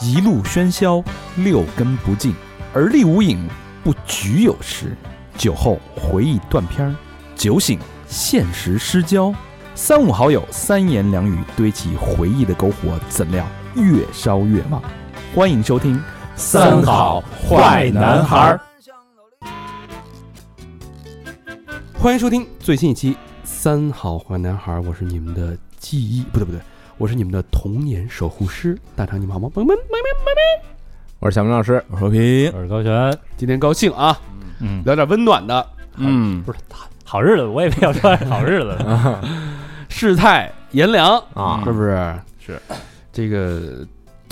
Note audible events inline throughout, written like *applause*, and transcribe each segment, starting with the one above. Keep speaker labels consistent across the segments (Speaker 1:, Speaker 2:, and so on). Speaker 1: 一路喧嚣，六根不净，而立无影，不局有时。酒后回忆断片儿，酒醒现实失焦。三五好友，三言两语堆起回忆的篝火，怎料越烧越旺。欢迎收听《
Speaker 2: 三好坏男孩儿》，欢迎收听最新一期《三好坏男孩》，我是你们的记忆，不对不对，我是你们的童年守护师大长，你们好吗？朋友们，
Speaker 3: 我是小明老师，
Speaker 1: 和平。
Speaker 4: 我是高璇，
Speaker 2: 今天高兴啊，
Speaker 4: 嗯，
Speaker 2: 聊点温暖的。
Speaker 1: 嗯，
Speaker 4: 不是好日子，我也没有说是好日子，
Speaker 2: 世态炎凉
Speaker 3: 啊
Speaker 2: 是不是？
Speaker 4: 是
Speaker 2: 这个，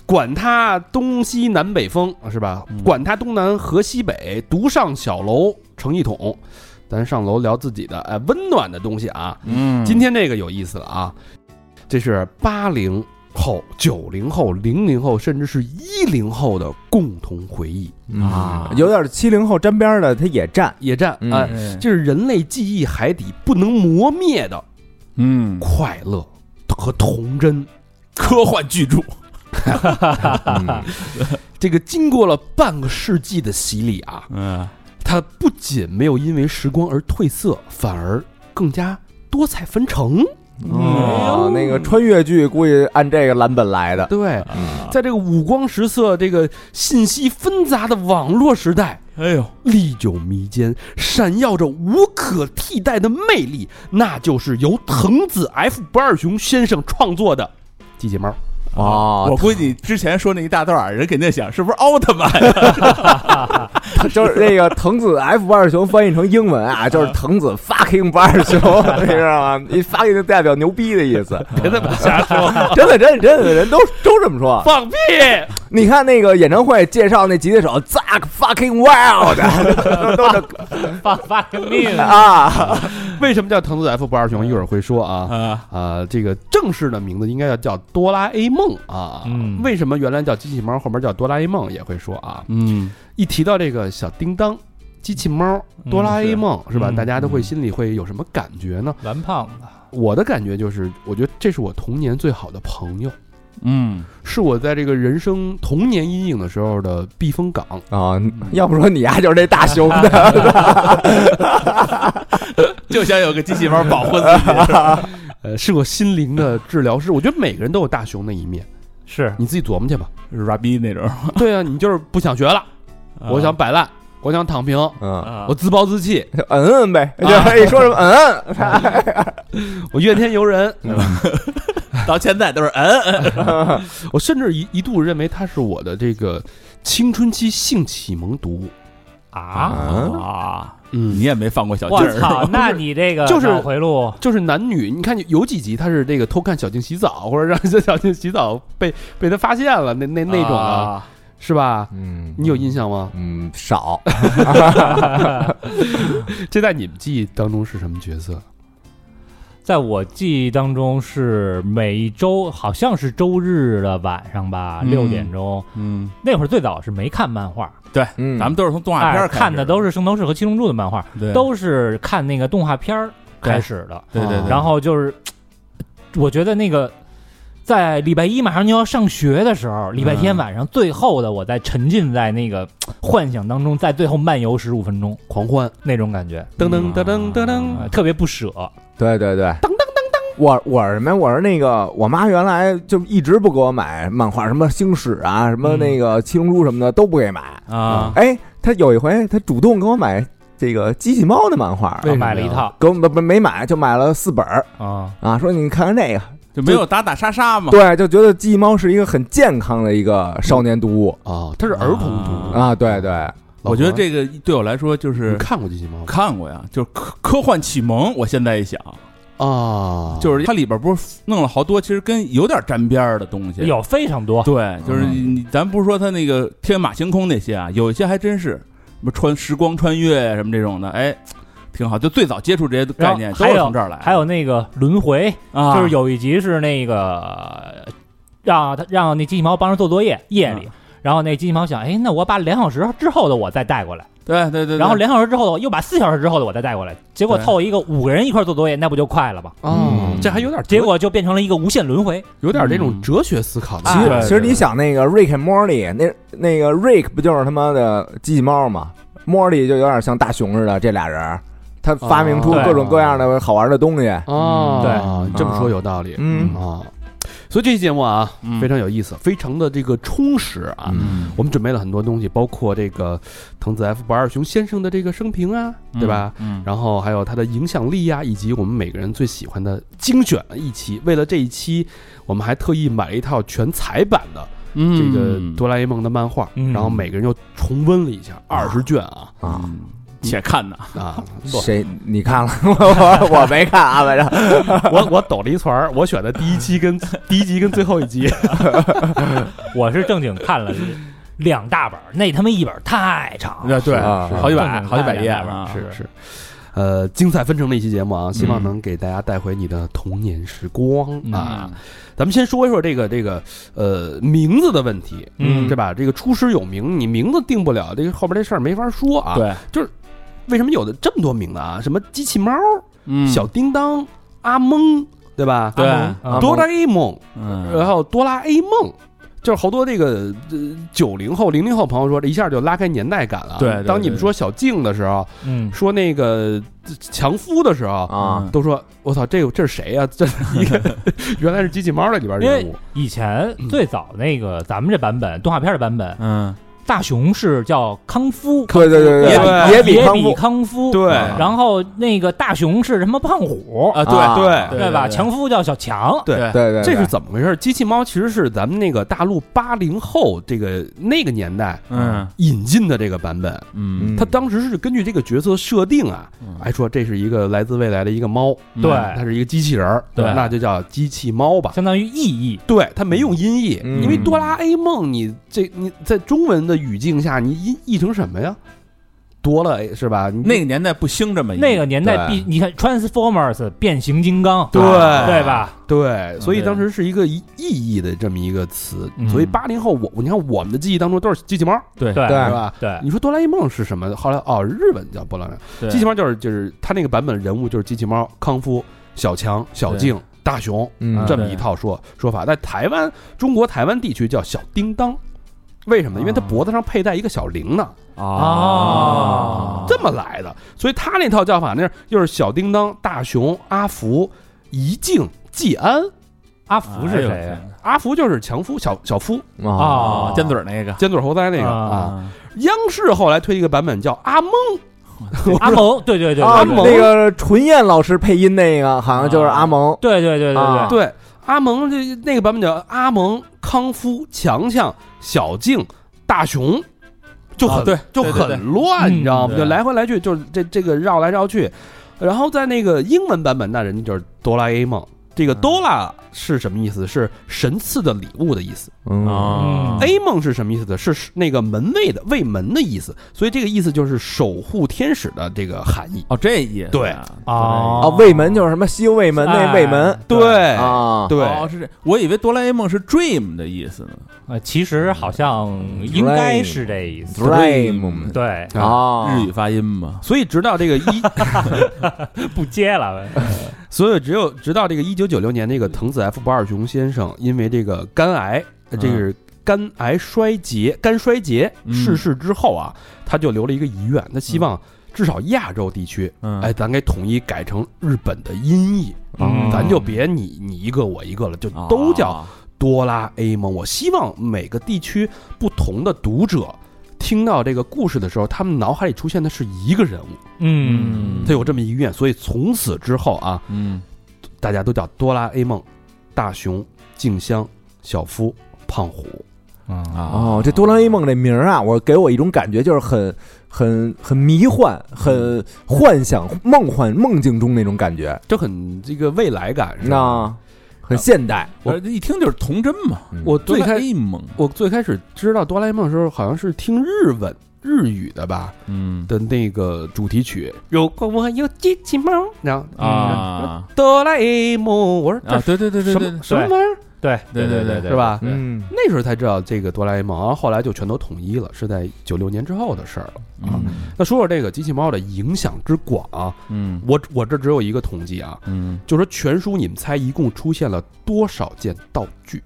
Speaker 2: 管他东西南北风是吧？
Speaker 4: 嗯
Speaker 2: 管他东南河西北，独上小楼成一统。咱上楼聊自己的哎温暖的东西啊。
Speaker 1: 嗯
Speaker 2: 今天这个有意思了啊，这是八零后、九零后、零零后，甚至是一零后的共同回忆。
Speaker 3: 啊，有点七零后沾边儿的，他也占
Speaker 2: 野战
Speaker 3: 嗯
Speaker 2: 啊，这是人类记忆海底不能磨灭的
Speaker 1: 嗯，
Speaker 2: 快乐和童真。
Speaker 1: 科幻巨著。
Speaker 3: 嗯
Speaker 2: 这个经过了半个世纪的洗礼啊，
Speaker 4: 嗯，
Speaker 2: 它不仅没有因为时光而褪色，反而更加多彩纷呈。
Speaker 3: 哦，那个穿越剧估计按这个蓝本来的，
Speaker 2: 对，
Speaker 3: 嗯
Speaker 2: 在这个五光十色、这个信息纷杂的网络时代，
Speaker 4: 哎呦，
Speaker 2: 历久弥坚，闪耀着无可替代的魅力，那就是由藤子 F 不二雄先生创作的《机器猫》。
Speaker 3: 哦
Speaker 5: 我，估计之前说那一大段儿，人肯定想是不是奥特曼呀？
Speaker 3: 他就是那个藤子 F 不二雄翻译成英文啊，就是藤子 fucking 不二雄， *laughs* 你知道吗？一 fucking 就代表牛逼的意思，
Speaker 2: 别这么瞎说，
Speaker 3: 真的真的真的人都都这么说。
Speaker 2: 放屁！
Speaker 3: 你看那个演唱会介绍那吉他手 Zack fucking Wild，都啊都这
Speaker 4: 发 *laughs* 发个命
Speaker 3: 啊，
Speaker 2: *laughs* 为什么叫藤子 F 不二
Speaker 5: 嗯
Speaker 2: 雄？一会儿会说啊。
Speaker 4: 啊！
Speaker 2: 啊，这个正式的名字应该要叫哆啦 A 梦啊。
Speaker 4: 嗯
Speaker 2: 为什么原来叫机器猫，后面叫哆啦 A 梦也会说啊？
Speaker 4: 嗯，
Speaker 2: 一提到这个小叮当、机器猫、
Speaker 4: 嗯
Speaker 2: 哆啦 A 梦、是吧？
Speaker 4: 嗯
Speaker 2: 大家都会心里会有什么感觉呢？
Speaker 4: 蓝胖子，
Speaker 2: 我的感觉就是，我觉得这是我童年最好的朋友，
Speaker 1: 嗯，
Speaker 2: 是我在这个人生童年阴影的时候的避风港。
Speaker 3: 啊，要不说你呀、就是那大熊的，
Speaker 5: 就想有个机器猫保护自己，是吧
Speaker 2: *laughs* 呃，是我心灵的治疗师。我觉得每个人都有大熊那一面，
Speaker 4: 是
Speaker 2: 你自己琢磨去吧。
Speaker 5: ，Rabi 那种。
Speaker 2: *laughs* 对啊，你就是不想学了，我想摆烂，我想躺平，
Speaker 3: 嗯，
Speaker 4: 啊
Speaker 2: 我，自暴自 *laughs* 弃，
Speaker 3: 嗯嗯呗，就 *laughs* 一说什么嗯嗯，
Speaker 2: 我怨天尤人。
Speaker 5: 到现在都是嗯嗯
Speaker 2: 我甚至一一度认为它是我的这个青春期性启蒙读物。
Speaker 4: 啊啊！
Speaker 2: 嗯
Speaker 5: 你，也没放过小劲
Speaker 4: 我
Speaker 5: 儿。
Speaker 4: 操，那你这 *laughs* 个
Speaker 2: 就是
Speaker 4: 脑回路，
Speaker 2: 就是男女，你看有几集他是这个偷看小静洗澡，或者让小静洗澡被被他发现了，那那那种的，
Speaker 4: 啊，
Speaker 2: 是吧？
Speaker 3: 嗯
Speaker 2: 你有印象吗？
Speaker 3: 嗯少，
Speaker 2: 这在你们记忆当中是什么角色？
Speaker 4: 在我记忆当中是每一周好像是周日的晚上吧，
Speaker 5: 嗯
Speaker 4: 六点钟
Speaker 5: 嗯，
Speaker 4: 那会儿最早是没看漫画，
Speaker 3: 嗯
Speaker 5: 咱们都是从动画片
Speaker 4: 哎，
Speaker 5: 儿
Speaker 4: 看的都
Speaker 5: 是
Speaker 4: 是《圣斗士》和《七龙珠》的漫画，
Speaker 5: 对
Speaker 4: 都是看那个动画片儿
Speaker 5: 对
Speaker 4: 开始的。
Speaker 5: 对
Speaker 2: 嗯
Speaker 5: 对对，
Speaker 4: 然后就是，我觉得那个在礼拜一马上就要上学的时候，礼拜天晚上最后的我在沉浸在那个幻想当中，在最后漫游十五分钟
Speaker 2: 狂欢，嗯
Speaker 4: 那种感觉，
Speaker 2: 噔噔噔噔噔噔
Speaker 4: 呃，特别不舍。
Speaker 3: 对对对，噔噔噔噔，我我是什么呀？我是那个我妈原来就一直不给我买漫画，什么星矢啊，什么那个七龙珠什么的都不给买
Speaker 4: 啊
Speaker 3: 哎，她有一回她主动给我买这个机器猫的漫画，啊
Speaker 2: 为什么呀
Speaker 4: 啊买了一套
Speaker 3: 给我不不没买就买了四本儿
Speaker 4: 啊，
Speaker 3: 啊，说你看看这个，
Speaker 5: 就没有打打杀杀嘛。
Speaker 3: 对，就觉得机器猫是一个很健康的一个少年读物
Speaker 2: 啊，他是儿童读物。
Speaker 5: 啊
Speaker 3: 啊，对对，
Speaker 2: 老
Speaker 5: 我觉得
Speaker 2: 何
Speaker 5: 这个对我来说就
Speaker 2: 你
Speaker 5: 是
Speaker 2: 看过机器猫吗
Speaker 5: 看过呀，就是科科幻启蒙。我现在一想，
Speaker 2: 啊？
Speaker 5: 就是它里边不是弄了好多，其实跟有点沾边儿的东西。
Speaker 4: 有非常多。
Speaker 5: 对，就是
Speaker 3: 嗯
Speaker 5: 你，咱不是说他那个天马行空那些啊，有一些还真是什么穿时光穿越什么这种的，哎，挺好。就最早接触这些概念
Speaker 4: 然后
Speaker 5: 都
Speaker 4: 还
Speaker 5: 是
Speaker 4: 有
Speaker 5: 从这儿来的，
Speaker 4: 还有那个轮回，
Speaker 5: 啊，啊
Speaker 4: 就是有一集是那个让他让那机器猫帮着做作业，夜里。然后那机器猫想，哎，那我把两小时之后的我再带过来，
Speaker 5: 对对对对，
Speaker 4: 然后两小时之后的我又把四小时之后的我再带过来，结果
Speaker 5: 对
Speaker 4: 凑一个五个人一块儿做作业，那不就快了吗？
Speaker 2: 哦
Speaker 1: 嗯，
Speaker 2: 这还有点
Speaker 4: 结果就变成了一个无限轮回。
Speaker 2: 有点这种哲学思考的
Speaker 5: 嗯
Speaker 3: 哎其
Speaker 2: 意味
Speaker 3: 实
Speaker 5: 啊
Speaker 3: 其实你想那个 Rick and Morty，那那个 Rick 不就是他妈的机器猫吗？Morty 就有点像大熊似的，这俩人儿他发明出
Speaker 4: 哦
Speaker 3: 各种各样的好玩的东西。
Speaker 2: 哦，
Speaker 3: 对
Speaker 2: 这么说有道理，
Speaker 3: 嗯
Speaker 2: 啊，所以这期节目啊
Speaker 5: 嗯
Speaker 2: 非常有意思，非常的这个充实啊。
Speaker 5: 嗯
Speaker 2: 我们准备了很多东西，包括这个藤子 F 不二雄先生的这个生平啊，对吧？？
Speaker 5: 嗯，
Speaker 2: 然后还有他的影响力啊呀、以及我们每个人最喜欢的精选了一期。为了这一期，我们还特意买了一套全彩版的这个哆啦 A 梦的漫画，
Speaker 4: 嗯
Speaker 2: 然后每个人又重温了一下二十卷啊
Speaker 3: 啊，
Speaker 5: 且看呢，
Speaker 2: 啊！
Speaker 3: 谁你看了？ *laughs* 我我我没看啊，反正
Speaker 2: *laughs* 我我抖了一团儿，我选的第一期跟第一集跟最后一 *laughs* 集，
Speaker 4: 我是正经看了两大本儿，那他妈一本儿太长了。
Speaker 5: 对对，
Speaker 3: 啊
Speaker 5: 好几百
Speaker 4: 是
Speaker 5: 好几百页
Speaker 4: 看
Speaker 5: 啊，
Speaker 2: 是是。呃，精彩纷呈的一期节目啊，希望能给大家带回你的童年时光啊。
Speaker 5: 啊，
Speaker 2: 咱们先说一说这个这个呃名字的问题，
Speaker 4: 嗯
Speaker 2: 对吧？这个出师有名，你名字定不了，这个后边这事儿没法说啊。，
Speaker 5: 对，
Speaker 2: 为什么有的这么多名字啊？什么机器猫、
Speaker 5: 嗯
Speaker 2: 小叮当、阿蒙，对吧？
Speaker 5: 对，
Speaker 4: 啊
Speaker 2: 哆啦 A 梦，
Speaker 5: 嗯，
Speaker 2: 然后哆啦 A 梦，就是好多这个呃九零后、零零后朋友说，这一下就拉开年代感了。
Speaker 5: 对对
Speaker 2: 当你们说小静的时候，
Speaker 4: 嗯，
Speaker 2: 说那个呃强夫的时候，
Speaker 5: 嗯
Speaker 3: 啊，
Speaker 2: 都说我操，这个这是谁呀、这是一个 *laughs* 原来是机器猫的里边
Speaker 4: 因
Speaker 2: 人
Speaker 4: 为
Speaker 2: 物。
Speaker 4: 以前最早那个咱们这版本动画片的版本，
Speaker 5: 嗯，
Speaker 4: 大雄是叫康夫，
Speaker 3: 对对对
Speaker 5: 也
Speaker 3: 对，
Speaker 5: 比
Speaker 3: 也
Speaker 4: 比
Speaker 3: 比康
Speaker 4: 比
Speaker 3: 夫
Speaker 4: 康夫，
Speaker 2: 对
Speaker 4: 然后那个大雄是什么胖虎，
Speaker 5: 啊，
Speaker 3: 啊
Speaker 5: 对
Speaker 4: 对吧？强夫叫小强，
Speaker 2: 对
Speaker 5: 对，
Speaker 3: 对对，
Speaker 2: 这是怎么回事？机器猫其实是咱们那个大陆八零后这个那个年代
Speaker 5: 嗯
Speaker 2: 引进的这个版本，
Speaker 5: 嗯
Speaker 2: 它当时是根据这个角色设定啊，还说这是一个来自未来的一个猫，
Speaker 5: 嗯
Speaker 4: 对
Speaker 2: 它是一个机器人儿，
Speaker 4: 对
Speaker 2: 那就叫机器猫吧。
Speaker 4: 相当于意义，
Speaker 2: 对，它没用音译，
Speaker 3: 嗯
Speaker 2: 因为哆啦 A 梦，你这你在中文的语境下，你音译成什么呀？多了是吧？你
Speaker 5: 那个年代不兴这么一
Speaker 4: 那个年代必你看 Transformers 变形金刚，
Speaker 2: 对
Speaker 4: 对吧？
Speaker 2: 对，所以
Speaker 5: 对
Speaker 2: 当时是一个意义的这么一个词。
Speaker 4: 嗯
Speaker 2: 所以八零后我，我你看我们的记忆当中都是机器猫，
Speaker 5: 对
Speaker 4: 对
Speaker 3: 对
Speaker 2: 是吧？
Speaker 4: 对，
Speaker 2: 你说哆啦 A 梦是什么？后来哦，日本叫波浪
Speaker 5: 对
Speaker 2: 机器猫就是就是它那个版本人物就是机器猫、康夫、小强、小静、大雄
Speaker 3: 嗯
Speaker 2: 这么一套说说法。在台湾中国台湾地区叫小叮当，为什么呢？因为它脖子上佩戴一个小铃铛，
Speaker 3: 啊
Speaker 4: 啊哦
Speaker 2: 这么来的。所以它那套叫法那是就是小叮当、大雄、阿福、怡静、季安。
Speaker 4: 阿福是谁啊呀？
Speaker 2: 阿福就是强夫、小小夫，
Speaker 5: 啊
Speaker 3: 啊
Speaker 4: 哦，，
Speaker 5: 尖嘴儿那个
Speaker 2: 尖嘴猴腮那个啊。
Speaker 5: 啊，
Speaker 2: 央视后来推一个版本叫阿蒙，
Speaker 4: 阿蒙，对对对，
Speaker 3: 啊，
Speaker 4: 对对
Speaker 3: 那个纯燕老师配音那个好像就是阿蒙
Speaker 4: 对对对对
Speaker 3: 啊
Speaker 4: 对，
Speaker 2: 对，阿蒙这那个版本叫阿蒙、康夫、强强、小静、大熊，就很、
Speaker 5: 啊对
Speaker 2: 就
Speaker 5: 对对对
Speaker 2: 很乱，
Speaker 4: 嗯
Speaker 2: 你知道吗？
Speaker 5: 对
Speaker 2: 就来回来去，就是这这个绕来绕去。然后在那个英文版本，那人家就是哆啦 A 梦。这个
Speaker 5: 嗯
Speaker 2: 哆啦是什么意思？是神赐的礼物的意思。
Speaker 3: 嗯
Speaker 5: 啊
Speaker 2: A 梦是什么意思呢？是是那个门卫的卫门的意思，所以这个意思就是守护天使的这个含义。
Speaker 5: 哦这意思
Speaker 2: 对
Speaker 4: 哦
Speaker 3: 啊，卫门就是什么西游卫门那
Speaker 4: 哎
Speaker 3: 卫门
Speaker 2: 对
Speaker 3: 啊，
Speaker 2: 对，
Speaker 5: 哦是这，我以为哆啦 A 梦是 dream 的意思呢，
Speaker 4: 呃，其
Speaker 3: 嗯
Speaker 4: 实好像应该是这意思。
Speaker 3: Dream
Speaker 4: 对，
Speaker 3: 啊，
Speaker 5: 日语发音嘛，
Speaker 2: 所以直到这个一， *laughs*
Speaker 4: 不接了。
Speaker 2: 所以只有直到这个一九九六年，那个藤子 F 不二雄先生因为这个肝癌，呃这个是肝癌衰竭、肝衰竭
Speaker 5: 嗯
Speaker 2: 逝世之后啊，他就留了一个遗愿，他希望至少亚洲地区，
Speaker 5: 嗯
Speaker 2: 哎，咱给统一改成日本的音译，
Speaker 4: 嗯
Speaker 2: 咱就别你你一个我一个了，就都叫
Speaker 5: 啊
Speaker 2: 哆啦 A 梦。我希望每个地区不同的读者听到这个故事的时候，他们脑海里出现的是一个人物，
Speaker 4: 嗯，
Speaker 2: 他有这么一愿，所以从此之后啊，
Speaker 5: 嗯
Speaker 2: 大家都叫哆啦 A 梦、大雄、静香、小夫、胖虎。
Speaker 4: 啊，
Speaker 3: 哦，这哆啦 A 梦这名儿啊，我给我一种感觉就是很很很迷幻，很幻想、梦幻、梦境中那种感觉，
Speaker 2: 这很这个未来感是吧？
Speaker 3: 那很现代。
Speaker 5: 我呃一听就是童真嘛，
Speaker 2: 我最
Speaker 5: 哆啦
Speaker 2: 开
Speaker 5: A 梦
Speaker 2: 我最开始知道哆啦 A 梦的时候，好像是听日文日语的吧
Speaker 5: 嗯
Speaker 2: 的那个主题曲。如果我有机器猫，然后
Speaker 5: 啊
Speaker 2: 哆啦 A 梦，我说这
Speaker 5: 啊，对对对对
Speaker 2: 嗯什
Speaker 5: 对
Speaker 2: 么，什么玩意儿
Speaker 4: 对
Speaker 5: 对
Speaker 4: 对
Speaker 5: 对
Speaker 4: 对，
Speaker 2: 是？吧？
Speaker 5: 对
Speaker 3: 嗯，
Speaker 2: 那时候才知道这个哆啦 A 梦，然后后来就全都统一了，是在九六年之后的事儿了。
Speaker 5: 嗯
Speaker 2: 那说说这个机器猫的影响之广啊，
Speaker 5: 嗯
Speaker 2: 我我这只有一个统计啊，
Speaker 5: 嗯，
Speaker 2: 就说全书你们猜一共出现了多少件道具？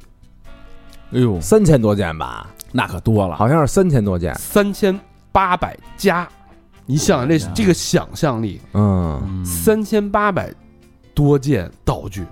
Speaker 5: 哎呦，
Speaker 3: 三千多件吧，
Speaker 5: 那可多了，
Speaker 3: 好像是三千多件。
Speaker 2: 三千八百加，你想想这
Speaker 5: 哎呀
Speaker 2: 这个想象力，
Speaker 3: 嗯，
Speaker 2: 三千八百多件道具，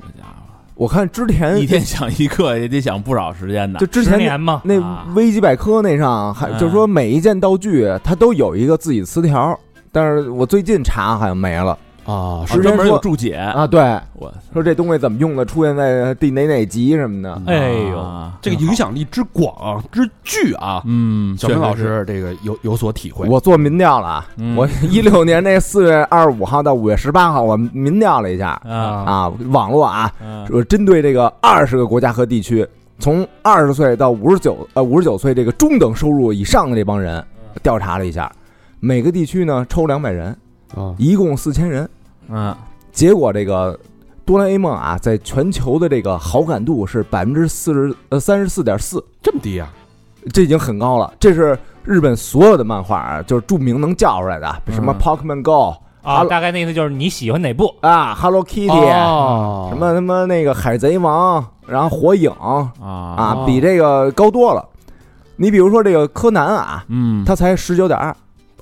Speaker 5: 好家伙，
Speaker 3: 我看之前
Speaker 5: 嗯一天想一个也得想不少时间的
Speaker 3: 就，之
Speaker 4: 十
Speaker 3: 前
Speaker 4: 年嘛，
Speaker 3: 那
Speaker 5: 啊
Speaker 3: 维基百科那上还
Speaker 5: 嗯
Speaker 3: 就是说每一件道具它都有一个自己词条，但是我最近查好像没了
Speaker 2: 啊，
Speaker 5: 啊
Speaker 2: 是
Speaker 3: 时间
Speaker 5: 专门有
Speaker 3: 说
Speaker 5: 注解
Speaker 3: 啊。，对，
Speaker 5: 我
Speaker 3: 说这东西怎么用的，出现在第哪哪集什么的。
Speaker 4: 哎呦
Speaker 5: 啊
Speaker 2: 这个影响力之广啊之巨啊！
Speaker 5: 嗯，
Speaker 2: 小明
Speaker 5: 确实
Speaker 2: 老
Speaker 5: 是，
Speaker 2: 师这个有有所体会，
Speaker 3: 我做民调了啊，
Speaker 5: 嗯 *laughs*
Speaker 3: 我一六年那四月二十五号到五月十八号，我民调了一下
Speaker 5: 啊
Speaker 3: 啊，网络啊，
Speaker 5: 嗯
Speaker 3: 我针对这个二十个国家和地区，从二十岁到五十九呃五十九岁这个中等收入以上的这帮人
Speaker 5: 嗯
Speaker 3: 调查了一下，每个地区呢抽两百人，
Speaker 2: 啊
Speaker 3: 一共四千人。
Speaker 5: 嗯
Speaker 3: 结果这个哆啦 A 梦啊，在全球的这个好感度是百分之四十呃三十四点四，
Speaker 2: 这么低啊？
Speaker 3: 这已经很高了。这是日本所有的漫画啊，就是著名能叫出来的啊，什么
Speaker 5: 嗯
Speaker 3: Pokemon Go
Speaker 4: 啊，大概那意思就是你喜欢哪部？
Speaker 3: 啊，Hello Kitty，、
Speaker 2: 哦，
Speaker 3: 什么他妈那个海贼王，然后火影
Speaker 5: 啊
Speaker 3: 啊
Speaker 2: 哦，
Speaker 3: 比这个高多了。你比如说这个柯南啊，
Speaker 5: 嗯，
Speaker 3: 他才十九点二，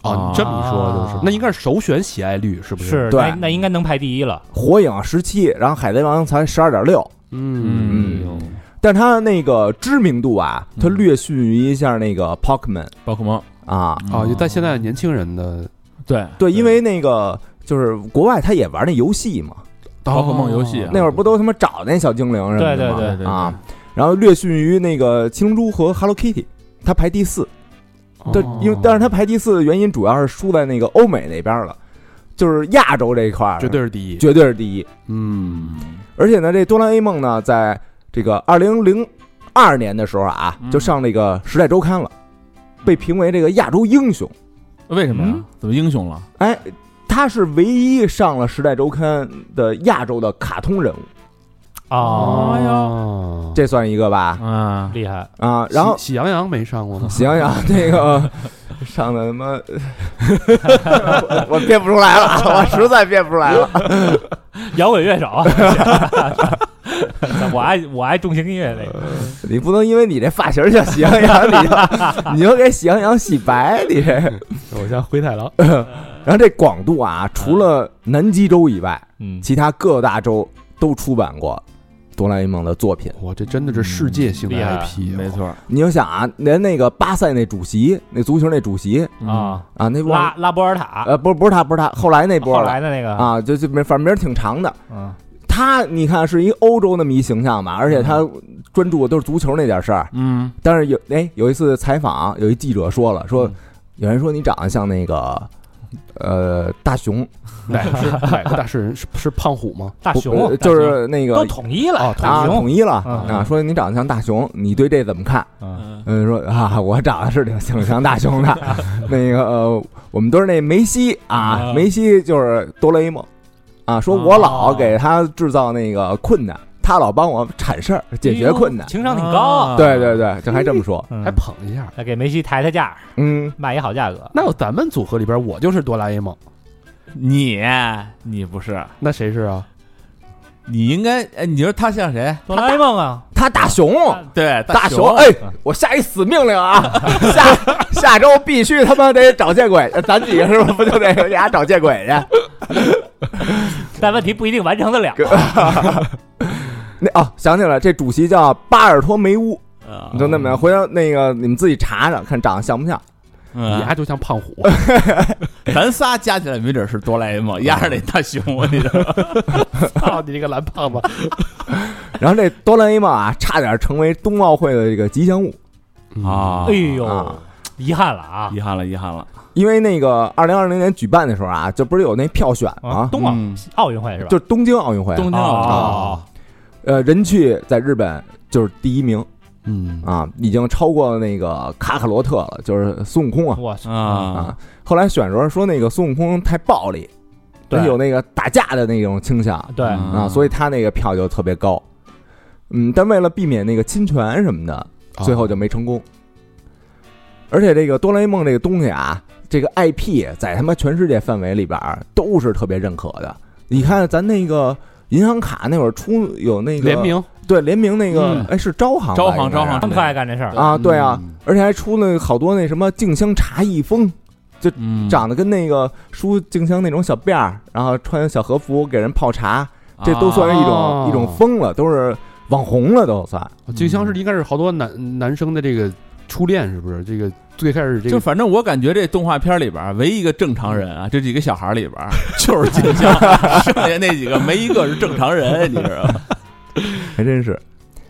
Speaker 2: 啊？你这么一说就是
Speaker 4: 啊，
Speaker 2: 那应该是首选喜爱率是不是？，
Speaker 4: 是，
Speaker 3: 对
Speaker 4: 那那应该能排第一了。
Speaker 3: 火影十七，然后海贼王才十二点六。
Speaker 2: 嗯
Speaker 5: 嗯，
Speaker 3: 嗯但是他那个知名度啊，他略逊于一下那个 Pokemon
Speaker 5: 宝可梦
Speaker 3: 啊，
Speaker 5: 嗯
Speaker 2: 啊，就在现在年轻人的
Speaker 5: 对
Speaker 3: 对，因为那个就是国外他也玩那游戏嘛，
Speaker 5: 宝可梦游戏啊
Speaker 3: 那会儿不都他妈找那小精灵什
Speaker 4: 对
Speaker 3: 么的
Speaker 4: 对
Speaker 3: 吗？
Speaker 5: 对
Speaker 4: 对
Speaker 5: 对
Speaker 3: 啊，然后略逊于那个七龙珠和 Hello Kitty，它排第四。
Speaker 2: 哦
Speaker 3: 但因为但是它排第四的原因主要是输在那个欧美那边了，就是亚洲这一块儿
Speaker 2: 绝对是第一，
Speaker 3: 绝对是第一。
Speaker 2: 嗯
Speaker 3: 而且呢，这哆啦 A 梦呢，在这个二零零二年的时候啊，
Speaker 5: 嗯
Speaker 3: 就上那个《时代周刊》了，被评为这个亚洲英雄。
Speaker 5: 为什么呀
Speaker 4: 嗯？
Speaker 5: 怎么英雄了？
Speaker 3: 哎，他是唯一上了《时代周刊》的亚洲的卡通人物，
Speaker 4: 哦，
Speaker 5: 哎
Speaker 2: 呀，
Speaker 3: 这算一个吧？
Speaker 5: 啊，
Speaker 4: 厉害，
Speaker 3: 啊，然后
Speaker 2: 喜喜羊羊没上过吗？
Speaker 3: 喜羊羊那 *laughs* 个上的他妈，我 *laughs* 我编不出来了， *laughs* 我实在编不出来了。
Speaker 4: 摇滚乐手
Speaker 3: *laughs*
Speaker 4: 啊，我爱我爱重型音乐那个，
Speaker 3: 你不能因为你这发型儿像喜羊羊，你 *laughs* 就你就给喜羊羊洗白，你这。呃
Speaker 2: 我像灰太狼，
Speaker 3: 然后这广度啊，除了南极洲以外，
Speaker 4: 嗯，
Speaker 3: 其他各大洲都出版过哆啦 A 梦的作品。
Speaker 2: 哇，这真的是世界性的哦
Speaker 4: 厉害
Speaker 2: IP，
Speaker 5: 没错
Speaker 3: 你就想啊，连那个巴塞那主席，那足球那主席
Speaker 4: 啊，
Speaker 3: 啊，那忘
Speaker 4: 拉拉波尔塔，
Speaker 3: 呃，不是不是他，不是他，后来那波
Speaker 4: 后
Speaker 3: 了
Speaker 4: 来的那个，
Speaker 3: 啊，就就没，反正名儿挺长的。
Speaker 4: 嗯，
Speaker 3: 他你看是一欧洲那么一形象嘛，而且他
Speaker 4: 嗯
Speaker 3: 专注的都是足球那点事儿。
Speaker 5: 嗯
Speaker 3: 但是有哎有一次采访，有一记者说了，说
Speaker 5: 嗯
Speaker 3: 有人说你长得像那个呃大熊，
Speaker 2: 哪个是哪个大诗人？是是胖虎吗？
Speaker 4: 大
Speaker 3: 不
Speaker 4: 熊啊
Speaker 3: 呃就
Speaker 4: 大熊
Speaker 3: 是那
Speaker 4: 都
Speaker 3: 个
Speaker 4: 统一了，
Speaker 2: 哦
Speaker 4: 大
Speaker 3: 啊
Speaker 4: 熊
Speaker 3: 统，一了
Speaker 4: 嗯
Speaker 3: 啊，说你长得像大熊，你对这怎么看？
Speaker 4: 嗯
Speaker 5: 嗯
Speaker 3: 嗯，说啊，我长得是挺挺像大熊的，
Speaker 4: *laughs*
Speaker 3: 那个呃，我们都是那梅西啊
Speaker 4: 啊，
Speaker 3: 梅西就是哆啦 A 梦啊，
Speaker 4: 哦
Speaker 3: 说我老给他制造那个困难，他老帮我铲事儿，解
Speaker 4: 哎
Speaker 3: 决困难。
Speaker 4: 情商挺高啊，
Speaker 3: 对对对，这还这么说，
Speaker 4: 嗯
Speaker 2: 还捧一下。
Speaker 4: 再给梅西抬抬价，
Speaker 3: 嗯，
Speaker 4: 卖一好价格，
Speaker 2: 那咱们组合里边，我就是哆啦 A 梦，
Speaker 5: 你你不是，
Speaker 2: 那谁是啊？
Speaker 5: 你应该哎，你说他像谁？
Speaker 4: 哆啦 A 梦啊，
Speaker 3: 他大熊，
Speaker 5: 对，
Speaker 3: 大
Speaker 5: 熊
Speaker 3: 熊，，哎，我下一死命令啊， *laughs* 下下周必须他妈得找见鬼， *laughs* 咱几个是不是不就得给家找见鬼去？
Speaker 4: 但问题不一定完成得了，
Speaker 3: *laughs* 那哦，想起来，这主席叫巴尔托梅乌，
Speaker 4: 嗯
Speaker 5: 啊
Speaker 3: 你就那么回头那个你们自己查查看长得像不像。
Speaker 2: 你
Speaker 5: 嗯，
Speaker 2: 丫就像胖虎，
Speaker 5: 咱仨加起来没准是哆啦 A 梦，压着那大熊，你知道吗？
Speaker 2: 操啊你这个蓝胖子！
Speaker 3: 然后这哆啦 A 梦啊， *laughs* 差点成为冬奥会的这个吉祥物
Speaker 2: 嗯
Speaker 3: 嗯
Speaker 5: 啊
Speaker 4: 哎呦
Speaker 3: 啊，，
Speaker 4: 遗憾了啊，
Speaker 5: 遗憾了，遗憾了
Speaker 3: 因为那个二零二零年举办的时候啊，这不是有那票选吗？
Speaker 4: 冬奥
Speaker 5: 嗯
Speaker 4: 啊奥运会是吧？
Speaker 3: 啊就是
Speaker 5: 啊
Speaker 3: 东京奥运会，
Speaker 5: 东京
Speaker 4: 哦
Speaker 5: 奥
Speaker 3: 呃，人气在日本就是第一名，
Speaker 2: 嗯
Speaker 3: 啊，已经超过了那个卡卡罗特了，就是孙悟空啊
Speaker 4: 我操，
Speaker 5: 啊
Speaker 3: 啊。后来选的时候说那个孙悟空太暴力，
Speaker 4: 对
Speaker 3: 有那个打架的那种倾向
Speaker 4: 对，
Speaker 5: 嗯
Speaker 3: 啊，所以他那个票就特别高。嗯，但为了避免那个侵权什么的，
Speaker 2: 哦啊
Speaker 3: 最后就没成功。而且这个哆啦 A 梦这个东西啊，这个 IP 在他妈全世界范围里边儿都是特别认可的。你看咱那个银行卡那会儿出有那个
Speaker 2: 联名
Speaker 3: 对联名那个
Speaker 5: 嗯，
Speaker 3: 哎、是招行吧
Speaker 5: 招行
Speaker 3: 应该是
Speaker 5: 招行
Speaker 4: 他们特爱干这事儿，
Speaker 3: 啊，对啊，
Speaker 2: 嗯
Speaker 3: 而且还出了好多那什么静香茶艺风，
Speaker 5: 嗯
Speaker 3: 长得跟那个书静香那种小辫儿，然后穿小和服给人泡茶，
Speaker 5: 啊
Speaker 3: 这都算是一种、
Speaker 2: 哦
Speaker 3: 一种风了，都是网红了都算。
Speaker 2: 静香是应该是好多男男生的这个初恋，是不是？这个最开始这
Speaker 5: 就
Speaker 2: 个
Speaker 5: 反正我感觉这动画片里边儿唯一一个正常人啊，这几个小孩儿里边儿就是静香， *laughs* 剩下那几个没一个是正常人，你知道吗？
Speaker 3: 还真是。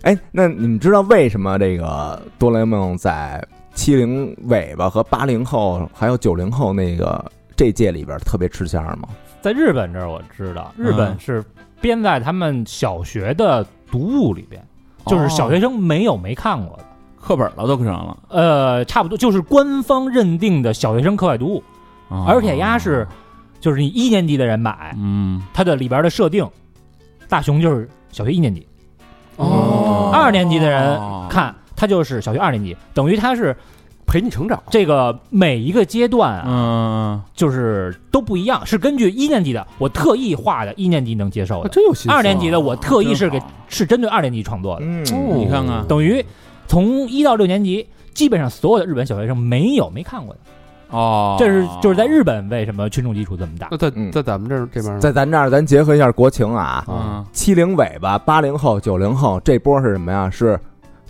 Speaker 3: 哎，那你们知道为什么这个哆啦 A 梦在七零尾巴和八零后还有九零后那个这届里边特别吃香吗？
Speaker 4: 在日本这儿我知道，日
Speaker 5: 嗯
Speaker 4: 本是编在他们小学的读物里边，就是小
Speaker 5: 哦
Speaker 4: 学生没有没看过的。
Speaker 5: 课本了都上了，
Speaker 4: 呃，差不多就是官方认定的小学生课外读物，
Speaker 5: 哦
Speaker 4: 而且鸭是，就是你一年级的人买，
Speaker 5: 嗯，
Speaker 4: 它的里边的设定，大雄就是小学一年级，
Speaker 2: 哦
Speaker 4: 二年级的人看他就是小学二年级，等于他是
Speaker 2: 陪你成长，
Speaker 4: 这个每一个阶段啊，
Speaker 5: 嗯，
Speaker 4: 就是都不一样，是根据一年级的我特意画的，一年级能接受
Speaker 2: 啊
Speaker 4: 的，
Speaker 2: 真有心思啊。
Speaker 4: 二年级的我特意是给
Speaker 5: 真好
Speaker 4: 是针对二年级创作的，
Speaker 3: 嗯
Speaker 2: 哦
Speaker 5: 你看看
Speaker 4: 等于从一到六年级。基本上所有的日本小学生没有没看过的，
Speaker 5: 哦，
Speaker 4: 这是就是在日本为什么群众基础这么大
Speaker 2: 那？在
Speaker 3: 嗯
Speaker 2: 在咱们这儿这边儿呢
Speaker 3: 在咱这儿，咱结合一下国情啊，
Speaker 5: 嗯
Speaker 3: 七零尾巴、八零后、九零后这波是什么呀？是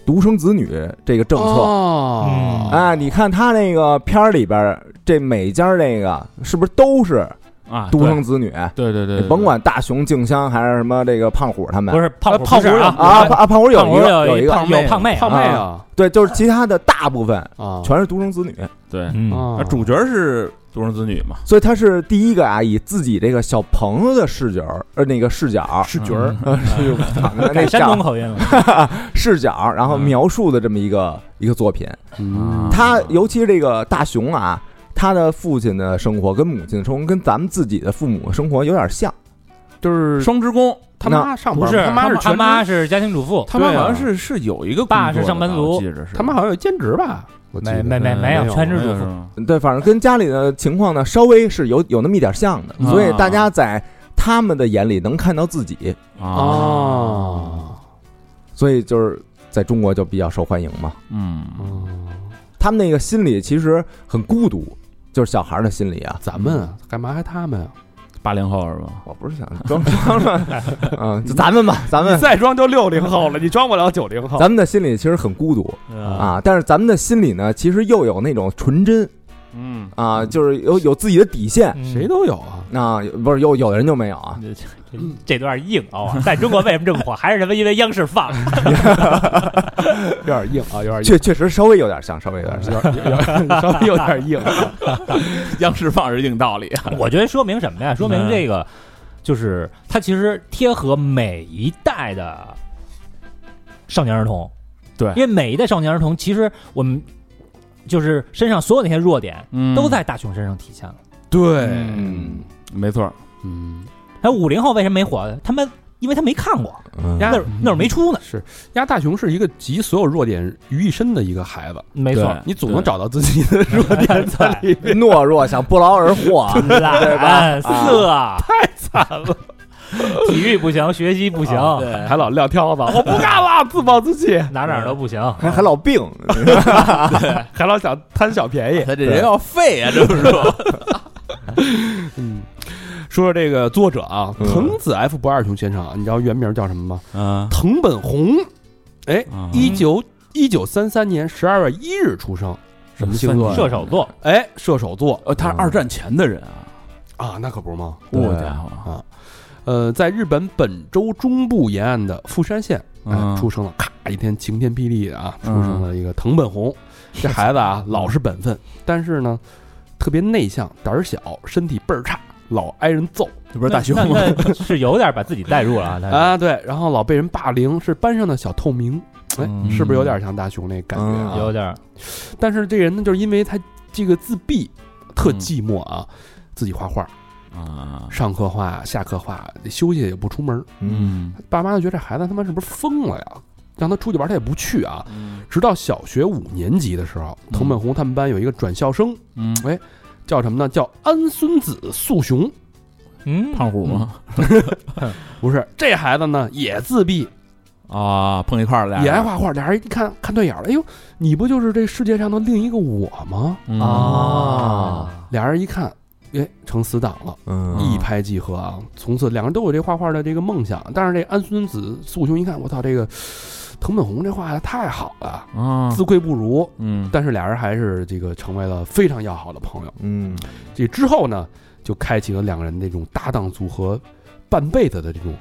Speaker 3: 独生子女这个政策。
Speaker 2: 哦
Speaker 4: 嗯
Speaker 3: 啊，你看他那个片儿里边儿，这每家这个是不是都是
Speaker 5: 啊，
Speaker 3: 独生子女？
Speaker 5: 对，对对对，对
Speaker 3: 你甭，管大雄、静香还是什么这个胖虎他们，
Speaker 4: 不是胖
Speaker 5: 啊
Speaker 4: 虎
Speaker 5: 胖
Speaker 4: 不是
Speaker 5: 虎
Speaker 4: 啊
Speaker 5: 有
Speaker 3: 啊，胖胖虎有
Speaker 4: 胖
Speaker 3: 一
Speaker 4: 虎
Speaker 3: 个
Speaker 4: 一
Speaker 3: 一个
Speaker 5: 胖妹
Speaker 4: 有胖妹
Speaker 2: 胖妹啊
Speaker 3: 对，就是其他的大部分
Speaker 2: 啊，
Speaker 3: 全是独生子女，
Speaker 5: 对，
Speaker 4: 嗯
Speaker 2: 啊
Speaker 5: 那主角是独生子女嘛，
Speaker 3: 所以他是第一个啊，以自己这个小朋友的视角，呃，那个
Speaker 2: *laughs*
Speaker 3: 视角，
Speaker 2: 是角
Speaker 5: 儿
Speaker 3: 呃，是那
Speaker 4: 改山东
Speaker 3: 叫
Speaker 4: 口音了，
Speaker 3: 视角，然后
Speaker 5: 嗯
Speaker 3: 描述的这么一个一个作品。
Speaker 5: 啊
Speaker 2: 嗯
Speaker 3: 他尤其是这个大雄啊，他的父亲的生活跟母亲的生活跟咱们自己的父母生活有点像，
Speaker 2: 就是
Speaker 5: 双职工，
Speaker 2: 他妈上班，
Speaker 4: 不是
Speaker 2: 他妈是
Speaker 4: 他
Speaker 2: 全职
Speaker 4: 妈是家庭主妇，
Speaker 5: 他妈
Speaker 2: 对啊
Speaker 5: 好像是是有一个工作的吧，
Speaker 4: 爸是上班族
Speaker 5: 我记着是
Speaker 2: 他妈好像有兼职吧？我记
Speaker 4: 没
Speaker 2: 得
Speaker 4: 没没
Speaker 5: 嗯
Speaker 4: 没
Speaker 2: 没有
Speaker 4: 有全职
Speaker 5: 没
Speaker 4: 主
Speaker 5: 有
Speaker 4: 妇
Speaker 5: 是，吗
Speaker 3: 对，反正跟家里的情况呢，稍微是有有那么一点像的，所以大家在他们的眼里能看到自己，
Speaker 2: 啊
Speaker 5: 啊，
Speaker 2: 哦，
Speaker 3: 所以就是在中国就比较受欢迎嘛。
Speaker 5: 嗯，
Speaker 2: 嗯
Speaker 3: 他们那个心理其实很孤独，就是小孩儿的心理啊。
Speaker 2: 咱们啊，干嘛还他们啊？
Speaker 5: 八零后是吧？
Speaker 3: 我不是想装装装，嗯，就咱们吧，咱们
Speaker 6: 再装就六零后了，你装不了九零后。
Speaker 3: 咱们的心里其实很孤独啊，但是咱们的心里呢，其实又有那种纯真
Speaker 5: 嗯，
Speaker 3: 啊，就是有有自己的底线。
Speaker 4: 嗯
Speaker 2: *laughs* 谁都有啊。
Speaker 3: 啊，不是有有的人就没有
Speaker 4: *laughs*
Speaker 3: 啊，
Speaker 4: 这这这段硬啊、在中国为什么这么火？还是什么？因为央视放。
Speaker 2: 有点硬啊，有点硬，
Speaker 3: 确确实稍微有点像，稍微有点像。
Speaker 2: 有点有点 *laughs* 稍微有点硬啊。
Speaker 5: 央视放是硬道理，
Speaker 4: *laughs*
Speaker 5: 啊
Speaker 4: 我觉得说明什么呀？说明这个就是它其实贴合每一代的少年儿童。
Speaker 5: 对
Speaker 4: 因为每一代少年儿童，其实我们就是身上所有那些弱点
Speaker 5: 嗯
Speaker 4: 都在大雄身上体现了。
Speaker 2: 对
Speaker 5: 嗯，没错儿，
Speaker 2: 嗯，
Speaker 4: 还有五零后为什么没火？他们因为他没看过，
Speaker 3: 嗯
Speaker 4: 那会儿那会儿没出呢。
Speaker 2: 是鸭大雄是一个集所有弱点于一身的一个孩子，
Speaker 4: 没
Speaker 5: 错
Speaker 2: 你总能找到自己的 *laughs* 弱点在里
Speaker 3: *laughs*
Speaker 2: 面。
Speaker 3: 懦弱想不劳而获啊，
Speaker 4: *laughs* 懒色，
Speaker 2: 啊
Speaker 4: 太惨了。体育不行，学习不行，
Speaker 5: 啊
Speaker 2: 还老撂挑子，我不干了，自暴自弃，
Speaker 4: 哪哪儿都不行。
Speaker 3: 还还老病，
Speaker 2: 还老想贪小便
Speaker 5: *laughs*
Speaker 2: 宜。
Speaker 5: 他这人要废啊，这么说，
Speaker 2: 嗯，说说这个作者啊，
Speaker 3: 嗯
Speaker 2: 藤子 F 不二雄先生啊，你知道原名叫什么吗？
Speaker 5: 嗯，
Speaker 2: 藤本弘，哎，
Speaker 5: 啊
Speaker 2: 一九一九三三年十二月一日出生，什么星座呀？
Speaker 4: 射手座，啊
Speaker 2: 哎，射手座
Speaker 5: 呃，他是二战前的人啊，
Speaker 2: 啊，那可不是吗？
Speaker 3: 对
Speaker 5: 我家伙，
Speaker 2: 呃，在日本本州中部沿岸的富山县，哎
Speaker 5: 嗯
Speaker 2: 出生了，咔一天晴天霹雳的啊，出
Speaker 5: 嗯
Speaker 2: 生了一个藤本弘，这孩子
Speaker 5: *laughs*
Speaker 2: 啊老实本分，但是呢特别内向，胆儿小，身体倍儿差，老挨人揍
Speaker 5: 这不是大雄吗？
Speaker 4: 那那是有点把自己带入了啊。但是
Speaker 2: 啊，对，然后老被人霸凌，是班上的小透明，哎，
Speaker 4: 嗯
Speaker 2: 是不是有点像大雄那感觉啊？
Speaker 3: 嗯
Speaker 4: 有点儿
Speaker 2: 但是这人呢，就是因为他这个自闭，特寂寞啊，自己画画，
Speaker 5: 啊，
Speaker 2: 上课画，下课画，休息也不出门。
Speaker 3: 嗯，
Speaker 2: 爸妈就觉得这孩子他妈是不是疯了呀？让他出去玩，他也不去啊。
Speaker 5: 嗯
Speaker 2: 直到小学五年级的时候，
Speaker 5: 嗯
Speaker 2: 藤本弘他们班有一个转校生，
Speaker 5: 嗯，
Speaker 2: 叫什么呢？叫安孙子素雄。
Speaker 4: 嗯
Speaker 5: 胖虎吗？
Speaker 2: 不是，这孩子呢也自闭，
Speaker 5: 啊，碰一块儿了俩人，
Speaker 2: 也爱画画，俩人一看看对眼了，哎呦，你不就是这世界上的另一个我吗？
Speaker 5: 嗯
Speaker 4: 啊，
Speaker 2: 俩人一看，哎，成死党了，
Speaker 3: 嗯
Speaker 2: 一拍即合啊！从此两人都有这画画的这个梦想。但是这安孙子素雄一看，我操，这个藤本弘这画的太好了，
Speaker 5: 啊，
Speaker 2: 自愧不如。
Speaker 5: 嗯，
Speaker 2: 但是俩人还是这个成为了非常要好的朋友。
Speaker 3: 嗯
Speaker 2: 这之后呢，就开启了两人那种搭档组合半辈子的这种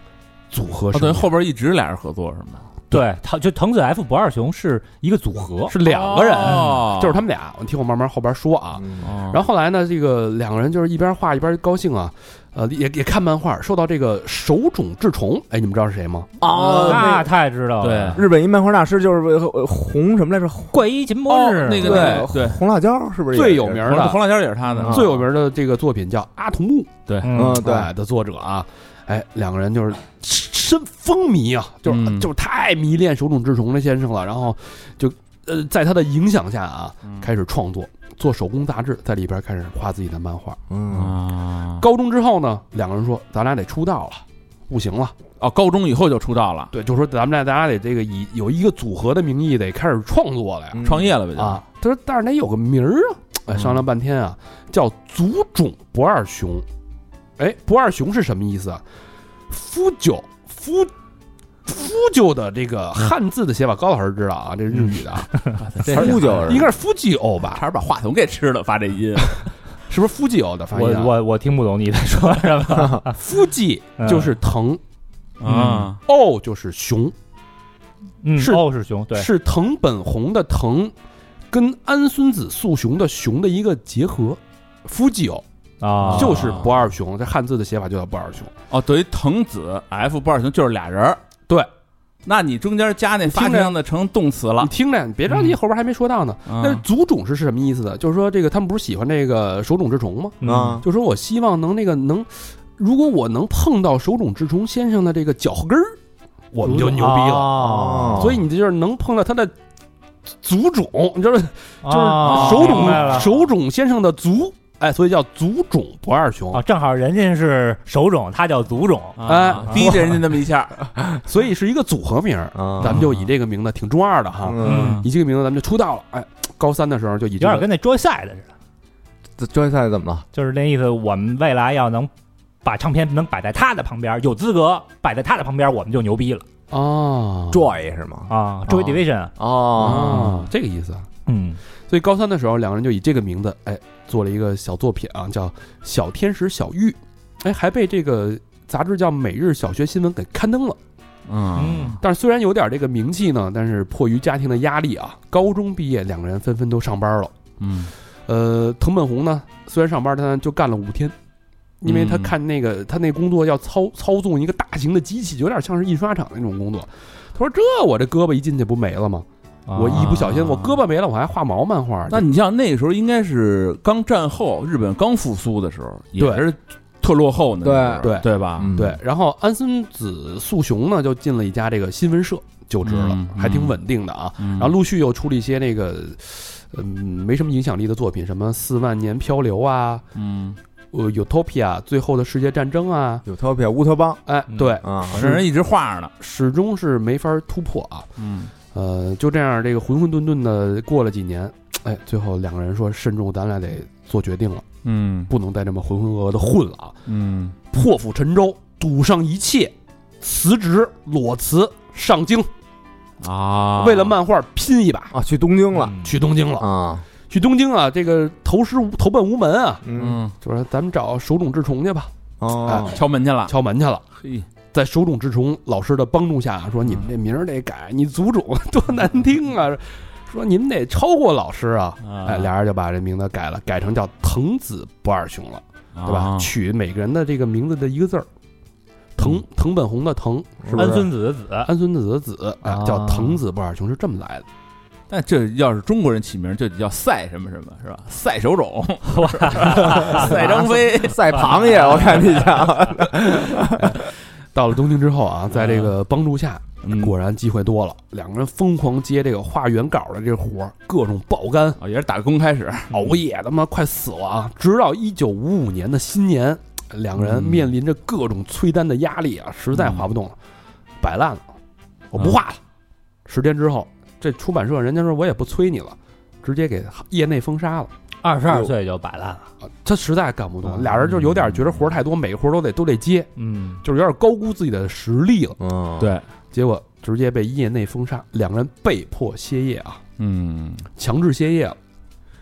Speaker 2: 组合
Speaker 5: 哦
Speaker 2: 生
Speaker 5: 等于
Speaker 2: 活。
Speaker 5: 后边一直俩人合作是吗？
Speaker 4: 对，他就藤子 F 不二雄是一个组合，
Speaker 2: 是两个人，
Speaker 5: 哦
Speaker 2: 就是他们俩。你听我慢慢后边说啊。
Speaker 3: 嗯
Speaker 5: 哦
Speaker 2: 然后后来呢，这个两个人就是一边画一边高兴啊，呃，也也看漫画，受到这个手冢治虫，哎，你们知道是谁吗？
Speaker 3: 哦
Speaker 5: 呃
Speaker 4: 那
Speaker 3: 那
Speaker 4: 太知道了。
Speaker 5: 啊对
Speaker 3: 日本一漫画大师就是呃红什么来着？
Speaker 4: 怪医秦博
Speaker 5: 哦
Speaker 4: 士
Speaker 5: 那个对嗯对
Speaker 3: 红辣椒是不是也
Speaker 2: 最有名？
Speaker 5: 红
Speaker 2: 的
Speaker 5: 红辣椒也是他的，
Speaker 3: 啊
Speaker 2: 最有名的这个作品叫《阿童木
Speaker 3: 嗯
Speaker 4: 嗯，》
Speaker 3: 对，
Speaker 2: 哎的作者啊，哎，两个人就是深风靡啊，就是、
Speaker 5: 嗯
Speaker 2: 就是太迷恋手冢治虫的先生了，然后就呃，在他的影响下啊，
Speaker 5: 嗯
Speaker 2: 开始创作，做手工杂志，在里边开始画自己的漫画。
Speaker 3: 嗯
Speaker 5: 啊，
Speaker 2: 高中之后呢，两个人说咱俩得出道了，不行了，
Speaker 5: 哦，高中以后就出道了，
Speaker 2: 对，就说咱们俩咱俩得这个以有一个组合的名义得开始创作了呀、
Speaker 3: 嗯
Speaker 5: 创业了呗就
Speaker 2: 啊。他说但是得有个名儿啊，哎，
Speaker 5: 嗯
Speaker 2: 商量半天啊，叫足冢不二雄。哎，不二雄是什么意思啊？夫九夫。夫九的这个汉字的写法，高老师知道啊，这是日语的啊，
Speaker 3: 呼救
Speaker 2: 应该是夫九吧？
Speaker 5: 差点把话筒给吃了，发这 *laughs* 音，
Speaker 2: 是不是夫九的发音
Speaker 4: 我
Speaker 2: 啊？
Speaker 4: 我我听不懂你在说什么。
Speaker 2: 夫吉就是藤，
Speaker 5: 啊，
Speaker 2: 哦就是熊，
Speaker 4: 嗯，
Speaker 2: 是
Speaker 4: 哦，是熊，对，
Speaker 2: 是藤本弘的藤，跟安孙子素雄的雄的一个结合。夫吉哦，
Speaker 4: 啊，
Speaker 2: 就是不二雄，这汉字的写法就叫不二雄。
Speaker 5: 哦，等于藤子 F 不二雄就是俩人儿
Speaker 2: 对，
Speaker 5: 那你中间加那发
Speaker 2: 听着
Speaker 5: 声的成动词
Speaker 2: 你
Speaker 5: 了，
Speaker 2: 听着，你别着急，后边还没说到呢。那
Speaker 5: 啊嗯
Speaker 2: 足种是是什么意思的？就是说这个他们不是喜欢这个手冢治虫吗？
Speaker 4: 嗯
Speaker 3: 啊，
Speaker 2: 就说我希望能那个能，如果我能碰到手冢治虫先生的这个脚后跟儿，我们就牛逼了。
Speaker 4: 了啊
Speaker 2: 所以你这就是能碰到他的足种，你知道吗？
Speaker 4: 就
Speaker 2: 就是
Speaker 4: 啊
Speaker 2: 手
Speaker 5: 明白
Speaker 2: 冢手冢先生的足，哎，所以叫足冢不二雄
Speaker 4: 啊，，正好人家是手冢，他叫足冢，
Speaker 5: 啊
Speaker 2: 哎
Speaker 5: 逼着人家那么一下，
Speaker 2: 所以是一个组合名儿。
Speaker 3: 啊
Speaker 2: 咱们就以这个名字挺中二的哈，
Speaker 3: 嗯，
Speaker 2: 以这个名字咱们就出道了。哎，高三的时候就以
Speaker 4: 有
Speaker 2: 这
Speaker 4: 点
Speaker 2: 个
Speaker 4: 跟那桌赛的似的，
Speaker 3: 这这赛怎么了？
Speaker 4: 就是那意思。我们未来要能把唱片能摆在他的旁边，有资格摆在他的旁边，我们就牛逼了
Speaker 2: 啊
Speaker 3: Joy 是吗？
Speaker 4: 啊。Joy Division，
Speaker 3: 哦，
Speaker 2: 啊，这个意思啊。
Speaker 4: 嗯，
Speaker 2: 所以高三的时候，两个人就以这个名字，哎，做了一个小作品啊，叫《小天使小玉》，哎，还被这个杂志叫《每日小学新闻》给刊登了。
Speaker 5: 嗯，
Speaker 2: 但是虽然有点这个名气呢，但是迫于家庭的压力啊，高中毕业，两个人纷纷都上班了。
Speaker 5: 嗯，
Speaker 2: 呃，藤本弘呢，虽然上班，但就干了五天，因为
Speaker 5: 嗯
Speaker 2: 他看那个、他那工作要操操纵一个大型的机器，有点像是印刷厂那种工作。他说：“这我这胳膊一进去不没了吗？
Speaker 5: 嗯
Speaker 2: 我一不小心，我胳膊没了，我还画毛漫画。
Speaker 5: 啊那你像那个时候应该是刚战后，日本刚复苏的时候，也
Speaker 2: 对
Speaker 5: 是特落后呢，
Speaker 3: 对
Speaker 5: 那时候
Speaker 2: 对
Speaker 5: 对吧？
Speaker 3: 嗯
Speaker 2: 对，然后安孙子素雄呢，就进了一家这个新闻社就职了，
Speaker 5: 嗯
Speaker 2: 还挺稳定的啊。
Speaker 5: 然
Speaker 2: 然后陆续又出了一些那个，嗯，没什么影响力的作品，什么《四万年漂流》啊，
Speaker 5: 嗯，
Speaker 2: 呃，《Utopia》最后的世界战争啊，
Speaker 3: 有特别乌托邦
Speaker 2: 哎，
Speaker 4: 嗯
Speaker 2: 对，
Speaker 3: 啊，
Speaker 5: 好像人一直画着呢，
Speaker 2: 始终是没法突破啊。
Speaker 5: 嗯
Speaker 2: 呃，就这样，这个混混沌沌的过了几年，哎，最后两个人说，慎重，咱俩得做决定了，
Speaker 5: 嗯
Speaker 2: 不能再这么浑浑噩噩的混了啊，
Speaker 5: 嗯，
Speaker 2: 破釜沉舟，赌上一切，辞职裸辞上京，
Speaker 5: 啊，
Speaker 2: 为了漫画拼一把，
Speaker 3: 啊，去东京
Speaker 4: 嗯
Speaker 3: 了
Speaker 2: 去东京了。
Speaker 3: 啊，
Speaker 2: 去东京啊，这个投师无投奔无门啊，
Speaker 3: 嗯
Speaker 5: 嗯
Speaker 2: 就说咱们找手冢治虫去吧，
Speaker 3: 哦，
Speaker 5: 敲门去了，
Speaker 2: 敲门去了。
Speaker 5: 嘿，
Speaker 2: 在手冢治虫老师的帮助下，说你们这名儿得改，你祖种 *laughs* 多难听啊！说你们得超过老师啊！哎，俩人就把这名字改了，改成叫藤子不二雄了，对吧？
Speaker 5: 啊
Speaker 2: 取每个人的这个名字的一个字儿，藤藤本弘的藤，是不
Speaker 4: 安
Speaker 2: 是？
Speaker 4: 孙子的子，
Speaker 2: 安孙子的子，哎
Speaker 4: 啊
Speaker 2: 叫藤子不二雄是这么来的。
Speaker 5: 但这要是中国人起名，就得叫赛什么什么，是 *laughs* 吧？赛手冢，赛张飞，
Speaker 3: 赛螃蟹，我看你 *laughs* 讲，
Speaker 2: 到了东京之后啊，在这个帮助下，
Speaker 5: 嗯
Speaker 2: 果然机会多了，两个人疯狂接这个画原稿的这个活儿，各种爆肝，
Speaker 5: 哦，也是打工开始，
Speaker 2: 熬夜，他妈快死了啊！直到一九五五年的新年，两个人
Speaker 5: 嗯
Speaker 2: 面临着各种催单的压力啊，实在画不动了，摆烂了，我不画了。十天之后，这出版社人家说我也不催你了，直接给业内封杀了。
Speaker 4: 二十二岁就摆烂了，
Speaker 2: 啊他实在干不动，俩人就有点觉得活儿太多，每个活儿都得都得接，
Speaker 4: 嗯，
Speaker 2: 就是有点高估自己的实力了。
Speaker 3: 嗯，
Speaker 5: 对，
Speaker 2: 结果直接被业内封杀，两个人被迫歇业啊，
Speaker 5: 嗯，
Speaker 2: 强制歇业了，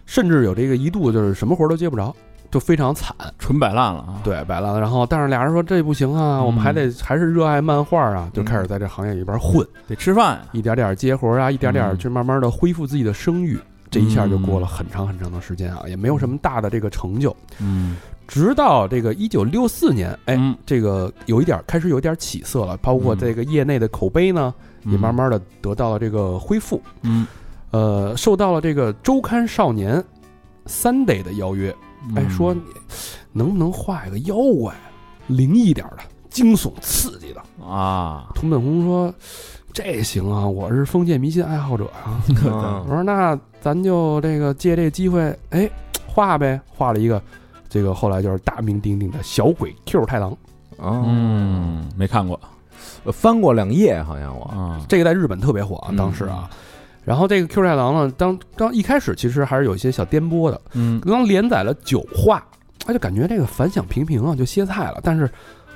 Speaker 2: 甚至有这个一度就是什么活儿都接不着，就非常惨。
Speaker 5: 纯摆烂了啊。
Speaker 2: 对，摆烂了。然后，但是俩人说这不行啊，我们还
Speaker 5: 嗯
Speaker 2: 得还是热爱漫画啊，就开始在这行业里边混，
Speaker 5: 得吃饭呀。
Speaker 2: 一点点接活啊，一点点
Speaker 5: 嗯
Speaker 2: 去慢慢的恢复自己的声誉。这一下就过了很长很长的时间啊，也没有什么大的这个成就。
Speaker 5: 嗯，
Speaker 2: 直到这个一九六四年，哎，
Speaker 5: 嗯
Speaker 2: 这个有一点开始有一点起色了，包括
Speaker 5: 嗯
Speaker 2: 这个业内的口碑呢，也慢
Speaker 5: 慢，
Speaker 2: 慢的得到了这个恢复。
Speaker 5: 嗯，
Speaker 2: 呃，受到了这个周刊少年 Sunday 的邀约，哎，
Speaker 5: 嗯
Speaker 2: 说你能不能画一个妖怪，灵异点儿的、惊悚刺 *laughs* 激的？
Speaker 5: 啊，
Speaker 2: 佟本红说：“这行啊，我是封建迷信爱好者 *laughs* 啊。
Speaker 3: 嗯
Speaker 2: 我说：“那咱就这个借这个机会，哎，画呗，画了一个。”这个后来就是大名鼎鼎的小鬼 Q 太郎，
Speaker 3: 嗯，
Speaker 5: 嗯，没看过
Speaker 3: 翻过两页，好像
Speaker 2: 哦
Speaker 3: 我，
Speaker 5: 啊，
Speaker 2: 这个在日本特别火啊，当时啊。然后这个 Q 太郎呢，当当一开始其实还是有一些小颠簸的，
Speaker 5: 嗯
Speaker 2: 刚连载了九话，他就感觉这个反响平平啊，就歇菜了。但是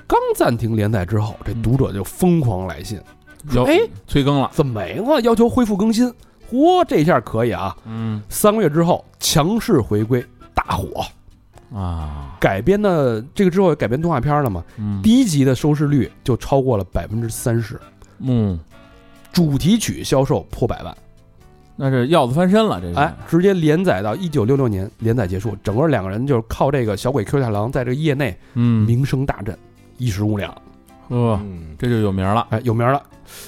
Speaker 2: 刚暂停连载之后，这读者就疯狂来信，
Speaker 5: 有
Speaker 2: 哎
Speaker 5: 催更了，
Speaker 2: 怎么没了？要求恢复更新。嚯，这下可以啊！
Speaker 5: 嗯
Speaker 2: 三个月之后强势回归，大火。
Speaker 5: 啊，
Speaker 2: 改编的这个之后也改编动画片了嘛，
Speaker 5: 嗯
Speaker 2: 第一集的收视率就超过了百分之三十，
Speaker 5: 嗯，
Speaker 2: 主题曲销售破百万，
Speaker 5: 那是鹞子翻身了，这是
Speaker 2: 哎，直接连载到一九六六年连载结束，整个两个人就是靠这个小鬼 Q 太郎在这个业内
Speaker 5: 嗯，
Speaker 2: 名声大振，一时无两。
Speaker 5: 呵，
Speaker 3: 嗯，
Speaker 5: 这就有名了，
Speaker 2: 哎，有名了。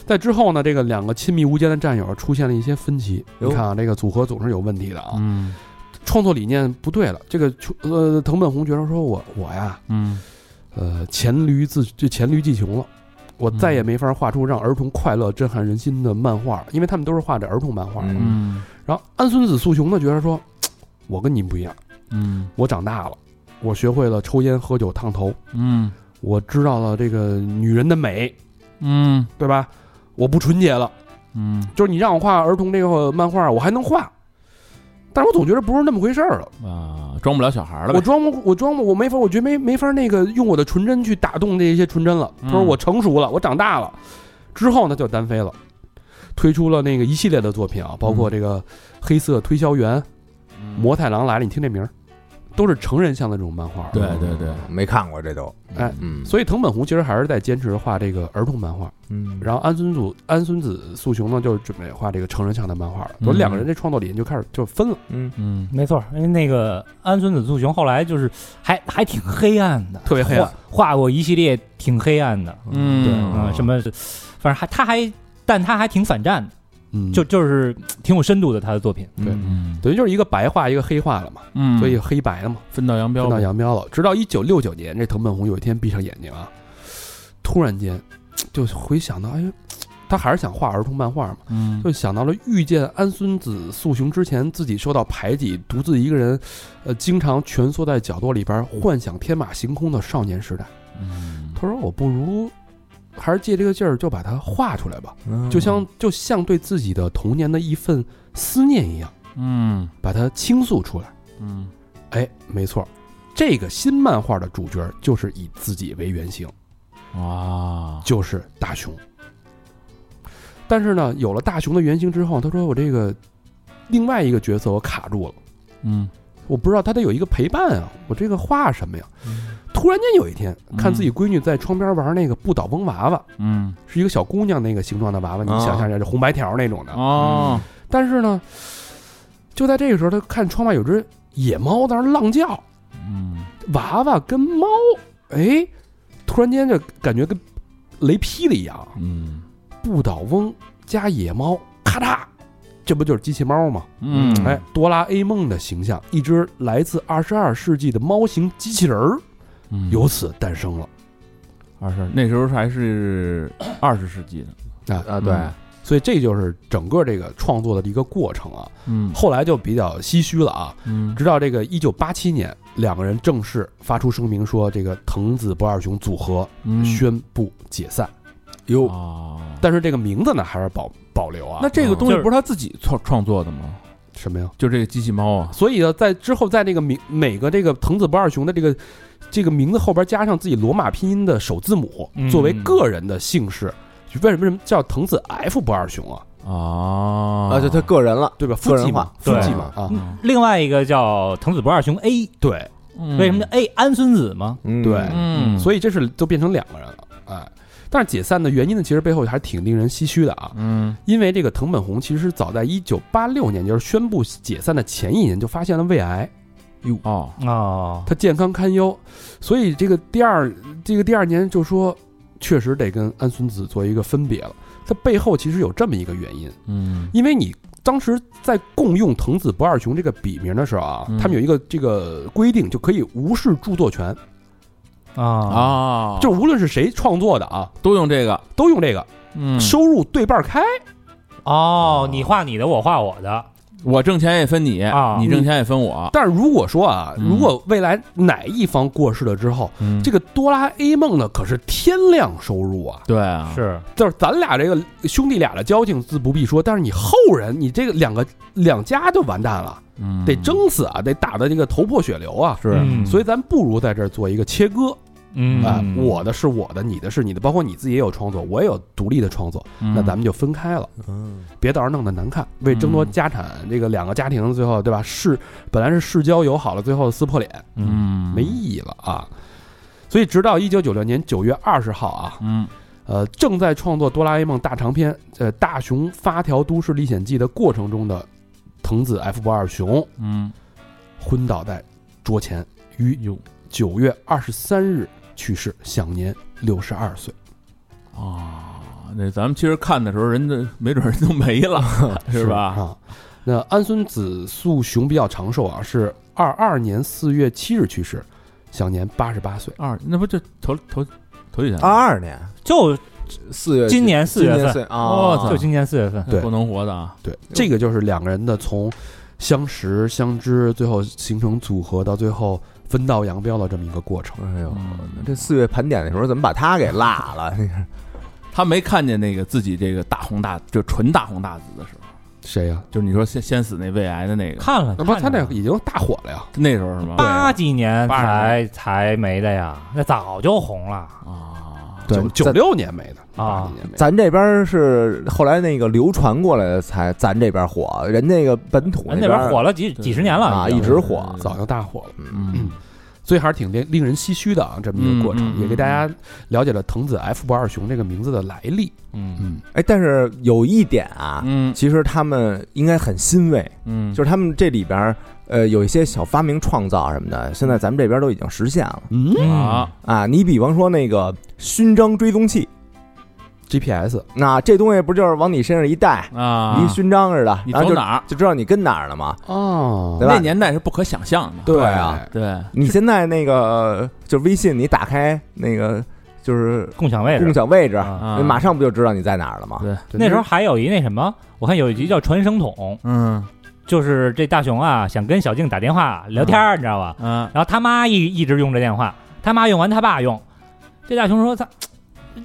Speaker 2: 在之后呢，这个两个亲密无间的战友出现了一些分歧。你
Speaker 3: 哟
Speaker 2: 看啊，这个组合总是有问题的啊，
Speaker 5: 嗯
Speaker 2: 创作理念不对了。这个呃，藤本弘觉得说我我呀，
Speaker 5: 嗯
Speaker 2: 呃，黔驴自就黔驴技穷了，我再也没法画出让儿童快乐、震撼人心的漫画了，因为他们都是画着儿童漫画的。
Speaker 3: 嗯
Speaker 5: 嗯
Speaker 2: 然后安孙子素雄呢，觉得说，嘖我跟你们不一样，
Speaker 5: 嗯
Speaker 2: 我长大了，我学会了抽烟、喝酒、烫头，
Speaker 5: 嗯
Speaker 2: 我知道了这个女人的美，
Speaker 5: 嗯
Speaker 2: 对吧？我不纯洁了。
Speaker 5: 嗯，
Speaker 2: 就是你让我画儿童这个漫画，我还能画，但是我总觉得不是那么回事儿了。
Speaker 5: 啊，装不了小孩了呗
Speaker 2: 我，装不，我装不，我没法，我觉得没没法那个用我的纯真去打动这些纯真了。他说
Speaker 5: 嗯
Speaker 2: 我成熟了，我长大了，之后呢就单飞了，推出了那个一系列的作品啊，包括这个《黑色推销员》
Speaker 5: 嗯
Speaker 2: 魔太郎来了》，你听这名儿，都是成人向的这种漫画。
Speaker 5: 对对对，
Speaker 3: 没看过这都，
Speaker 2: 哎
Speaker 3: 嗯，
Speaker 2: 所以藤本弘其实还是在坚持画这个儿童漫画。
Speaker 3: 嗯，
Speaker 2: 然后安孙子安孙子素雄呢，就是准备画这个成人向的漫画了。
Speaker 5: 嗯
Speaker 2: 所以两个人这创作理念就开始就分了。
Speaker 3: 嗯，
Speaker 5: 嗯
Speaker 4: 没错，因为那个安孙子素雄后来就是还还挺黑暗的，
Speaker 2: 特别黑暗
Speaker 4: 画，画过一系列挺黑暗的，
Speaker 5: 嗯
Speaker 4: 对，
Speaker 5: 嗯
Speaker 4: 嗯，什么，反正还他还，但他还挺反战的，
Speaker 2: 嗯
Speaker 4: 就就是挺有深度的他的作品，
Speaker 2: 对
Speaker 5: 嗯
Speaker 2: 等于就是一个白化一个黑化了嘛，
Speaker 5: 嗯，
Speaker 2: 所以黑白了嘛，
Speaker 5: 分道扬镳
Speaker 2: 分道
Speaker 5: 了，
Speaker 2: 扬镳了。直到一九六九年，这藤本弘有一天闭上眼睛啊，突然间就回想到，哎呦，他还是想画儿童漫画嘛，
Speaker 5: 嗯
Speaker 2: 就想到了遇见安孙子素雄之前，自己受到排挤，独自一个人，呃，经常蜷缩在角落里边，幻想天马行空的少年时代。
Speaker 5: 嗯
Speaker 2: 他说，我不如还是借这个劲儿就把它画出来吧，
Speaker 3: 嗯
Speaker 2: 就像就像对自己的童年的一份思念一样，
Speaker 5: 嗯
Speaker 2: 把它倾诉出来。
Speaker 5: 嗯
Speaker 2: 哎，没错，这个新漫画的主角就是以自己为原型，
Speaker 5: 嗯哇，
Speaker 2: 就是大雄。但是呢，有了大雄的原型之后，他说我这个另外一个角色我卡住了，
Speaker 5: 嗯
Speaker 2: 我不知道他得有一个陪伴啊，我这个画什么呀？突然间有一天，看自己闺女在窗边玩那个不倒翁娃娃，
Speaker 5: 嗯
Speaker 2: 是一个小姑娘那个形状的娃娃，你
Speaker 3: 啊
Speaker 2: 想象一下，就红白条那种的。
Speaker 5: 哦，
Speaker 2: 但是呢，就在这个时候，他看窗外有只野猫在那儿浪叫，
Speaker 5: 嗯
Speaker 2: 娃娃跟猫，哎，突然间就感觉跟雷劈了一样，
Speaker 5: 嗯
Speaker 2: 不倒翁加野猫，咔嚓，这不就是机器猫吗？
Speaker 5: 嗯，
Speaker 2: 哎，哆啦 A 梦的形象，一只来自二十二世纪的猫型机器人儿
Speaker 5: 嗯
Speaker 2: 由此诞生了。
Speaker 5: 二十，那时候还是二十世纪的，
Speaker 3: 啊，对，
Speaker 2: 所以这就是整个这个创作的一个过程啊。
Speaker 5: 嗯
Speaker 2: 后来就比较唏嘘了啊。
Speaker 5: 嗯
Speaker 2: 直到这个一九八七年，两个人正式发出声明说，这个藤子不二雄组合
Speaker 5: 嗯
Speaker 2: 宣布解散。哟
Speaker 5: 哦，
Speaker 2: 但是这个名字呢，还是保保留啊。
Speaker 5: 那这个东西
Speaker 4: 就是
Speaker 5: 不是他自己创创作的吗？
Speaker 2: 什么呀？
Speaker 5: 就这个机器猫啊，
Speaker 2: 所以呢，在之后，在这个名每个这个藤子不二雄的这个这个名字后边加上自己罗马拼音的首字母，
Speaker 4: 嗯
Speaker 2: 作为个人的姓氏。为什么为什么叫藤子 F 不二雄啊？
Speaker 5: 哦，
Speaker 3: 啊，就他个人了，
Speaker 2: 对吧？
Speaker 3: 个
Speaker 2: 夫
Speaker 3: 人
Speaker 2: 妻嘛
Speaker 3: 化，
Speaker 2: 夫
Speaker 4: 对
Speaker 2: 妻嘛啊，
Speaker 5: 嗯
Speaker 4: 另外一个叫藤子不二雄 A，
Speaker 2: 对，
Speaker 4: 为什么叫 A 安孙子吗？
Speaker 3: 嗯
Speaker 2: 对
Speaker 5: 嗯，
Speaker 2: 所以这是就变成两个人了，哎。但是解散的原因呢，其实背后还挺令人唏嘘的啊，
Speaker 5: 嗯
Speaker 2: 因为这个藤本弘其实早在一九八六年，就是宣布解散的前一年就发现了胃癌，
Speaker 5: 哦，
Speaker 4: 哦，
Speaker 2: 他健康堪忧，所以这个第二这个第二年就说，确实得跟安孙子做一个分别了。它背后其实有这么一个原因，
Speaker 5: 嗯
Speaker 2: 因为你当时在共用藤子不二雄这个笔名的时候啊，
Speaker 5: 嗯
Speaker 2: 他们有一个这个规定，就可以无视著作权，
Speaker 5: 哦
Speaker 4: 啊
Speaker 5: 啊，
Speaker 2: 就无论是谁创作的啊，
Speaker 5: 都用这个，
Speaker 2: 都用这个，
Speaker 5: 嗯，
Speaker 2: 收入对半开。
Speaker 4: 哦，你画你的，我画我的，
Speaker 5: 我挣钱也分你
Speaker 4: 啊
Speaker 5: 你挣钱也分我，
Speaker 2: 但是如果说啊，
Speaker 5: 嗯
Speaker 2: 如果未来哪一方过世了之后，这
Speaker 5: 个
Speaker 2: 个哆啦 A 梦呢可是天量收入啊，
Speaker 5: 对啊，
Speaker 4: 是
Speaker 2: 就是咱俩这个兄弟俩的交情自不必说，但是你后人，你这个两个两家就完蛋了，
Speaker 5: 嗯
Speaker 2: 得争死啊，得打的这个头破血流啊。
Speaker 5: 是
Speaker 4: 嗯
Speaker 2: 所以咱不如在这儿做一个切割
Speaker 4: 嗯
Speaker 2: 啊、
Speaker 5: 嗯
Speaker 2: 我的是我的，你的是你的，包括你自己也有创作，我也有独立的创作，
Speaker 5: 嗯
Speaker 2: 那咱们就分开了，
Speaker 3: 嗯
Speaker 2: 别到时候弄得难看，为争夺家产，这个两个家庭最后对吧？世本来是世交友好了，最后撕破脸，
Speaker 5: 嗯
Speaker 2: 没意义了啊。所以直到一九九六年九月二十号啊，
Speaker 5: 嗯
Speaker 2: 呃，正在创作《哆啦 A 梦》大长篇《呃大雄发条都市历险记》的过程中的藤子 F 不二雄
Speaker 5: 嗯
Speaker 2: 昏倒在桌前，于
Speaker 5: 哟
Speaker 2: 九月二十三日去世，享年六十二岁。
Speaker 5: 啊，那咱们其实看的时候，人家没准人都没
Speaker 2: *laughs*
Speaker 5: 了，是吧？
Speaker 2: 啊，那安孙子素雄比较长寿啊，是二二年四月七日去世，享年八十八岁。
Speaker 5: 二啊那不就头头头几天
Speaker 2: 啊
Speaker 3: 二二年
Speaker 4: 就
Speaker 3: 四月，
Speaker 4: 今年四月份哦
Speaker 3: 今年四
Speaker 5: 我
Speaker 3: 啊
Speaker 5: 操，
Speaker 4: 就今年四月份，
Speaker 2: 对
Speaker 5: 不能活的啊，
Speaker 2: 对，这个就是两个人的从相识相知，最后形成组合，到最后分道扬镳的这么一个过程。
Speaker 3: 哎呦，
Speaker 5: 嗯
Speaker 3: 这四月盘点的时候怎么把他给落了？
Speaker 5: 他没看见那个自己这个大红大就纯大红大紫的时候，
Speaker 2: 谁呀、
Speaker 5: 就是你说先先死那胃癌的那个
Speaker 4: 看了，
Speaker 2: 那不，他
Speaker 4: 看
Speaker 2: 那
Speaker 4: 了
Speaker 2: 已经大火了呀。
Speaker 5: 那时候是吗？
Speaker 2: 啊
Speaker 4: 八几年
Speaker 5: 八十
Speaker 4: 才才没的呀，那早就红了
Speaker 5: 啊，
Speaker 3: 对
Speaker 2: 九，九
Speaker 3: 咱
Speaker 2: 六年没的
Speaker 4: 啊
Speaker 2: 八几年没的
Speaker 3: 咱这边是后来那个流传过来的才咱这边火，人那个本土
Speaker 4: 人那
Speaker 3: 边
Speaker 4: 边火了几
Speaker 5: 对
Speaker 4: 几十年
Speaker 3: 啊，
Speaker 4: 了已
Speaker 3: 一
Speaker 4: 经，
Speaker 3: 直火。
Speaker 2: 早就大火了，
Speaker 5: 嗯
Speaker 2: 所以还是挺令令人唏嘘的啊，这么一个过程，
Speaker 5: 嗯嗯嗯
Speaker 2: 也给大家了解了藤子 F 不二雄这个名字的来历。
Speaker 5: 嗯
Speaker 2: 嗯，
Speaker 3: 哎，但是有一点啊，
Speaker 5: 嗯
Speaker 3: 其实他们应该很欣慰，
Speaker 5: 嗯，
Speaker 3: 就是他们这里边儿呃有一些小发明创造什么的，现在咱们这边都已经实现了
Speaker 2: 嗯
Speaker 5: 是
Speaker 4: 嗯，
Speaker 5: 啊，
Speaker 3: 啊。你比方说那个勋章追踪器，
Speaker 2: ，GPS
Speaker 3: 那这东西不就是往你身上一戴，
Speaker 5: 啊，
Speaker 3: 一勋章似的，
Speaker 5: 你
Speaker 3: 然后
Speaker 5: 走
Speaker 3: 就
Speaker 5: 哪儿？
Speaker 3: 就知道你跟哪儿了嘛。
Speaker 2: 哦
Speaker 3: 对吧
Speaker 5: 那年代是不可想象的，
Speaker 3: 对啊，
Speaker 5: 对，
Speaker 3: 你现在那个就微信，你打开那个就是
Speaker 4: 共享位
Speaker 3: 共
Speaker 4: 置。
Speaker 3: 享位置，
Speaker 4: 啊
Speaker 5: 啊
Speaker 3: 马上不就知道你在哪儿了吗？
Speaker 2: 对
Speaker 4: 那时候还有一那什么，我看有一集叫《传声筒》，
Speaker 5: 嗯
Speaker 4: 就是这大雄啊想跟小静打电话聊天儿，你知道吧？
Speaker 5: 啊，
Speaker 4: 然后他妈一一直用这电话，他妈用完他爸用，这大雄说他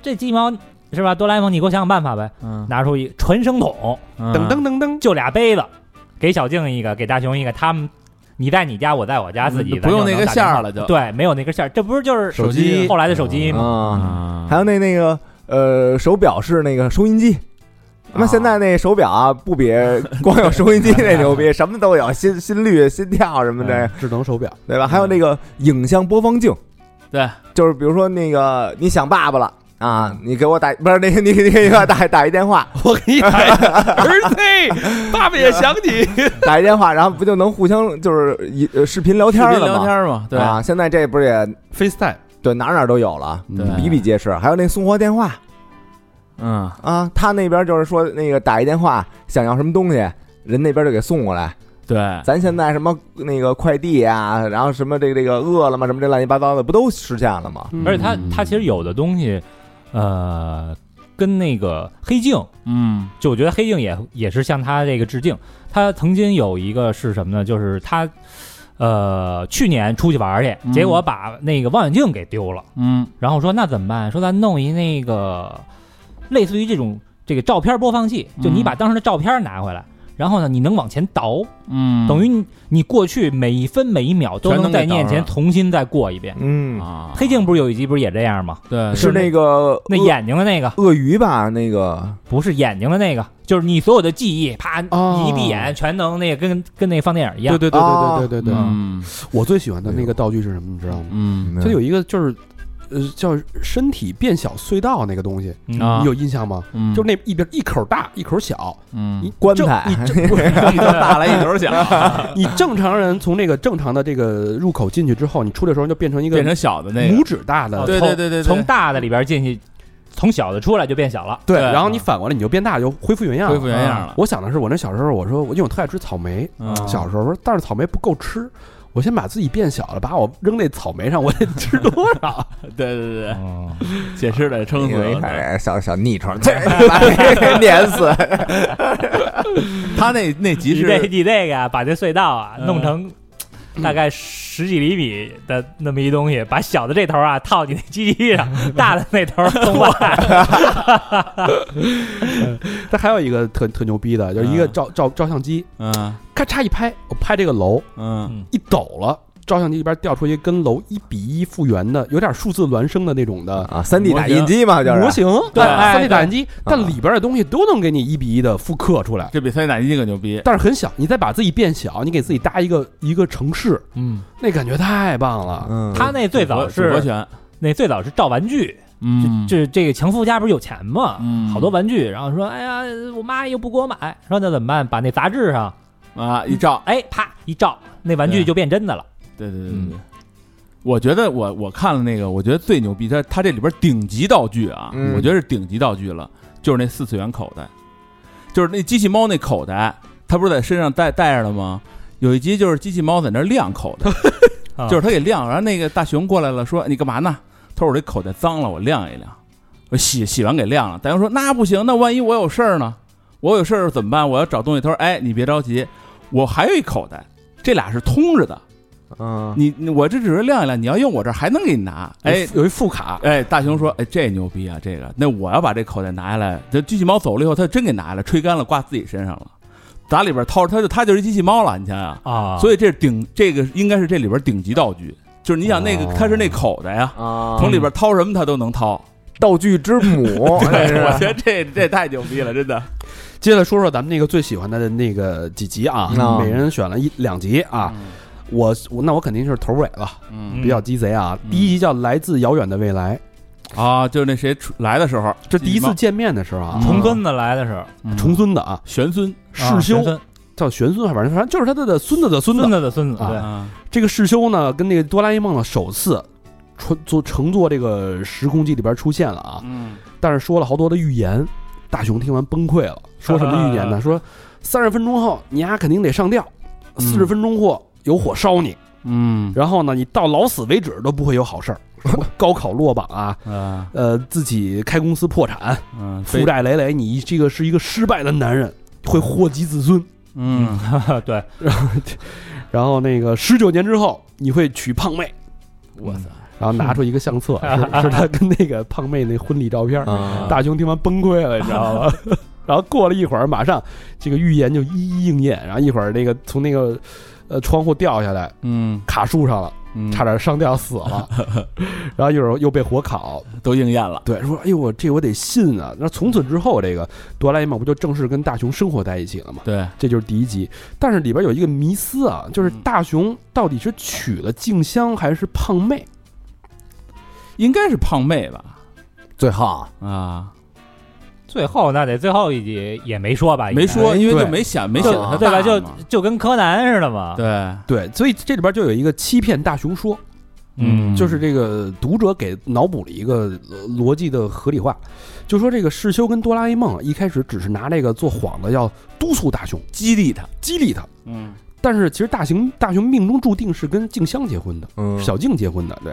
Speaker 4: 这鸡毛是吧？哆啦 A 梦，你给我想想办法呗。
Speaker 5: 嗯，
Speaker 4: 拿出一传声筒，
Speaker 2: 噔噔噔噔，
Speaker 4: 就俩杯子，给小静一个，给大雄一个，他们。你在你家，我在我家，自己
Speaker 5: 嗯不用
Speaker 4: 咱就能
Speaker 5: 那个
Speaker 4: 打电话
Speaker 5: 线儿了就
Speaker 4: 对，没有那根线儿，这不是就是
Speaker 5: 手机
Speaker 4: 后来的手机吗？
Speaker 3: 啊，
Speaker 5: 啊，
Speaker 3: 还有那那个呃手表是那个收音机。那
Speaker 5: 啊
Speaker 3: 现在那手表啊，不比光有收音机那牛逼，什么都有，心心率、心跳什么的，
Speaker 2: 哎智能手表，
Speaker 3: 对吧？还有那个影像播放镜，
Speaker 5: 对，
Speaker 3: 就是比如说那个你想爸爸了啊，你给我打不是那个你你给我打打一
Speaker 5: *laughs*
Speaker 3: 电话，
Speaker 2: *laughs* 我给你打一个儿子， *laughs* 爸爸也想你。
Speaker 3: 打一电话，然后不就能互相就是一呃视频聊天
Speaker 5: 视频
Speaker 3: 了
Speaker 5: 聊
Speaker 3: 吗？
Speaker 5: 天嘛，对，
Speaker 3: 啊，现在这不是也
Speaker 2: FaceTime，嗯
Speaker 3: 对哪儿哪儿都有了，
Speaker 5: 对
Speaker 3: 比比皆是。还有那送货电话，
Speaker 5: 嗯，
Speaker 3: 啊，他那边就是说那个打一电话想要什么东西，人那边就给送过来。
Speaker 5: 对，
Speaker 3: 咱现在什么那个快递啊，然后什么这个这个饿了么什么这乱七八糟的，不都实现了吗？
Speaker 4: 而且它
Speaker 2: 嗯
Speaker 4: 它其实有的东西，呃，跟那个黑镜，
Speaker 5: 嗯
Speaker 4: 就我觉得黑镜也也是向他这个致敬。他曾经有一个是什么呢？就是他。呃，去年出去玩儿去，
Speaker 5: 嗯
Speaker 4: 结果把那个望远镜给丢了，
Speaker 5: 嗯
Speaker 4: 然后说那怎么办？说咱弄一那个类似于这种这个照片播放器，就你
Speaker 5: 嗯
Speaker 4: 把当时的照片拿回来，然后呢，你能往前倒，
Speaker 5: 嗯，
Speaker 4: 等于你你过去每一分每一秒都
Speaker 5: 全
Speaker 4: 能
Speaker 5: 能
Speaker 4: 在
Speaker 5: 给
Speaker 4: 你
Speaker 5: 倒
Speaker 4: 眼前
Speaker 5: 上
Speaker 4: 重新再过一遍。
Speaker 3: 嗯，
Speaker 5: 啊，
Speaker 4: 黑镜不是有一集不是也这样吗？
Speaker 5: 对
Speaker 3: 是那个
Speaker 4: 那
Speaker 3: 鳄
Speaker 4: 眼睛的那个
Speaker 3: 鳄鱼吧？那个
Speaker 4: 不是眼睛的那个，就是你所有的记忆，啪，
Speaker 2: 哦
Speaker 4: 你一闭眼全能那个跟跟那个放电影一样哦
Speaker 2: 对。对对
Speaker 3: 啊
Speaker 2: 对对对对对，
Speaker 5: 嗯
Speaker 2: 我最喜欢的那个道具是什么？你知道吗？
Speaker 5: 嗯
Speaker 2: 它有一个就是，呃，叫身体变小隧道那个东西，
Speaker 4: 嗯
Speaker 5: 啊
Speaker 4: *laughs*
Speaker 2: 你有印象吗？
Speaker 5: 嗯，
Speaker 2: 就是那一边一口大一口小，你
Speaker 5: 嗯，
Speaker 3: 棺
Speaker 2: 正
Speaker 3: 材
Speaker 2: 你正 *laughs* 不是
Speaker 5: 一头大来一头小， *laughs*
Speaker 2: 你正常人从那个正常的这个入口进去之后，你出来的时候就变成一个
Speaker 5: 变成小的那个哦
Speaker 2: 拇，指大的，
Speaker 5: 对对对对，对
Speaker 4: 从大的里边进去，从小的出来就变小了。
Speaker 5: 对，
Speaker 2: 然后你反过来你就变大，就恢复原样了。啊
Speaker 5: 恢复原样了
Speaker 2: 我想的是，我那小时候，我说我因为我特爱吃草莓，
Speaker 5: 嗯
Speaker 2: 小时候但是草莓不够吃，我先把自己变小了，把我扔那草莓上，我得吃多少？
Speaker 5: 对对对对，
Speaker 4: 嗯，
Speaker 5: 解释得撑
Speaker 3: 你
Speaker 5: 死
Speaker 3: 一
Speaker 5: 了。
Speaker 3: 看这嗯哎小小逆虫，这 *laughs* 把人碾死。
Speaker 5: 他那那集
Speaker 4: 你这 *laughs*
Speaker 5: 是
Speaker 4: 你这个呀，把这隧道啊
Speaker 5: 嗯
Speaker 4: 弄
Speaker 5: *laughs*
Speaker 4: 成大概十几厘米的那么一东西，把小的这头啊套你那机器
Speaker 5: *laughs*
Speaker 4: 上，大的那头送外。
Speaker 2: 但还有一个特特牛逼的，就是一个
Speaker 5: 嗯
Speaker 2: 照照照相机，
Speaker 5: 嗯
Speaker 2: 咔嚓一拍，我拍这个楼
Speaker 5: 嗯
Speaker 2: 一抖了。照相机里边调出一个跟楼一比一复原的，有点数字孪生的那种的
Speaker 3: 啊，三 D 打印机嘛，就是
Speaker 2: 模型，
Speaker 5: 啊对
Speaker 2: 哎三
Speaker 5: 对
Speaker 2: D
Speaker 5: 嗯
Speaker 2: 打印机，但里边的东西都能给你一比一的复刻出来，
Speaker 5: 这比三 D 打印机更牛逼。
Speaker 2: 但是很小，你再把自己变小，你给自己搭一个一个城市，
Speaker 4: 嗯，
Speaker 2: 那感觉太棒了。
Speaker 3: 嗯，
Speaker 4: 他那最早
Speaker 5: 主播
Speaker 4: 是
Speaker 5: 权，
Speaker 4: 那最早是照玩具，
Speaker 5: 嗯，
Speaker 4: 就就这个强夫家不是有钱吗？
Speaker 5: 嗯
Speaker 4: 好多玩具，然后说，哎呀，我妈又不给我买，说那怎么办？把那杂志上，
Speaker 5: 啊一照，
Speaker 4: 哎，啪一照，那玩具
Speaker 5: 对
Speaker 4: 就变真的了。
Speaker 5: 对对对对对。嗯我觉得我我看了那个，我觉得最牛逼，它它这里边顶级道具啊，
Speaker 3: 嗯
Speaker 5: 我觉得是顶级道具了，就是那四次元口袋，就是那机器猫那口袋，它不是在身上带带着的吗？有一集就是机器猫在那儿晾口袋，
Speaker 4: 啊
Speaker 5: 就是它给晾，然后那个大熊过来了，说你干嘛呢？他说我这口袋脏了，我晾一晾，我洗洗完给晾了。大熊说那不行，那万一我有事儿呢？我有事儿怎么办？我要找东西。他说哎，你别着急，我还有一口袋，这俩是通着的。
Speaker 3: 嗯，
Speaker 5: 你你我这只是晾一晾，你要用我这儿还能给你拿。啊哎
Speaker 2: 有一副卡，
Speaker 5: 哎，大熊说，哎，这牛逼啊，这个，那我要把这口袋拿下来。这机器猫走了以后，它就真给拿下来，吹干了挂自己身上了，打里边掏，它就它就是一机器猫了，你想想。
Speaker 4: 啊
Speaker 5: 所以这是顶这个应该是这里边顶级道具，就是你想那个
Speaker 2: 哦
Speaker 5: 它是那口袋呀，
Speaker 3: 啊
Speaker 5: 从里边掏什么它都能掏。
Speaker 3: 道具之母，这
Speaker 5: *laughs* 对，啊我
Speaker 3: 是
Speaker 5: 觉得这这太牛逼了，真的。
Speaker 2: 接着说说咱们那个最喜欢的那个几集啊，
Speaker 3: 嗯
Speaker 2: 每人选了一两集啊。我我那我肯定是头尾了，
Speaker 5: 嗯
Speaker 2: 比较鸡贼啊。第一集叫《来自遥远的未来》，
Speaker 5: 啊，就是那谁出来的时候，
Speaker 2: 这第一次见面的时候啊，
Speaker 5: 嗯
Speaker 4: 重孙子来的时候，
Speaker 2: 重
Speaker 5: 重
Speaker 2: 孙子啊，
Speaker 5: 玄孙
Speaker 2: 世
Speaker 4: 修
Speaker 2: 修叫玄孙，反正反正就是他的孙子的孙
Speaker 4: 孙
Speaker 2: 子。
Speaker 4: 子的孙子，
Speaker 2: 啊
Speaker 4: 对，
Speaker 5: 啊
Speaker 2: 这个世修呢，跟那个哆啦 A 梦呢首次乘坐乘坐这个时空机里边出现了啊。
Speaker 5: 嗯
Speaker 2: 但是说了好多的预言，大雄听完崩溃了，说什么预言
Speaker 5: *laughs*
Speaker 2: 呢？说三十分钟后你丫肯定得上吊，四十
Speaker 5: 嗯
Speaker 2: 分钟后有火烧你，
Speaker 5: 嗯
Speaker 2: 然后呢你到老死为止都不会有好事儿，什么高考落榜啊，
Speaker 5: 啊
Speaker 2: 呃自己开公司破产，
Speaker 5: 嗯，
Speaker 2: 负债累累，你这个是一个失败的男人，会祸及子孙。
Speaker 5: 嗯，
Speaker 4: 对，
Speaker 2: 然后那个十九年之后你会娶胖妹，
Speaker 5: 我操，
Speaker 2: 然后拿出一个相册，
Speaker 5: 嗯
Speaker 2: 是是他跟那个胖妹那婚礼照片儿，
Speaker 3: 啊，
Speaker 2: 大雄听完崩溃了，你知道
Speaker 5: *laughs*
Speaker 2: 吗？然后过了一会儿，马上这个预言就一一应验，然后一会儿那个从那个呃窗户掉下来，
Speaker 5: 嗯，
Speaker 2: 卡树上了，
Speaker 5: 嗯
Speaker 2: 差点上吊死
Speaker 5: *laughs*
Speaker 2: 了，然后一会儿又被火烤。
Speaker 5: 都应验了。
Speaker 2: 对，说哎呦我这我得信啊！那从此之后，这个哆啦 A 梦不就正式跟大雄生活在一起了吗？
Speaker 5: 对，
Speaker 2: 这就是第一集，但是里边有一个迷思啊，就是
Speaker 5: 嗯
Speaker 2: 大雄到底是娶了静香还是胖妹？
Speaker 5: 应该是胖妹吧？
Speaker 3: 最后
Speaker 5: 啊，
Speaker 4: 最后那得最后一集也没说吧，应该
Speaker 5: 哎没说，因为
Speaker 2: 对
Speaker 5: 就没想，没
Speaker 3: 就
Speaker 5: 想到
Speaker 4: 对吧？
Speaker 5: 大
Speaker 4: 就
Speaker 5: 嘛嗯
Speaker 4: 就跟柯南似的嘛，
Speaker 5: 对，
Speaker 2: 对，所以这里边就有一个欺骗大雄说，
Speaker 4: 嗯
Speaker 2: 就是这个读者给脑补了一个呃逻辑的合理化，就说这个世修跟哆啦 A 梦一开始只是拿这个做幌子，要督促大雄、
Speaker 5: 激励他，
Speaker 2: 激励他，
Speaker 5: 嗯
Speaker 2: 但是其实大雄大雄命中注定是跟静香结婚的，
Speaker 3: 嗯，
Speaker 2: 小静结婚的。对，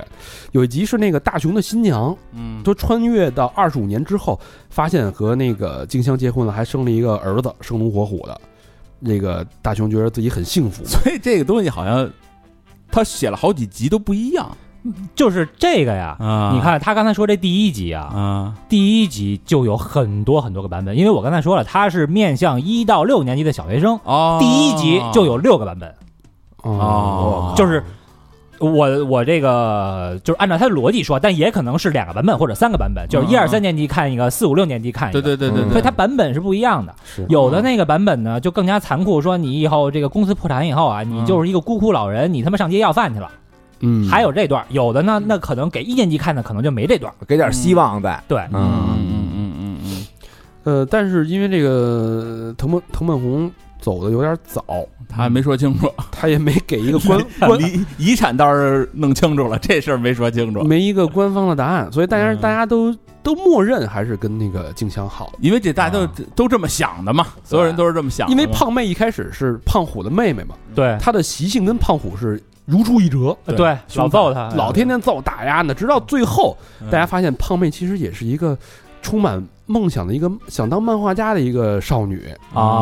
Speaker 2: 有一集是那个大雄的新娘，
Speaker 5: 嗯，
Speaker 2: 都穿越到二十五年之后，发现和那个静香结婚了，还生了一个儿子，生龙活虎的。那个大雄觉得自己很幸
Speaker 5: *laughs*
Speaker 2: 福，
Speaker 5: 所以这个东西好像他写了好几集都不一样
Speaker 4: 就是这个呀。
Speaker 5: 啊
Speaker 4: 你看他刚才说这第一集啊，
Speaker 5: 啊，
Speaker 4: 第一集就有很多很多个版本，因为我刚才说了，它是面向一到六年级的小学生，
Speaker 5: 哦，
Speaker 4: 第一集就有六个版本，
Speaker 5: 哦，
Speaker 4: 就是我我这个就是按照它的逻辑说，但也可能是两个版本或者三个版本，就是一
Speaker 5: 嗯
Speaker 4: 二三年级看一个，四五六年级看一个，
Speaker 5: 对对对对
Speaker 3: 嗯
Speaker 5: 对，
Speaker 4: 所以它版本是不一样的。
Speaker 2: 是
Speaker 4: 有的那个版本呢，就更加残酷，说你以后这个公司破产以后啊，你就是一个孤苦老人，你他妈上街要饭去了。
Speaker 2: 嗯，
Speaker 4: 还有这段，有的呢，那可能给一年级看的，可能就没这段。
Speaker 3: 给点希望在，
Speaker 4: 对，
Speaker 5: 嗯
Speaker 3: 嗯，
Speaker 5: 嗯嗯嗯嗯
Speaker 2: 呃，但是因为这个藤本藤本宏走的有点早，
Speaker 5: 嗯，他还没说 *laughs* 清楚，
Speaker 2: 他也没给一个
Speaker 5: *laughs*
Speaker 2: 官官
Speaker 5: 遗遗产倒是弄清楚了，这事儿没说清楚，
Speaker 2: 没一个官方的答案，所以大家
Speaker 5: 嗯
Speaker 2: 大家都都默认还是跟那个静香好的，
Speaker 5: 因为这大家都都这么想的嘛，所有人都是这么想的
Speaker 2: 因
Speaker 5: 嘛，
Speaker 2: 为胖妹一开始是胖虎的妹妹嘛，
Speaker 5: 哎
Speaker 4: 对
Speaker 2: 她的习性跟胖虎是如出一辙，
Speaker 5: 对
Speaker 4: 对，
Speaker 5: 凶残
Speaker 4: 老揍他，
Speaker 2: 老天天揍打压呢，直到最后
Speaker 5: 嗯
Speaker 2: 大家发现胖妹其实也是一个充满梦想的一个想当漫画家的一个少女，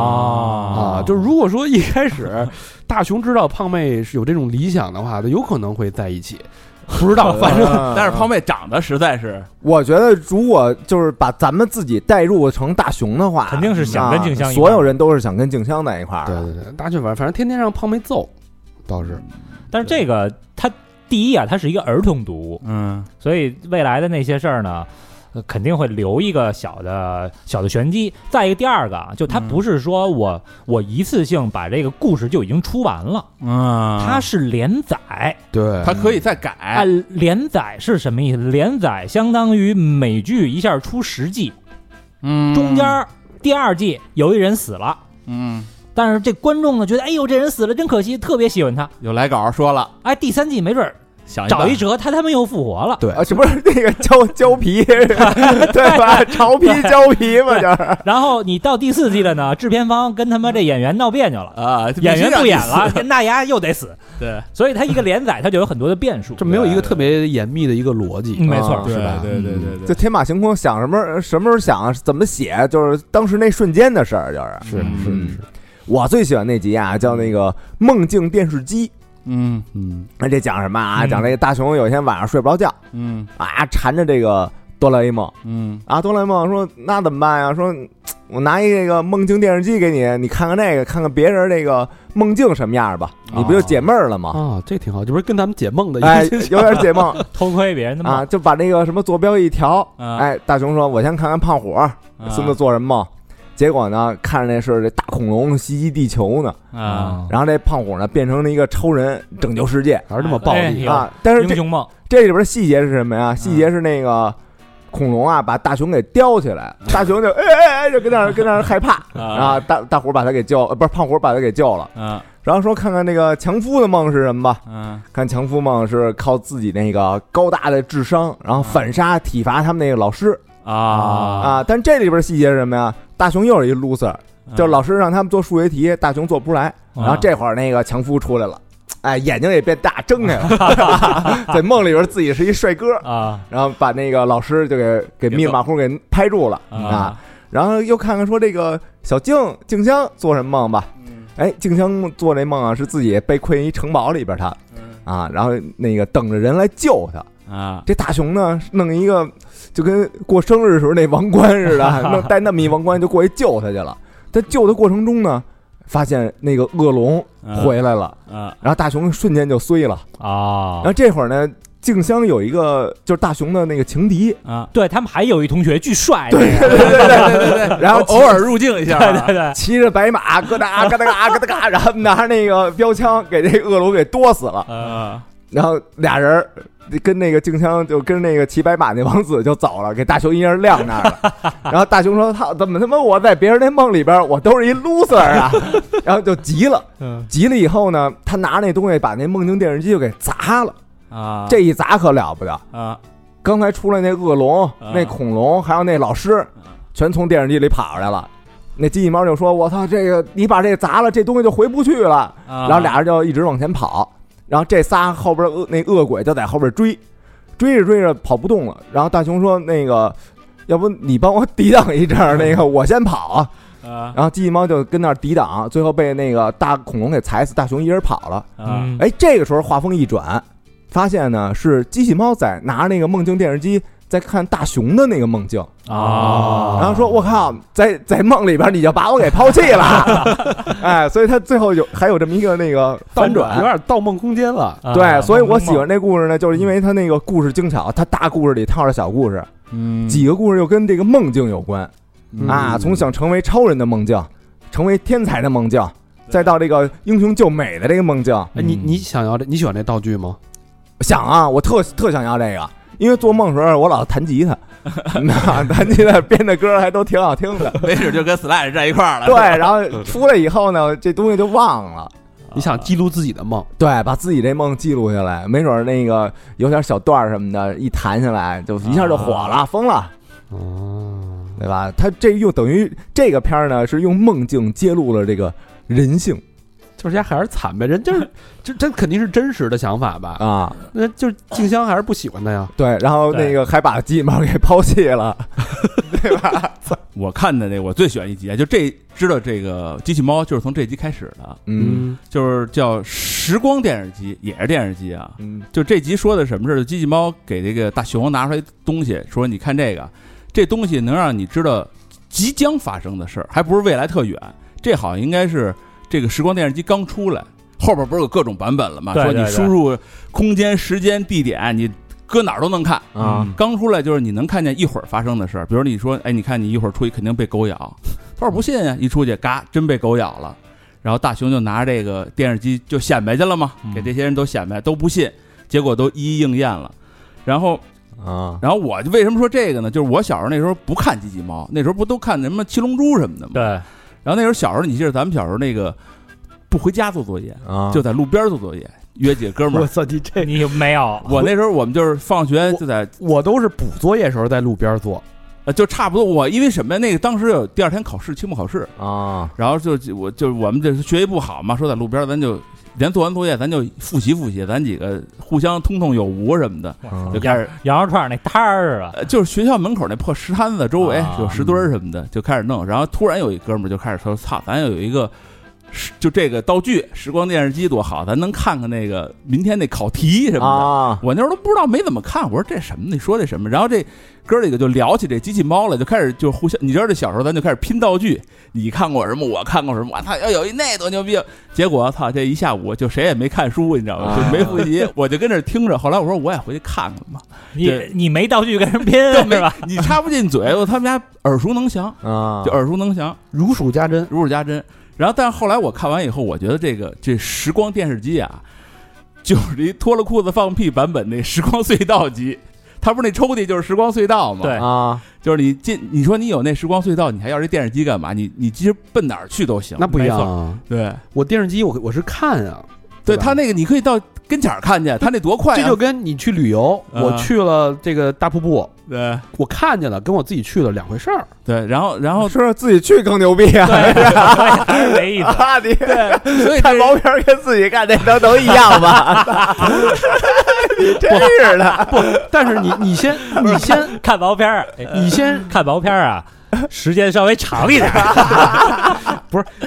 Speaker 4: 啊
Speaker 2: 啊，就是如果说一开始 *laughs* 大雄知道胖妹是有这种理想的话，他有可能会在一起，不知道，反正
Speaker 3: 正
Speaker 5: 但是胖妹长得实在是，
Speaker 3: 我觉得如果就是把咱们自己代入成大熊的话，
Speaker 4: 肯定是想跟静香
Speaker 3: 啊
Speaker 4: 一块儿
Speaker 3: 所有人都是想跟静香在一块儿。
Speaker 2: 对对对，大雄反正反正天天让胖妹揍，倒是
Speaker 4: 但是这个它第一啊，它是一个儿童读物，
Speaker 5: 嗯
Speaker 4: 所以未来的那些事儿呢。呃肯定会留一个小的小的玄机。再一个，第二个啊，就它
Speaker 5: 嗯
Speaker 4: 不是说我、我一次性把这个故事就已经出完了，
Speaker 5: 啊哎
Speaker 4: 它是连载。
Speaker 2: 对
Speaker 5: 他可以再
Speaker 4: 啊
Speaker 5: 改，，
Speaker 4: 连载是什么意思？连载相当于美剧一下出十季，
Speaker 5: 嗯
Speaker 4: 中间儿第二季有一人死了，
Speaker 5: 嗯
Speaker 4: 但是这观众呢觉得，哎呦，这人死了真可惜，特别喜欢他。
Speaker 5: 有来稿说了，
Speaker 4: 哎，第三季没准儿
Speaker 5: 想
Speaker 4: 找一
Speaker 5: 版
Speaker 4: 折，他他妈又复
Speaker 5: *laughs*
Speaker 4: 活了。
Speaker 3: 啊，这不是那个胶 *laughs* 胶皮，对
Speaker 2: *laughs*
Speaker 3: 吧？潮皮胶皮嘛，就是
Speaker 4: 然后你到第四季了呢，制片方跟他妈这演员闹别扭了，
Speaker 5: 啊，
Speaker 4: 演员不演了，
Speaker 5: *laughs* 必须让你死，
Speaker 4: 那丫又得死。
Speaker 5: 对
Speaker 4: 所以他一个连载，他就有很多的变数。
Speaker 2: 这没有一个特别严密的一个逻辑，
Speaker 4: 嗯没错
Speaker 3: 啊
Speaker 4: 儿，
Speaker 5: 对
Speaker 4: 是吧？
Speaker 5: 对对对对
Speaker 3: 就
Speaker 5: 对，
Speaker 3: 天马行空，想什么什么时候想，怎么写，就是当时那瞬间的事儿。就是
Speaker 2: 是
Speaker 3: 嗯
Speaker 2: 是是，
Speaker 3: 我最喜欢那集啊，叫那个《梦境电视机》。
Speaker 5: 嗯
Speaker 2: 嗯，
Speaker 3: 那这讲什么啊？
Speaker 4: 嗯
Speaker 3: 讲这个大雄有一天晚上睡不着觉
Speaker 5: 嗯
Speaker 3: 啊，缠着这个哆啦 A 梦。
Speaker 5: 嗯
Speaker 3: 啊，哆啦 A 梦说那怎么办呀？说我拿一这个梦境电视机给你，你看看那个，看看别人这个梦境什么样吧，你
Speaker 4: 哦
Speaker 3: 不就解闷儿了吗？
Speaker 2: 啊，这挺好，这不是跟咱们解梦的
Speaker 4: *laughs*
Speaker 2: 一 *laughs*
Speaker 3: 哎
Speaker 2: 个，
Speaker 3: 有点解梦
Speaker 4: 偷窥别人的
Speaker 3: 啊，
Speaker 4: 梦，
Speaker 3: 就把那个什么坐标一调。
Speaker 5: 啊
Speaker 3: 哎，大雄说：“我先看看胖虎
Speaker 4: 啊
Speaker 3: 孙子做什么梦。”结果呢，看着那是这大恐龙袭击地球
Speaker 4: 哦
Speaker 3: 呢，
Speaker 5: 啊，
Speaker 3: 然后这胖虎呢变成了一个超人拯救世界
Speaker 2: 还是这么暴
Speaker 4: 哎
Speaker 2: 力
Speaker 4: 呦
Speaker 3: 啊！但是
Speaker 4: 英
Speaker 3: 这
Speaker 4: 雄嗯
Speaker 3: *laughs*
Speaker 4: 梦，
Speaker 3: 这里边的细节是什么呀？细节是那个恐龙啊，把大熊给叼起来，
Speaker 4: 嗯
Speaker 3: 大熊就哎哎哎，就跟那儿跟那儿害怕，
Speaker 5: 啊
Speaker 3: 然后大大虎把他给救，呃不是胖虎把他给救了，
Speaker 5: 啊
Speaker 3: 然后说看看那个强夫的梦是什么吧？
Speaker 5: 啊
Speaker 3: 看强夫梦是靠自己那个高大的智商，然后反杀体罚他们那个老师
Speaker 5: 啊，
Speaker 3: 啊。但这里边细节是什么呀？大熊又是一 loser，就是老师让他们做数学题，大熊做不出来，然后这会儿那个强夫出来了。哎，眼睛也变大，睁开了，在梦里边自己是一帅哥，
Speaker 5: 啊
Speaker 3: 然后把那个老师就给给密马虎给拍住了啊。然后又看看说这个小静静香做什么梦吧。哎，静香做这梦啊，是自己被困一城堡里边她啊，然后那个等着人来救她。
Speaker 5: 啊，
Speaker 3: 这大熊呢，弄一个就跟过生日时候那王冠似 *laughs* 的，弄带那么一王冠就过去救她去了。在救的过程中呢，发现那个恶龙回来了，
Speaker 5: 啊
Speaker 3: 然后大熊瞬间就衰了。
Speaker 4: 啊
Speaker 3: 然后这会儿呢，静香有一个就是大熊的那个情敌，
Speaker 5: 啊，
Speaker 4: 对他们还有一同学巨帅，对
Speaker 3: *laughs* 对对对对对对， *laughs* 哦然后
Speaker 5: 偶尔入境一下，
Speaker 4: 对对，
Speaker 3: 骑着白马，咯哒咯哒嘎咯哒嘎，然后拿着那个标枪给这恶龙给剁死了。
Speaker 5: 啊
Speaker 3: 然后俩人儿跟那个静香就跟那个骑白马那王子就走了，给大雄一人晾那儿了。然后大雄说：“操，怎么他妈我在别人那梦里边，我都是一 loser 啊！” *laughs* 嗯然后就急了，急了以后呢，他拿那东西把那梦境电视机就给砸了。
Speaker 5: 啊，
Speaker 3: 这一砸可了不得，
Speaker 5: 啊，
Speaker 3: 刚才出来那恶龙、
Speaker 5: 啊
Speaker 3: 那恐龙，还有那老师，全从电视机里跑出来了。那机器猫就说：“我操，这个你把这砸了，这东西就回不去了。”
Speaker 4: 啊
Speaker 5: 然
Speaker 3: 然后俩人就一直往前跑，然后这仨后边恶那恶鬼就在后边追，追着追着跑不动了。然后大熊说：“那个，要不你帮我抵挡一阵儿，那个我先跑啊。”
Speaker 5: 啊
Speaker 3: 然后机器猫就跟那儿抵挡，最后被那个大恐龙给踩死，大熊一人跑了。
Speaker 5: 啊，
Speaker 3: 哎，这个时候画风一转，发现呢是机器猫在拿那个梦境电视机在看大熊的那个梦境，
Speaker 4: 啊，
Speaker 3: 然后说：“我靠，在在梦里边你就把我给抛弃了。” *laughs* 哎，所以他最后有还有这么一个那个反转，
Speaker 2: 有点《盗梦空间》了。
Speaker 4: 啊
Speaker 3: 对，所以我喜欢这故事呢，就是因为它那个故事精巧，它大故事里套着小故事，
Speaker 5: 嗯
Speaker 3: 几个故事又跟这个梦境有关
Speaker 2: 嗯
Speaker 3: 啊，从想成为超人的梦境，成为天才的梦境，再到这个英雄救美的这个梦境，
Speaker 2: 哎，你你想要这？你喜欢这道具吗？
Speaker 3: 想啊，我特特想要这个，因为做梦时候我老弹吉他， *laughs* 那弹吉他编的歌还都挺好听的，
Speaker 5: 没准就跟 Slash 在一块儿了。
Speaker 3: 对，然后出来以后呢，这东西就忘了。
Speaker 2: 你想记录自己的梦？
Speaker 3: 对，把自己这梦记录下来，没准儿那个有点小段儿什么的，一弹下来就一下就火了，疯了，
Speaker 2: 哦，
Speaker 3: 对吧？他这又等于这个片儿呢，是用梦境揭露了这个人性
Speaker 2: 就是家还是惨呗，人就是 *laughs* 这这肯定是真实的想法吧？
Speaker 3: 啊，
Speaker 2: 那就是静香还是不喜欢他呀？
Speaker 3: 对，然后那个还把鸡毛给抛弃了，对吧？
Speaker 5: 我看的那我最喜欢一集啊，就这知道这个机器猫就是从这集开始的，
Speaker 3: 嗯，
Speaker 5: 就是叫《时光电视机》，也是电视机啊。
Speaker 3: 嗯
Speaker 5: 就这集说的什么事儿？就机器猫给这个大熊拿出来东西，说你看这个，这东西能让你知道即将发生的事儿，还不是未来特远。这好像应该是这个时光电视机刚出来，后边不是有各种版本了吗？
Speaker 4: 对对
Speaker 5: 说
Speaker 4: 对
Speaker 5: 你输入空间、时间、地点，你搁哪儿都能看。
Speaker 3: 啊，
Speaker 5: 刚出来就是你能看见一会儿发生的事儿，比如你说，哎，你看你一会儿出去肯定被狗咬，他说不信啊，一出去嘎真被狗咬了，然后大熊就拿着这个电视机就显摆去了嘛，给这些人都显摆，都不信，结果都一一应验了。然后，
Speaker 3: 啊，
Speaker 5: 然后我为什么说这个呢？就是我小时候那时候不看机器猫，那时候不都看什么七龙珠什么的吗？
Speaker 4: 对。
Speaker 5: 然后那时候小时候，你记得咱们小时候那个不回家做作业，
Speaker 3: 啊，
Speaker 5: 就在路边做作业，约几个哥们儿。
Speaker 6: 操，你这
Speaker 4: 你没有
Speaker 5: 我那时候我们就是放学就在
Speaker 2: 我都是补作业时候在路边做，
Speaker 5: 呃，就差不多。我因为什么呀？那个当时有第二天考试，期末考试，
Speaker 3: 啊，
Speaker 5: 然后就我就我们这学习不好嘛，说在路边儿咱就连做完作业咱就复习复习，咱几个互相通通有无什么的，
Speaker 3: 嗯
Speaker 5: 就开始
Speaker 4: 羊肉串那摊儿啊，
Speaker 5: 呃就是学校门口那破石摊子周围
Speaker 4: 啊
Speaker 5: 有石墩儿什么的，就开始弄。然后突然有一哥们儿就开始说：“操，咱要有一个时。”就这个道具，时光电视机多好，咱能看看那个明天那考题什么的。
Speaker 3: 啊，
Speaker 5: 我那时候都不知道，没怎么看。我说这什么？你说这什么？然后这哥儿几个就聊起这机器猫来，就开始就互相。你知道这小时候咱就开始拼道具，你看过什么？我看过什么？我操，要有一那多牛逼！啊结果操，这一下午就谁也没看书，你知道吗？就没复习，我就跟这儿听着。后来我说我也回去看看吧，
Speaker 4: 你
Speaker 5: 对
Speaker 4: 你没道具跟人拼
Speaker 5: 就没
Speaker 4: 是吧？
Speaker 5: 你插不进嘴，我他们家耳熟能详，
Speaker 3: 啊，
Speaker 5: 就耳熟能详，
Speaker 2: 如数家珍。
Speaker 5: 如数家珍。然后，但是后来我看完以后，我觉得这个这时光电视机啊，就是一脱了裤子放屁版本那时光隧道机。它不是那抽屉就是时光隧道吗？
Speaker 4: 对
Speaker 3: 啊，
Speaker 5: 就是你进，你说你有那时光隧道，你还要这电视机干嘛？你你其实奔哪儿去都行。
Speaker 2: 那不一样
Speaker 4: 没
Speaker 2: 啊！
Speaker 5: 对
Speaker 2: 我电视机我我是看啊，
Speaker 5: 对，
Speaker 2: 对吧
Speaker 5: 它那个你可以到跟前儿看见，它那多快、啊！
Speaker 2: 这就跟你去旅游，
Speaker 5: 啊
Speaker 2: 我去了这个大瀑布，
Speaker 5: 对
Speaker 2: 我看见了，跟我自己去了两回事儿。
Speaker 5: 对，然后
Speaker 2: *laughs*
Speaker 5: 然后
Speaker 3: 是不是自己去更牛逼啊？
Speaker 4: 对，还是没意思。
Speaker 3: *laughs* 啊，你
Speaker 5: 所以这
Speaker 3: 看毛片儿跟自己看那都都一样吧？你真是的，
Speaker 2: 但是你你先你先
Speaker 4: 看毛片儿，哎
Speaker 2: 你先
Speaker 4: 看毛片儿啊，时间稍微长一
Speaker 5: *laughs*
Speaker 4: 点儿。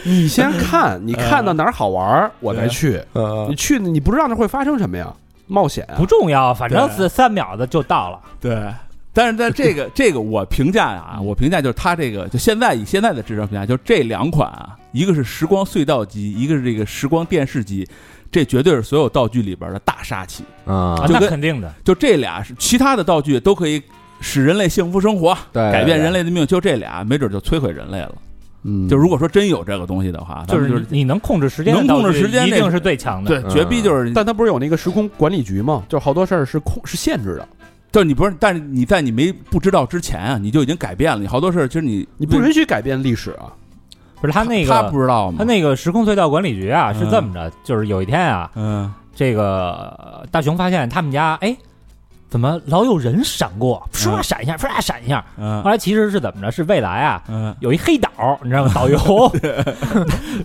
Speaker 2: 你先看，你看到哪儿好玩儿，我再去。你
Speaker 3: 嗯
Speaker 2: 去你不知道那会发生什么呀？冒险啊
Speaker 4: 不重要，反正
Speaker 5: 对
Speaker 4: 是三秒的就到了。
Speaker 5: 对，但是在这个这个我评价啊，
Speaker 3: 嗯
Speaker 5: 我评价就是它这个就现在以现在的智商评价，就这两款啊，一个是时光隧道机，一个是这个时光电视机，这绝对是所有道具里边的大杀器。
Speaker 4: 啊
Speaker 3: 啊，
Speaker 5: 就
Speaker 4: 那
Speaker 5: 跟
Speaker 4: 肯定的，
Speaker 5: 就这俩是其他的道具都可以使人类幸福生活，
Speaker 3: 对，
Speaker 5: 改变人类的命，就这俩没准就摧毁人类了。
Speaker 2: 嗯
Speaker 5: 就如果说真有这个东西的话，咱
Speaker 4: 就
Speaker 5: 们
Speaker 4: 是
Speaker 5: 就
Speaker 4: 你你能控制时间的
Speaker 5: 能
Speaker 4: 道具，
Speaker 5: 控制时间
Speaker 4: 一
Speaker 5: 那
Speaker 4: 定是最强的。
Speaker 5: 对，
Speaker 3: 嗯
Speaker 5: 绝逼就是，
Speaker 2: 但它不是有那个时空管理局吗？就好多事儿是控是限制的，
Speaker 5: 就是你不是，但是你在你没不知道之前啊，你就已经改变了，你好多事儿其实你
Speaker 2: 你不允许改变历史啊。
Speaker 4: 不是他那个
Speaker 5: 他不知道吗？
Speaker 4: 他那个时空隧道管理局啊，
Speaker 5: 嗯
Speaker 4: 是这么着，就是有一天啊，
Speaker 5: 嗯
Speaker 4: 这个呃大雄发现他们家哎，怎么老有人闪过，唰闪一下，唰闪一下。
Speaker 5: 嗯
Speaker 4: 后来其实是怎么着？是未来啊，
Speaker 5: 嗯
Speaker 4: 有一黑导，你知道吗？导游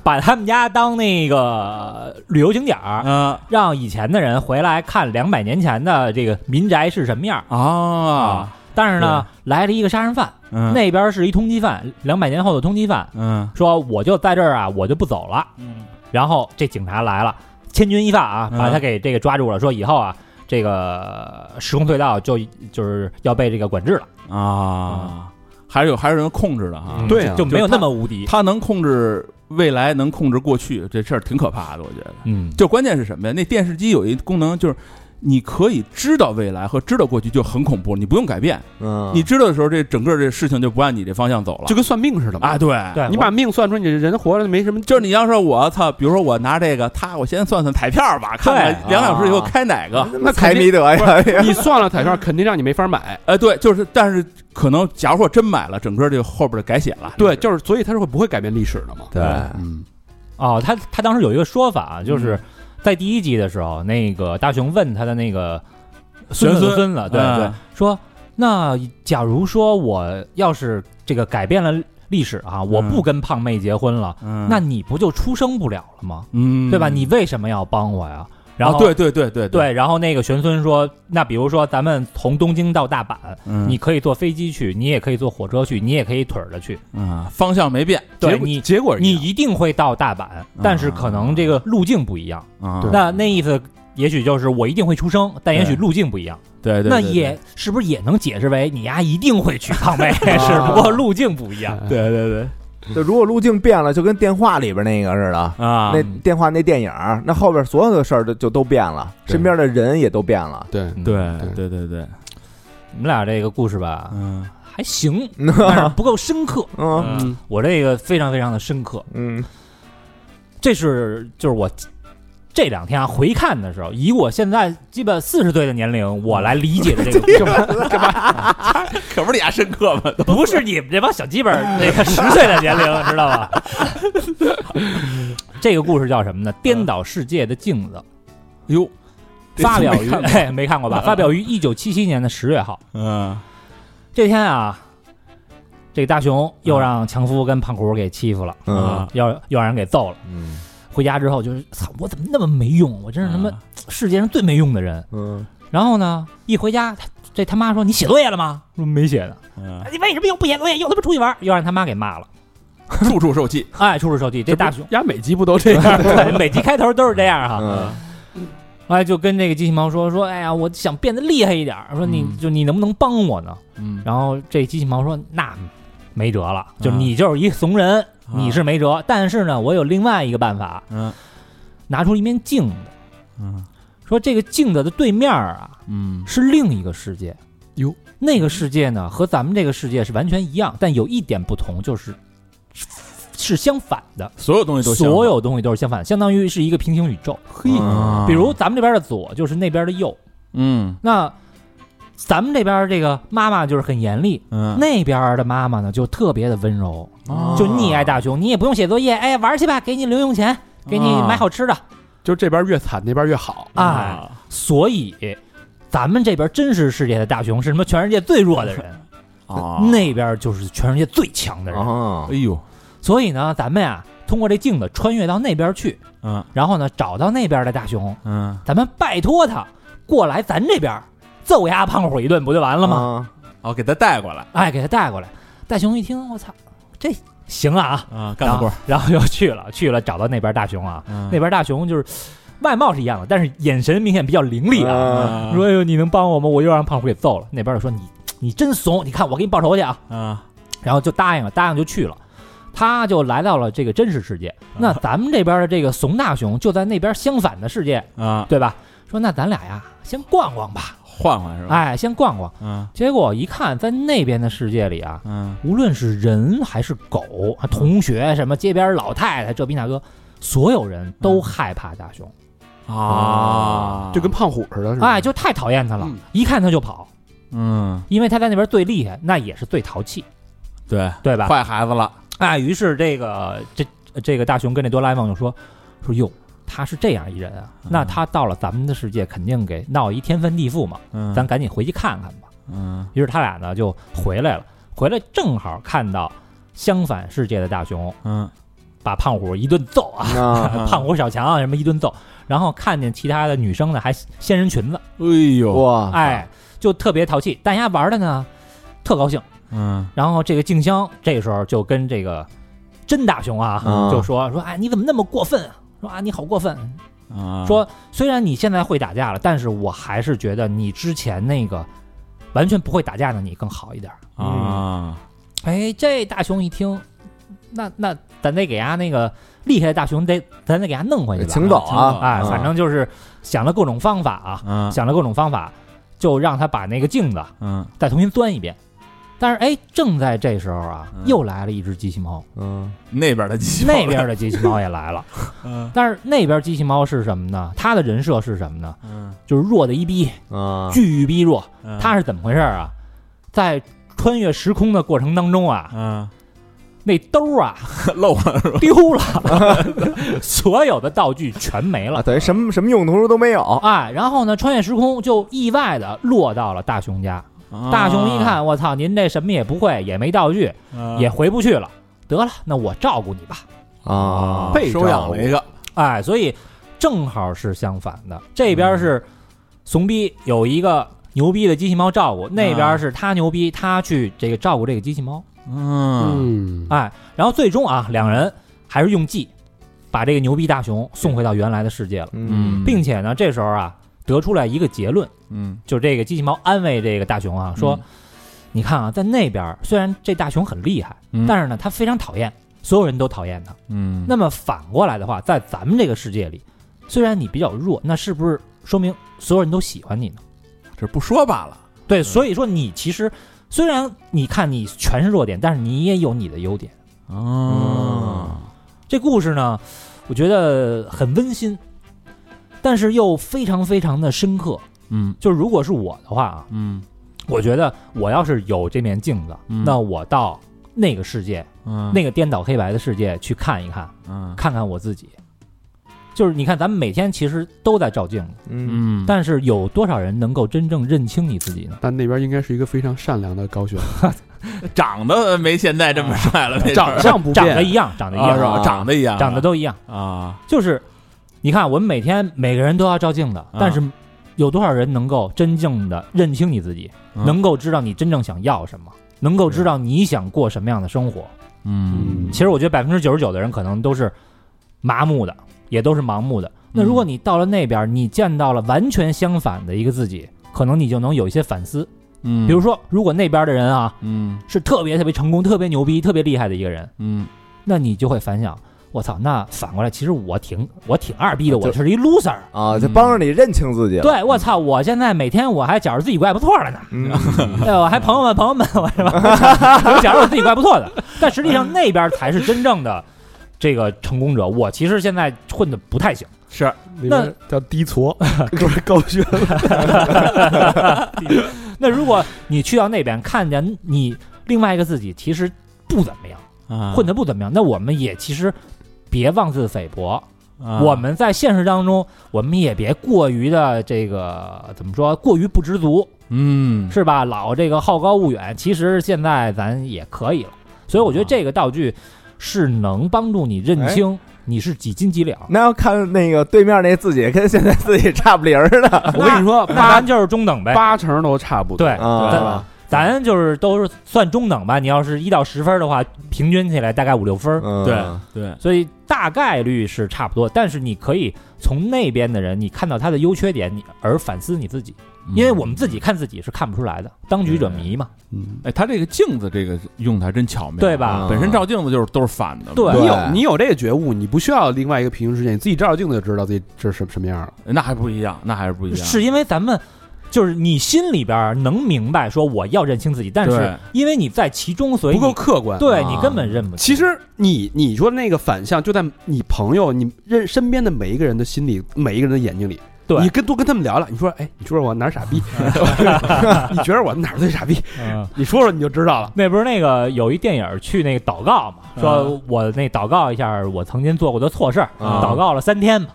Speaker 4: 把他们家当那个旅游景点儿，
Speaker 5: 啊
Speaker 4: 让以前的人回来看两百年前的这个民宅是什么样儿。
Speaker 5: 啊，
Speaker 4: 但是呢，来了一个杀人犯，
Speaker 5: 嗯
Speaker 4: 那边是一通缉犯，两百年后的通缉犯，
Speaker 5: 嗯
Speaker 4: 说我就在这儿啊，我就不走了。
Speaker 5: 嗯
Speaker 4: 然后这警察来了，千钧一发啊，
Speaker 5: 嗯
Speaker 4: 把他给这个抓住了，说以后啊，这个时空隧道就就是要被这个管制了，
Speaker 5: 啊，还是有还是能控制的哈。
Speaker 2: 对啊
Speaker 4: 就没有那么无敌。
Speaker 5: 他能控制未来，能控制过去，这事儿挺可怕的，我觉得。
Speaker 4: 嗯，
Speaker 5: 就关键是什么呀？那电视机有一功能就是。你可以知道未来和知道过去就很恐怖，你不用改变。
Speaker 3: 嗯，
Speaker 5: 你知道的时候，这整个这事情就不按你这方向走了。
Speaker 2: 就跟算命似的嘛
Speaker 5: 啊，。对，
Speaker 4: 对，
Speaker 2: 你
Speaker 4: 我
Speaker 2: 把命算出，你人活着没什么，
Speaker 5: 就是你要说我操，比如说我拿这个，他我先算算彩票吧，看看
Speaker 2: 对
Speaker 5: 两小时以后开哪个。
Speaker 3: 那财迷得呀，
Speaker 2: *laughs* 你算了彩票，肯定让你没
Speaker 4: *laughs*
Speaker 2: 法买。
Speaker 5: 哎，对，就是，但是可能假如说真买了，整个就后边就改写了。
Speaker 2: 对，就是所以它是会不会改变历史的嘛？
Speaker 3: 对，
Speaker 2: 嗯，
Speaker 4: 哦，他他当时有一个说法啊，
Speaker 5: 嗯
Speaker 4: 就是在第一集的时候，那个大雄问他的那个孙
Speaker 5: 玄
Speaker 4: 子
Speaker 5: 孙
Speaker 4: 孙子，对对
Speaker 5: 嗯，
Speaker 4: 说那假如说我要是这个改变了历史啊，我不跟胖妹结婚了，
Speaker 5: 嗯，
Speaker 4: 那你不就出生不了了吗？
Speaker 5: 嗯，
Speaker 4: 对吧？你为什么要帮我呀？然
Speaker 5: 啊，
Speaker 4: 后、
Speaker 5: 对对对对
Speaker 4: 对，然后那个玄孙说，那比如说咱们从东京到大阪，
Speaker 5: 嗯
Speaker 4: 你可以坐飞机去，你也可以坐火车去，你也可以腿儿着去，
Speaker 5: 啊，方向没变
Speaker 4: 对
Speaker 2: 结果
Speaker 4: 你
Speaker 2: 结果是
Speaker 4: 你
Speaker 2: 一样
Speaker 4: 一定会到大阪，但是可能这个路径不一样。
Speaker 5: 啊，
Speaker 2: 对
Speaker 4: 那那意思也许就是我一定会出生，但也许路径不一样。
Speaker 5: 对对，
Speaker 4: 那
Speaker 5: 对啊
Speaker 4: 也是不是也能解释为你丫一定会娶胖 *laughs* 妹，只不过路径不一
Speaker 5: *laughs*
Speaker 4: 样。
Speaker 5: 对对对
Speaker 3: 就如果路径变了，就跟电话里边那个似的。
Speaker 5: 对啊，
Speaker 3: 那电话那电影儿，那后边所有的事儿就就都变了，
Speaker 2: 对
Speaker 3: 身边的人也都变了。
Speaker 2: 对
Speaker 4: 嗯
Speaker 5: 对对对对，
Speaker 4: 你们俩这个故事吧，
Speaker 5: 嗯 *laughs*
Speaker 4: 还行，
Speaker 3: 嗯
Speaker 4: 但是不够深刻。
Speaker 3: 嗯
Speaker 5: 嗯
Speaker 4: 我这个非常非常的深刻，
Speaker 3: 嗯
Speaker 4: 这是就是我这两天啊回看的时候，以我现在基本四十岁的年龄，我来理解的这个故事，
Speaker 5: 可不是俩深刻 *laughs* 吗？
Speaker 4: 不是你们这帮小鸡巴儿
Speaker 5: *laughs*
Speaker 4: 那个十岁的年龄，知道吧？这个故事叫什么呢？颠倒世界的镜子，
Speaker 5: 哟，这
Speaker 4: 发表
Speaker 5: 没
Speaker 4: 于
Speaker 5: 看过
Speaker 4: *laughs* 哎没看过吧？发表于一九七七年的十月号。
Speaker 5: 嗯
Speaker 4: 这天啊，这个大雄又让强夫跟胖虎给欺负了，
Speaker 3: 嗯
Speaker 5: 啊
Speaker 4: 要要让人给揍了。
Speaker 3: 嗯
Speaker 4: 回家之后就是，操，我怎么那么没用？我真是他
Speaker 5: 嗯
Speaker 4: 妈世界上最没用的人。
Speaker 3: 嗯，
Speaker 4: 然后呢，一回家，他这他妈说：“你写作业了吗？”说没写呢。
Speaker 5: 嗯
Speaker 4: 哎你为什么又不写作业？又他妈出去玩儿，又让他妈给骂了。
Speaker 5: 处处受气，
Speaker 4: 哎，出出手气，这大
Speaker 2: 不，
Speaker 4: 熊
Speaker 2: 压每集不
Speaker 4: *laughs*
Speaker 2: 都这样？
Speaker 4: 对，每集开头都是这样哈。
Speaker 3: 嗯
Speaker 4: 后来就跟这个机器猫说说：“哎呀，我想变得厉害一点儿，说你
Speaker 5: 嗯
Speaker 4: 就你能不能帮我呢
Speaker 5: 嗯？”
Speaker 4: 然后这机器猫说：“那没辙了，就
Speaker 5: 啊
Speaker 4: 你就是一怂人，你是没辙。但是呢，我有另外一个办法，
Speaker 5: 嗯
Speaker 4: 拿出一面镜子，
Speaker 5: 嗯
Speaker 4: 说这个镜子的对面儿啊，
Speaker 5: 嗯
Speaker 4: 是另一个世界。
Speaker 2: 哟，
Speaker 4: 那个世界呢和咱们这个世界是完全一样，但有一点不同，就是是是相反的，
Speaker 5: 所有东西都相反
Speaker 4: 所有东西都是相反的，相当于是一个平行宇宙。嘿
Speaker 3: 啊
Speaker 4: 比如咱们这边的左就是那边的右，
Speaker 5: 嗯
Speaker 4: 那咱们这边这个妈妈就是很严厉，
Speaker 5: 嗯
Speaker 4: 那边的妈妈呢就特别的温柔，
Speaker 3: 啊
Speaker 4: 就溺爱大熊，你也不用写作业，哎，玩去吧，给你零用钱，给你买好吃的，
Speaker 2: *laughs* 就是这边越惨，那边越好。
Speaker 4: 哎、
Speaker 5: 啊
Speaker 4: 所以。咱们这边真实世界的大熊是什么？全世界最弱的人，
Speaker 5: *laughs* 啊
Speaker 4: 那边就是全世界最强的人。
Speaker 3: 啊
Speaker 5: 哎呦
Speaker 4: 所以呢，咱们呀、通过这镜子穿越到那边去，
Speaker 5: 嗯
Speaker 4: 然后呢，找到那边的大熊，
Speaker 5: 嗯
Speaker 4: 咱们拜托他过来咱这边揍压胖虎一顿，不就完了吗？
Speaker 3: 吗？
Speaker 5: 哦给他带过来
Speaker 4: 哎，给他带过来。大熊一听，我操，这行啊，
Speaker 5: 啊干嗯
Speaker 4: 然
Speaker 5: 得
Speaker 4: 后
Speaker 5: 过
Speaker 4: 然后又去了，去了找到那边大熊啊，
Speaker 5: 那
Speaker 4: 那边大熊就是外貌是一样的，但是眼神明显比较凌厉啊。
Speaker 3: 啊
Speaker 5: 嗯
Speaker 4: 说哎呦，你能帮我吗？我又让胖虎给揍了。那边就说你你真怂，你看我给你报仇去啊。
Speaker 5: 啊
Speaker 4: 然后就答应了，答应就去了。他就来到了这个真实世界，那咱们这边的这个怂大熊就在那边相反的世界，
Speaker 5: 啊
Speaker 4: 对吧？说那咱俩呀，先逛逛吧，
Speaker 5: 换换是吧？
Speaker 4: 哎，先逛逛。
Speaker 5: 嗯
Speaker 4: 结果一看，在那边的世界里啊，
Speaker 5: 嗯
Speaker 4: 无论是人还是狗，啊同学什么街边老太太这逼那哥，所有人都害怕大熊，
Speaker 5: 啊
Speaker 2: 就跟胖虎似的，是吧？
Speaker 4: 哎，就太讨厌他了
Speaker 2: 嗯，
Speaker 4: 一看他就跑，
Speaker 5: 嗯
Speaker 4: 因为他在那边最厉害，那也是最淘气，
Speaker 5: 对
Speaker 4: 对吧？哎
Speaker 5: 坏孩子了
Speaker 4: 啊，于是这个这这个大雄跟这哆啦 A 梦就说说哟，他是这样一人啊，
Speaker 5: 嗯
Speaker 4: 那他到了咱们的世界，肯定给闹一天翻地覆嘛，
Speaker 5: 嗯
Speaker 4: 咱赶紧回去看看吧。
Speaker 5: 嗯
Speaker 4: 于是他俩呢就回来了，回来正好看到相反世界的大熊
Speaker 5: 嗯
Speaker 4: 把胖虎一顿揍啊，*laughs*
Speaker 3: 啊，
Speaker 4: 胖虎、小强啊什么一顿揍，然后看见其他的女生呢还掀人裙子，
Speaker 5: 哎呦，
Speaker 3: 哇，
Speaker 4: 哎，就特别淘气。大家玩的呢特高兴。
Speaker 5: 嗯
Speaker 4: 然后这个静香这时候就跟这个真大熊啊，
Speaker 3: 嗯
Speaker 4: 就说说哎你怎么那么过分啊？说啊你好过分！
Speaker 5: 啊，
Speaker 4: 说虽然你现在会打架了，但是我还是觉得你之前那个完全不会打架的你更好一点。
Speaker 5: 啊，
Speaker 4: 哎，这大熊一听，那那咱得给他那个厉害的大熊得咱得给他弄回去吧。
Speaker 3: 请走啊，
Speaker 4: 哎，
Speaker 3: 啊
Speaker 4: 反正就是想了各种方法啊，
Speaker 5: 嗯
Speaker 4: 想了各种方法，就让他把那个镜子
Speaker 5: 嗯
Speaker 4: 再重新钻一遍。但是哎，正在这时候啊，
Speaker 5: 嗯
Speaker 4: 又来了一只机器猫，
Speaker 3: 嗯，
Speaker 5: 那边的机器
Speaker 4: 那边的机器猫也来了。
Speaker 5: 嗯
Speaker 4: 但是那边机器猫是什么呢？它的人设是什么呢？
Speaker 5: 嗯，
Speaker 4: 就是弱的一逼，
Speaker 3: 啊，
Speaker 4: 巨逼弱。它
Speaker 5: 他
Speaker 4: 是怎么回事啊？在穿越时空的过程当中啊，
Speaker 5: 嗯
Speaker 4: 那兜儿啊
Speaker 5: 漏了是吧？
Speaker 4: 丢了， *laughs* 所有的道具全没
Speaker 3: 啊
Speaker 4: 了。
Speaker 3: 等于什么什么用途都没有，
Speaker 4: 哎，然后呢，穿越时空就意外的落到了大熊家。
Speaker 5: 啊
Speaker 4: 大熊一看，我操，您这什么也不会，也没道具，
Speaker 5: 看
Speaker 4: 也回不去了。得了，那我照顾你吧。
Speaker 3: 啊，
Speaker 2: 被
Speaker 5: 收养了一个，
Speaker 4: 哎，所以正好是相反的，这边是怂逼有一个牛逼的机器猫照顾，那边是他牛逼，他去这个照顾这个机器猫。
Speaker 5: 嗯
Speaker 2: 嗯
Speaker 4: 哎，然后最终啊，两人还是用计把这个牛逼大熊送回到原来的世界了，
Speaker 3: 嗯，
Speaker 4: 并且呢，这时候啊得出来一个结论，
Speaker 5: 嗯
Speaker 4: 就是这个机器猫安慰这个大熊啊说：“你看啊，在那边虽然这大熊很厉害，
Speaker 5: 嗯
Speaker 4: 但是呢，他非常讨厌，所有人都讨厌他。
Speaker 5: 嗯
Speaker 4: 那么反过来的话，在咱们这个世界里，虽然你比较弱，那是不是说明所有人都喜欢你呢？
Speaker 5: 这不说罢了，
Speaker 4: 对，所以说你其实虽然你看你全是弱点，但是你也有你的优点。
Speaker 5: 哦，
Speaker 4: 这故事呢，我觉得很温馨，但是又非常非常的深刻。
Speaker 5: 嗯
Speaker 4: 就是如果是我的话啊，
Speaker 5: 嗯
Speaker 4: 我觉得我要是有这面镜子，
Speaker 5: 嗯
Speaker 4: 那我到那个世界，
Speaker 5: 嗯
Speaker 4: 那个颠倒黑白的世界去看一看，
Speaker 5: 嗯
Speaker 4: 看看我自己。就是你看，咱们每天其实都在照镜子，
Speaker 3: 嗯，
Speaker 5: 嗯，
Speaker 4: 但是有多少人能够真正认清你自己呢？
Speaker 2: 但那边应该是一个非常善良的
Speaker 4: *laughs*
Speaker 2: 高悬，
Speaker 5: 长得没现在这么帅了，没
Speaker 2: 长相不
Speaker 4: 长得一
Speaker 2: 变，
Speaker 4: 样，长得一
Speaker 5: 啊
Speaker 4: 样，
Speaker 5: 是吧？
Speaker 3: 啊
Speaker 5: 长得一样，
Speaker 4: 长得都一样。
Speaker 5: 啊，
Speaker 4: 就是你看，我们每天每个人都要照镜子，
Speaker 5: 嗯
Speaker 4: 但是有多少人能够真正的认清你自己，
Speaker 5: 嗯
Speaker 4: 能够知道你真正想要什么，能够知道你想过什么样的生活？
Speaker 5: 嗯
Speaker 4: 其实我觉得百分之九十九的人可能都是麻木的，也都是盲目的。那如果你到了那边，你见到了完全相反的一个自己，可能你就能有一些反思。
Speaker 5: 嗯，
Speaker 4: 比如说，如果那边的人啊
Speaker 5: 嗯
Speaker 4: 是特别特别成功、特别牛逼、特别厉害的一个人，
Speaker 5: 嗯
Speaker 4: 那你就会反想，我操，那反过来其实我挺我挺二逼的，
Speaker 3: 就
Speaker 4: 我是一 loser。
Speaker 3: 啊，就帮着你认清自己了，
Speaker 4: 对，我操！我现在每天我还觉着自己怪不错了呢，
Speaker 3: 嗯，
Speaker 4: 对，哎我还朋友们朋友们，我是吧？ *laughs* 我觉着我自己怪不错的，但实际上那边才是真正的这个成功者。我其实现在混的不太行，
Speaker 2: 那边叫
Speaker 4: *laughs*
Speaker 2: 低矬，高悬，
Speaker 4: 那如果你去到那边，看见你另外一个自己其实不怎么样，
Speaker 5: 啊，
Speaker 4: 混的不怎么样，那我们也其实别妄自菲薄。
Speaker 5: 啊
Speaker 4: 我们在现实当中，我们也别过于的这个怎么说，过于不知足，
Speaker 5: 嗯
Speaker 4: 是吧？老这个好高骛远，其实现在咱也可以了。所以我觉得这个道具是能帮助你认清你是几斤几两。
Speaker 3: 那要看那个对面那自己跟现在自己差不离儿的，
Speaker 2: 我跟你说，
Speaker 4: 那
Speaker 2: 八
Speaker 4: 咱就是中等呗，
Speaker 2: 八成都差不多，
Speaker 4: 对，
Speaker 3: 啊
Speaker 2: 对吧？
Speaker 4: 咱就是都是算中等吧。你要是一到十分的话，平均起来大概五六分儿，
Speaker 3: 嗯，
Speaker 5: 对对，
Speaker 4: 所以大概率是差不多。但是你可以从那边的人，你看到他的优缺点，你而反思你自己，因为我们自己看自己是看不出来的，当局者迷嘛。
Speaker 2: 嗯，
Speaker 5: 哎，他这个镜子这个用的还真巧妙，啊
Speaker 4: 对吧
Speaker 5: 本身照镜子就是都是反的嘛，
Speaker 4: 对
Speaker 2: 你有
Speaker 3: 对
Speaker 2: 你有这个觉悟，你不需要另外一个平行世界，你自己照照镜子就知道自己这是什什么样了。
Speaker 5: 那还不一样，那还是不一样，
Speaker 4: 是因为咱们就是你心里边儿能明白说我要认清自己，但是
Speaker 5: 对
Speaker 4: 因为你在其中，所以
Speaker 2: 不
Speaker 4: 你
Speaker 2: 够客观。
Speaker 4: 对
Speaker 3: 啊
Speaker 4: 你根本认不清。
Speaker 2: 其实你你说的那个反向就在你朋友、你认身边的每一个人的心里、每一个人的眼睛里。
Speaker 4: 对
Speaker 2: 你跟多跟他们聊聊，你说，哎，你说说我哪儿傻 *laughs* 逼？你觉得我哪儿最傻逼？ *laughs*
Speaker 4: 嗯
Speaker 2: 你说说你就知道了。
Speaker 4: 那不是那个有一电影去那个祷告嘛，说我那祷告一下我曾经做过的错事儿，
Speaker 3: 啊
Speaker 4: 祷告了三天嘛。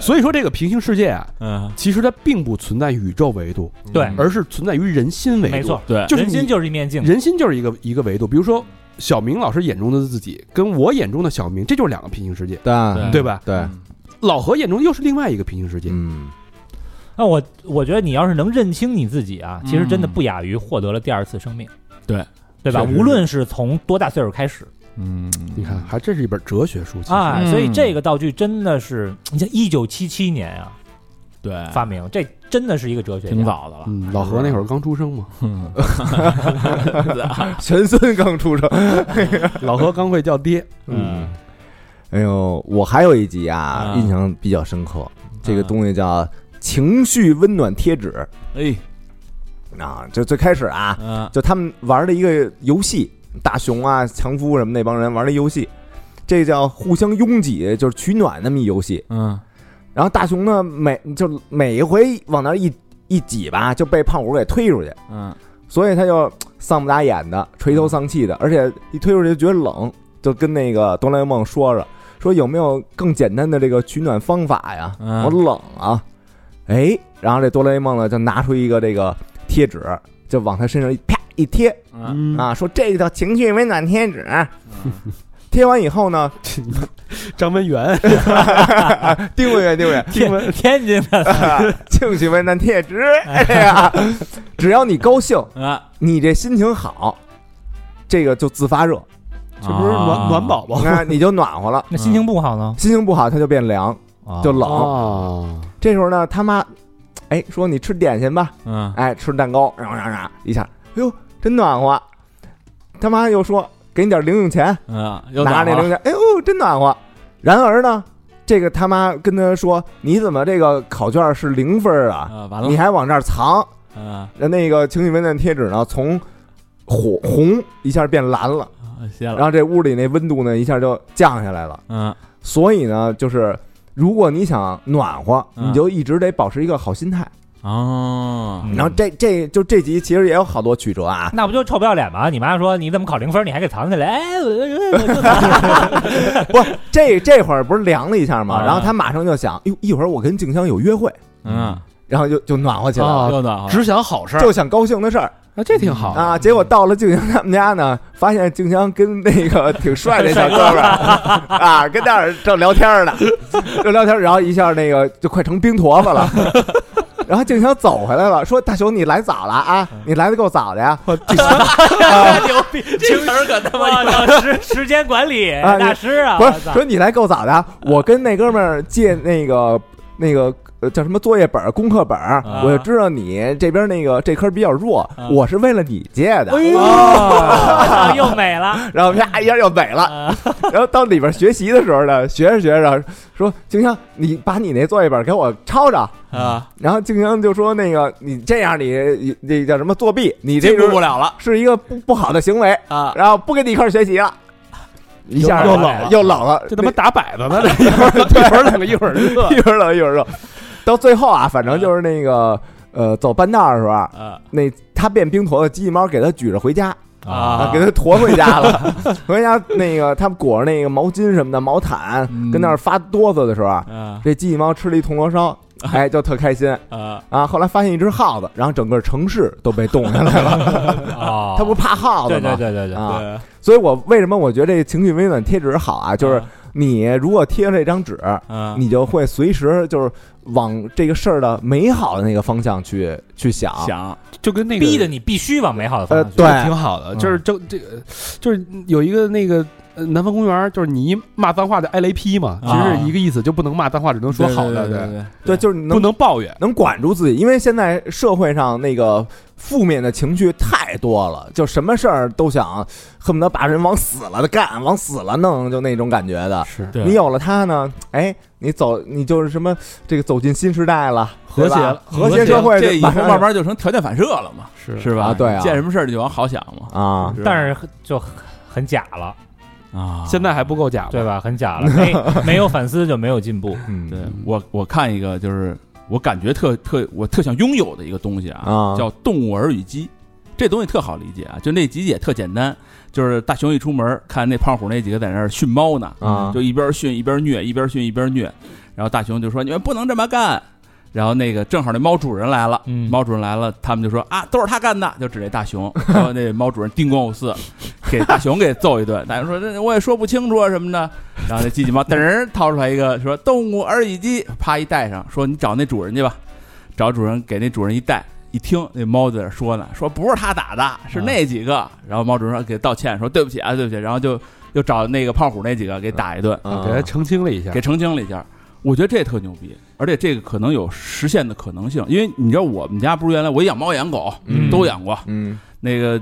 Speaker 2: 所以说，这个平行世界啊，
Speaker 5: 嗯，
Speaker 2: 其实它并不存在宇宙维度，
Speaker 4: 对
Speaker 2: 而是存在于人心维度。
Speaker 4: 没错，，
Speaker 5: 对，
Speaker 2: 就是
Speaker 4: 人心
Speaker 2: 你
Speaker 4: 就是一面镜子。
Speaker 2: 人心就是一个一个维度。比如说，小明老师眼中的自己，跟我眼中的小明，这就是两个平行世界，
Speaker 3: 对
Speaker 2: 嗯对吧？
Speaker 3: 对，
Speaker 2: 老何眼中又是另外一个平行世界。
Speaker 3: 嗯，
Speaker 4: 那我我觉得你要是能认清你自己啊，其实真的不亚于获得了第二次生命。
Speaker 5: 对。
Speaker 4: 对吧？
Speaker 5: 确实是
Speaker 4: 无论是从多大岁数开始
Speaker 5: 嗯，
Speaker 2: 你看，还真是一本哲学书。其实
Speaker 4: 啊，
Speaker 5: 嗯
Speaker 4: 所以这个道具真的是，你像一九七七年啊
Speaker 5: 对，
Speaker 4: 发明，这真的是一个哲学家
Speaker 5: 挺早的了，
Speaker 2: 嗯，老何那会儿刚出生嘛，
Speaker 5: 嗯
Speaker 3: 陈森刚出生，
Speaker 2: *laughs* 老何刚会叫爹。
Speaker 3: 嗯，
Speaker 4: *laughs*
Speaker 3: 哎呦，我还有一集啊
Speaker 5: 啊，
Speaker 3: 印象比较深刻，这个
Speaker 5: 啊
Speaker 3: 东西叫情绪温暖贴纸
Speaker 5: *laughs* 哎，
Speaker 3: 啊，就最开始啊，
Speaker 5: 嗯
Speaker 3: 就他们玩的一个游戏，大熊啊、强夫什么那帮人玩的游戏，这叫互相拥挤，就是取暖那么一游戏。
Speaker 5: 嗯，
Speaker 3: 然后大熊呢，每就每一回往那儿一一挤吧，就被胖虎给推出去，
Speaker 5: 嗯，
Speaker 3: 所以他就丧不打眼的、垂头丧气的，而且一推出去就觉得冷，就跟那个哆啦 A 梦说着，说有没有更简单的这个取暖方法呀？
Speaker 5: 嗯
Speaker 3: 我冷啊！哎，然后这哆啦 A 梦呢就拿出一个这个贴纸，就往他身上一啪一贴，
Speaker 5: 嗯
Speaker 2: 嗯，
Speaker 3: 啊，说这个叫情绪温暖贴纸。 *laughs* 贴完以后呢，
Speaker 2: 张文元，
Speaker 3: 丢回去丢回去，
Speaker 4: 天天津的，
Speaker 3: 啊情绪温暖贴纸。哎呀，只要你高兴，
Speaker 5: 啊，
Speaker 3: 你这心情好，这个就自发热，
Speaker 2: *laughs* 这不是
Speaker 5: 啊
Speaker 2: 暖暖宝
Speaker 5: *laughs*
Speaker 2: 宝
Speaker 3: 那你就暖和了。
Speaker 4: 那心情不好呢，
Speaker 3: 心情不好，它就变凉，
Speaker 5: 哦
Speaker 4: 啊
Speaker 3: 就冷。
Speaker 2: 啊？
Speaker 3: 这时候呢，他妈，哎，说你吃点心吧，
Speaker 5: 嗯
Speaker 3: 哎，吃蛋糕，然后然后然后一下，哎呦，真暖和。他妈又说给你点零用钱，
Speaker 5: 嗯，又
Speaker 3: 拿着那零用钱，哎呦，真暖和。然而呢，这个他妈跟他说：“你怎么这个考卷是零分儿啊？
Speaker 5: 啊，完了
Speaker 3: 你，还往这儿藏？
Speaker 5: 嗯，
Speaker 3: 那个情绪温暖贴纸呢，从火红一下变蓝了，
Speaker 5: 谢
Speaker 3: 然
Speaker 5: 了，
Speaker 3: 后这屋里那温度呢一下就降下来了。
Speaker 5: 嗯
Speaker 3: 所以呢，就是如果你想暖和，
Speaker 5: 嗯
Speaker 3: 你就一直得保持一个好心态。
Speaker 5: 哦，
Speaker 4: 嗯
Speaker 3: 然后这这就这集其实也有好多曲折啊，
Speaker 4: 那不就臭不要脸吗？你妈说你怎么考零分，你还给藏起来？哎，我我我
Speaker 3: 不，这这会儿不是凉了一下吗？
Speaker 5: 啊
Speaker 3: 然后他马上就想，哟，一会儿我跟静香有约会，
Speaker 5: 嗯，
Speaker 3: 然后就就暖和起来了。
Speaker 2: 啊
Speaker 5: 又暖和了，
Speaker 2: 只想好事儿
Speaker 3: 就想高兴的事儿
Speaker 2: 啊，这挺好。
Speaker 3: 啊，结果到了静香他们家呢，发现静香跟那个挺帅那小哥们儿啊，跟那儿正聊天儿呢，正聊天儿，然后一下那个就快成冰坨子了，然后静香走回来了，说：“大熊，你来早了啊，你来的够早的呀。”
Speaker 4: *laughs* 牛逼，啊这词儿可他妈时时间管理
Speaker 3: 啊
Speaker 4: 大师啊！
Speaker 3: 不
Speaker 4: 我
Speaker 3: 是
Speaker 4: 操
Speaker 3: 说你来够早的啊，我跟那哥们儿借那个那个。呃叫什么作业本儿、功课本儿？
Speaker 5: 啊
Speaker 3: 我就知道你这边那个这科比较弱，我是为了你借的。
Speaker 4: *laughs* 哇哦又美了，
Speaker 3: 然后啪一下又没了。
Speaker 4: 啊
Speaker 3: 然后到里边学习的时候呢，学着学着说：“静香，你把你那作业本给我抄着。
Speaker 5: 啊，”
Speaker 3: 然后静香就说：“那个你这样你，你那叫什么作弊？你这
Speaker 5: 进步不
Speaker 3: 是
Speaker 5: 了了
Speaker 3: 是一个不不好的行为，
Speaker 5: 啊，
Speaker 3: 然后不跟你一块儿学习了。”一下
Speaker 4: 又冷
Speaker 3: 了
Speaker 4: 了，
Speaker 3: 又冷了，
Speaker 2: 这他妈打摆子呢， *laughs* 这一会
Speaker 3: *laughs*
Speaker 2: 儿一会儿冷一会儿热。
Speaker 3: 一会儿冷一会儿热。到最后啊，反正就是那个呃，走半道儿的时候，
Speaker 5: 啊
Speaker 3: 那他变冰坨子，机器猫给他举着回家，
Speaker 5: 啊
Speaker 3: 给他驮回家了。回家那个他们裹着那个毛巾什么的毛毯
Speaker 5: 嗯，
Speaker 3: 跟那儿发哆嗦的时候啊，
Speaker 5: 啊
Speaker 3: 这机器猫吃了一铜锣烧，哎，就特开心
Speaker 5: 啊，
Speaker 3: 啊。后来发现一只耗子，然后整个城市都被冻下来了。
Speaker 4: 哦
Speaker 3: 他不是怕耗子
Speaker 4: 对
Speaker 3: 吗？
Speaker 4: 对对对对，
Speaker 3: 啊，所以我为什么我觉得这个情绪温暖贴纸好啊？
Speaker 5: 嗯
Speaker 3: 就是你如果贴上这张纸，
Speaker 5: 啊，
Speaker 3: 你就会随时就是往这个事儿的美好的那个方向去去想。
Speaker 2: 啊
Speaker 5: 想
Speaker 2: 就跟那个
Speaker 4: 逼的你必须往美好的方
Speaker 3: 呃，
Speaker 4: 向去。
Speaker 3: 对，
Speaker 2: 挺好的，
Speaker 4: 嗯
Speaker 2: 就是这这个就是有一个那个。呃南方公园就是你一骂脏话就挨雷劈嘛，其
Speaker 5: 啊
Speaker 2: 实是一个意思，就不能骂脏话，只能说好的，
Speaker 5: 对
Speaker 2: 对，
Speaker 5: 对，
Speaker 3: 对，就是你
Speaker 2: 不
Speaker 3: 能
Speaker 2: 能抱怨。
Speaker 3: 能管住自己，因为现在社会上那个负面的情绪太多了，就什么事儿都想恨不得把人往死了的干，往死了弄，就那种感觉的。
Speaker 2: 啊是
Speaker 5: 对
Speaker 3: 你有了它呢，哎，你走，你就是什么这个走进新时代了，对
Speaker 2: 和
Speaker 3: 吧
Speaker 2: 谐了
Speaker 3: 和谐社会
Speaker 5: 这
Speaker 3: 就
Speaker 5: 以
Speaker 3: 马
Speaker 5: 后
Speaker 3: 上就，
Speaker 5: 慢慢就成条件反射了嘛，
Speaker 2: 是
Speaker 5: 是吧？
Speaker 3: 啊对啊
Speaker 5: 见什么事儿你就往好想嘛，
Speaker 3: 啊，
Speaker 5: 吧
Speaker 4: 但是很就很很假了，
Speaker 5: 啊，
Speaker 2: 现在还不够假吗
Speaker 4: *laughs* 对？吧？很假了，没没有反思就没有进步。
Speaker 3: 嗯，
Speaker 5: 对我我看一个就是我感觉特特我特想拥有的一个东西啊，
Speaker 3: 啊
Speaker 5: 叫《动物耳语机》。这东西特好理解啊，就那集也特简单，就是大熊一出门看那胖虎那几个在那儿训猫呢，
Speaker 3: 啊
Speaker 5: 就一边训一边虐，一边训一边虐。然后大熊就说：“你们不能这么干。”然后那个正好那猫主人来了，
Speaker 4: 嗯
Speaker 5: 猫主人来了，他们就说：“啊，都是他干的。”就指这大熊， *laughs* 然后那猫主人叮咣五四，给大熊给揍一顿。大熊说：“这我也说不清楚啊什么的。”然后那机器猫噔儿掏出来一个，说：“动物耳语机。”啪一戴上，说：“你找那主人去吧。”找主人给那主人一戴，一听那猫在那说呢，说不是他打的，是那几个。然后猫主人说给道歉，说对不起啊，对不起。然后就又找那个胖虎那几个给打一顿，
Speaker 3: 啊
Speaker 2: 嗯给他澄清了一下
Speaker 5: 给，澄清了一下。我觉得这特牛逼，而且这个可能有实现的可能性，因为你知道我们家不是原来我养猫养狗、
Speaker 3: 嗯
Speaker 5: 都养过，
Speaker 3: 嗯
Speaker 5: 那个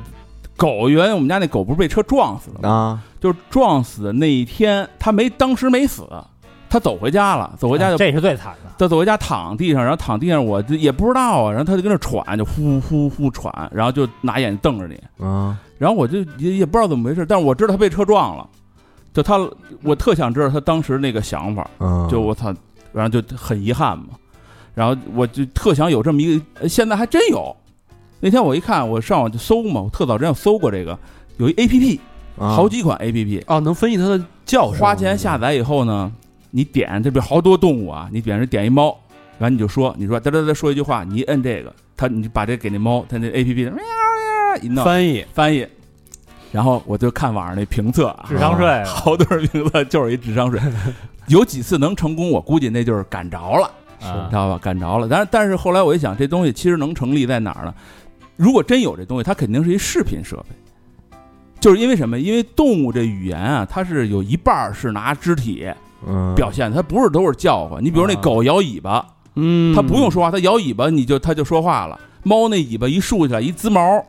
Speaker 5: 狗原来我们家那狗不是被车撞死了吗？
Speaker 3: 啊
Speaker 5: 就是撞死的那一天，它没当时没死，它走回家了，走回
Speaker 3: 啊
Speaker 5: 家就
Speaker 4: 啊这是最惨的。
Speaker 5: 他走回家躺地上，然后躺地上我就也不知道啊，然后他就跟那喘，就呼呼呼喘，然后就拿眼瞪着你，
Speaker 3: 啊
Speaker 5: 然后我就也也不知道怎么回事，但是我知道他被车撞了，就他我特想知道他当时那个想法，
Speaker 3: 啊！
Speaker 5: 就我操，然后就很遗憾嘛，然后我就特想有这么一个，呃现在还真有，那天我一看，我上网就搜嘛，我特早之前搜过这个，有一 A P P，好
Speaker 3: 几
Speaker 5: 几款 A P P，
Speaker 2: 哦，能分析它的啊叫声，
Speaker 5: 花钱下载以后呢，你点这边好多动物啊，你点是点一猫，然后你就说，你说哒哒哒说一句话，你一摁这个，它你就把这给那猫，它那 A P P 喵喵一弄
Speaker 2: 翻译，
Speaker 5: 翻译，然后我就看网上那评测啊，
Speaker 4: 智商税 *laughs* 啊，
Speaker 5: 好多人评测就是一智商税， *laughs* 有几次能成功，我估计那就是赶着了，
Speaker 4: 嗯啊
Speaker 5: 知道吧？赶着了，但是但是后来我一想，这东西其实能成立在哪儿呢？如果真有这东西，它肯定是一视频设备。就是因为什么？因为动物这语言啊，它是有一半儿是拿肢体
Speaker 3: 嗯
Speaker 5: 表现的，它不是都是叫唤。你比如那
Speaker 4: 啊
Speaker 5: 狗摇尾巴，
Speaker 2: 嗯，
Speaker 5: 它不用说话，它摇尾巴你就它就说话了。猫那尾巴一竖起来一滋毛，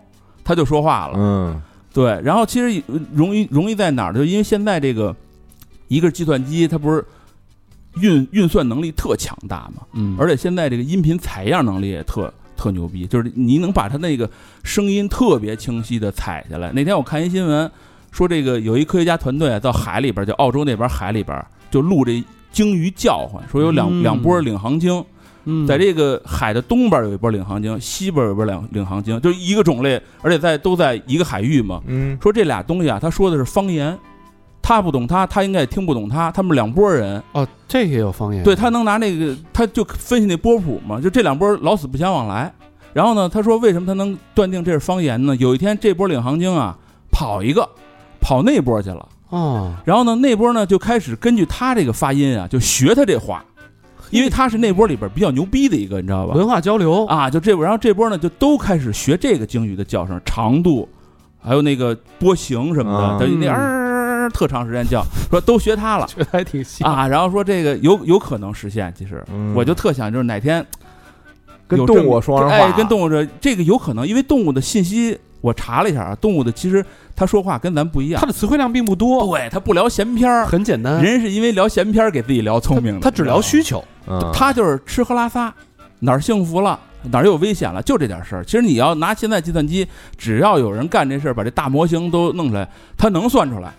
Speaker 5: 它就说话了。
Speaker 3: 嗯
Speaker 5: 对，然后其实呃容易容易在哪儿？就因为现在这个，一个是计算机，它不是运运算能力特强大嘛，
Speaker 2: 嗯，
Speaker 5: 而且现在这个音频采样能力也特特牛逼，就是你能把它那个声音特别清晰的采下来。那天我看一新闻说，这个有一科学家团队啊到海里边，就澳洲那边海里边，就录这鲸鱼叫唤，说有两、
Speaker 2: 嗯
Speaker 5: 两波领航鲸，
Speaker 2: 嗯
Speaker 5: 在这个海的东边有一波领航鲸，西边有一波领领航鲸，就是一个种类，而且在都在一个海域嘛。
Speaker 3: 嗯
Speaker 5: 说这俩东西啊，他说的是方言，他不懂他，他应该也听不懂他，他们两拨人。
Speaker 2: 哦，这个也有方言，
Speaker 5: 对他能拿那个，他就分析那波谱嘛，就这两波老死不相往来。然后呢，他说为什么他能断定这是方言呢？有一天这波领航鲸啊跑一个，跑那波去了。
Speaker 2: 哦，
Speaker 5: 然后呢，那波呢就开始根据他这个发音啊，就学他这话，因为他是那波里边比较牛逼的一个，你知道吧？
Speaker 2: 文化交流，
Speaker 5: 啊，就这波，然后这波呢就都开始学这个鲸鱼的叫声、长度，还有那个波形什么
Speaker 3: 啊
Speaker 5: 的，等于那
Speaker 2: 嗯
Speaker 5: 儿特长时间叫，说都学
Speaker 3: *laughs*
Speaker 5: 它了。
Speaker 2: *laughs* 觉得还挺像，
Speaker 5: 啊，然后说这个有有可能实现，其实、
Speaker 3: 嗯
Speaker 5: 我就特想就是哪天
Speaker 3: 跟
Speaker 5: 有这
Speaker 3: 动
Speaker 5: 么
Speaker 3: 物说上话，
Speaker 5: 哎，跟动物这这个有可能，因为动物的信息我查了一下啊，动物的其实它说话跟咱不一样
Speaker 2: 它，的词汇量并不多，
Speaker 5: 对，啊它不聊闲篇儿，
Speaker 2: 很简单，
Speaker 5: 人是因为聊闲篇儿给自己聊聪明的，
Speaker 2: 它只聊需求，
Speaker 3: 物
Speaker 5: 他就是吃喝拉撒，哪儿幸福了，哪儿有危险了，就这点事儿。其实你要拿现在计算机，只要有人干这事儿，把这大模型都弄出来，他能算出来，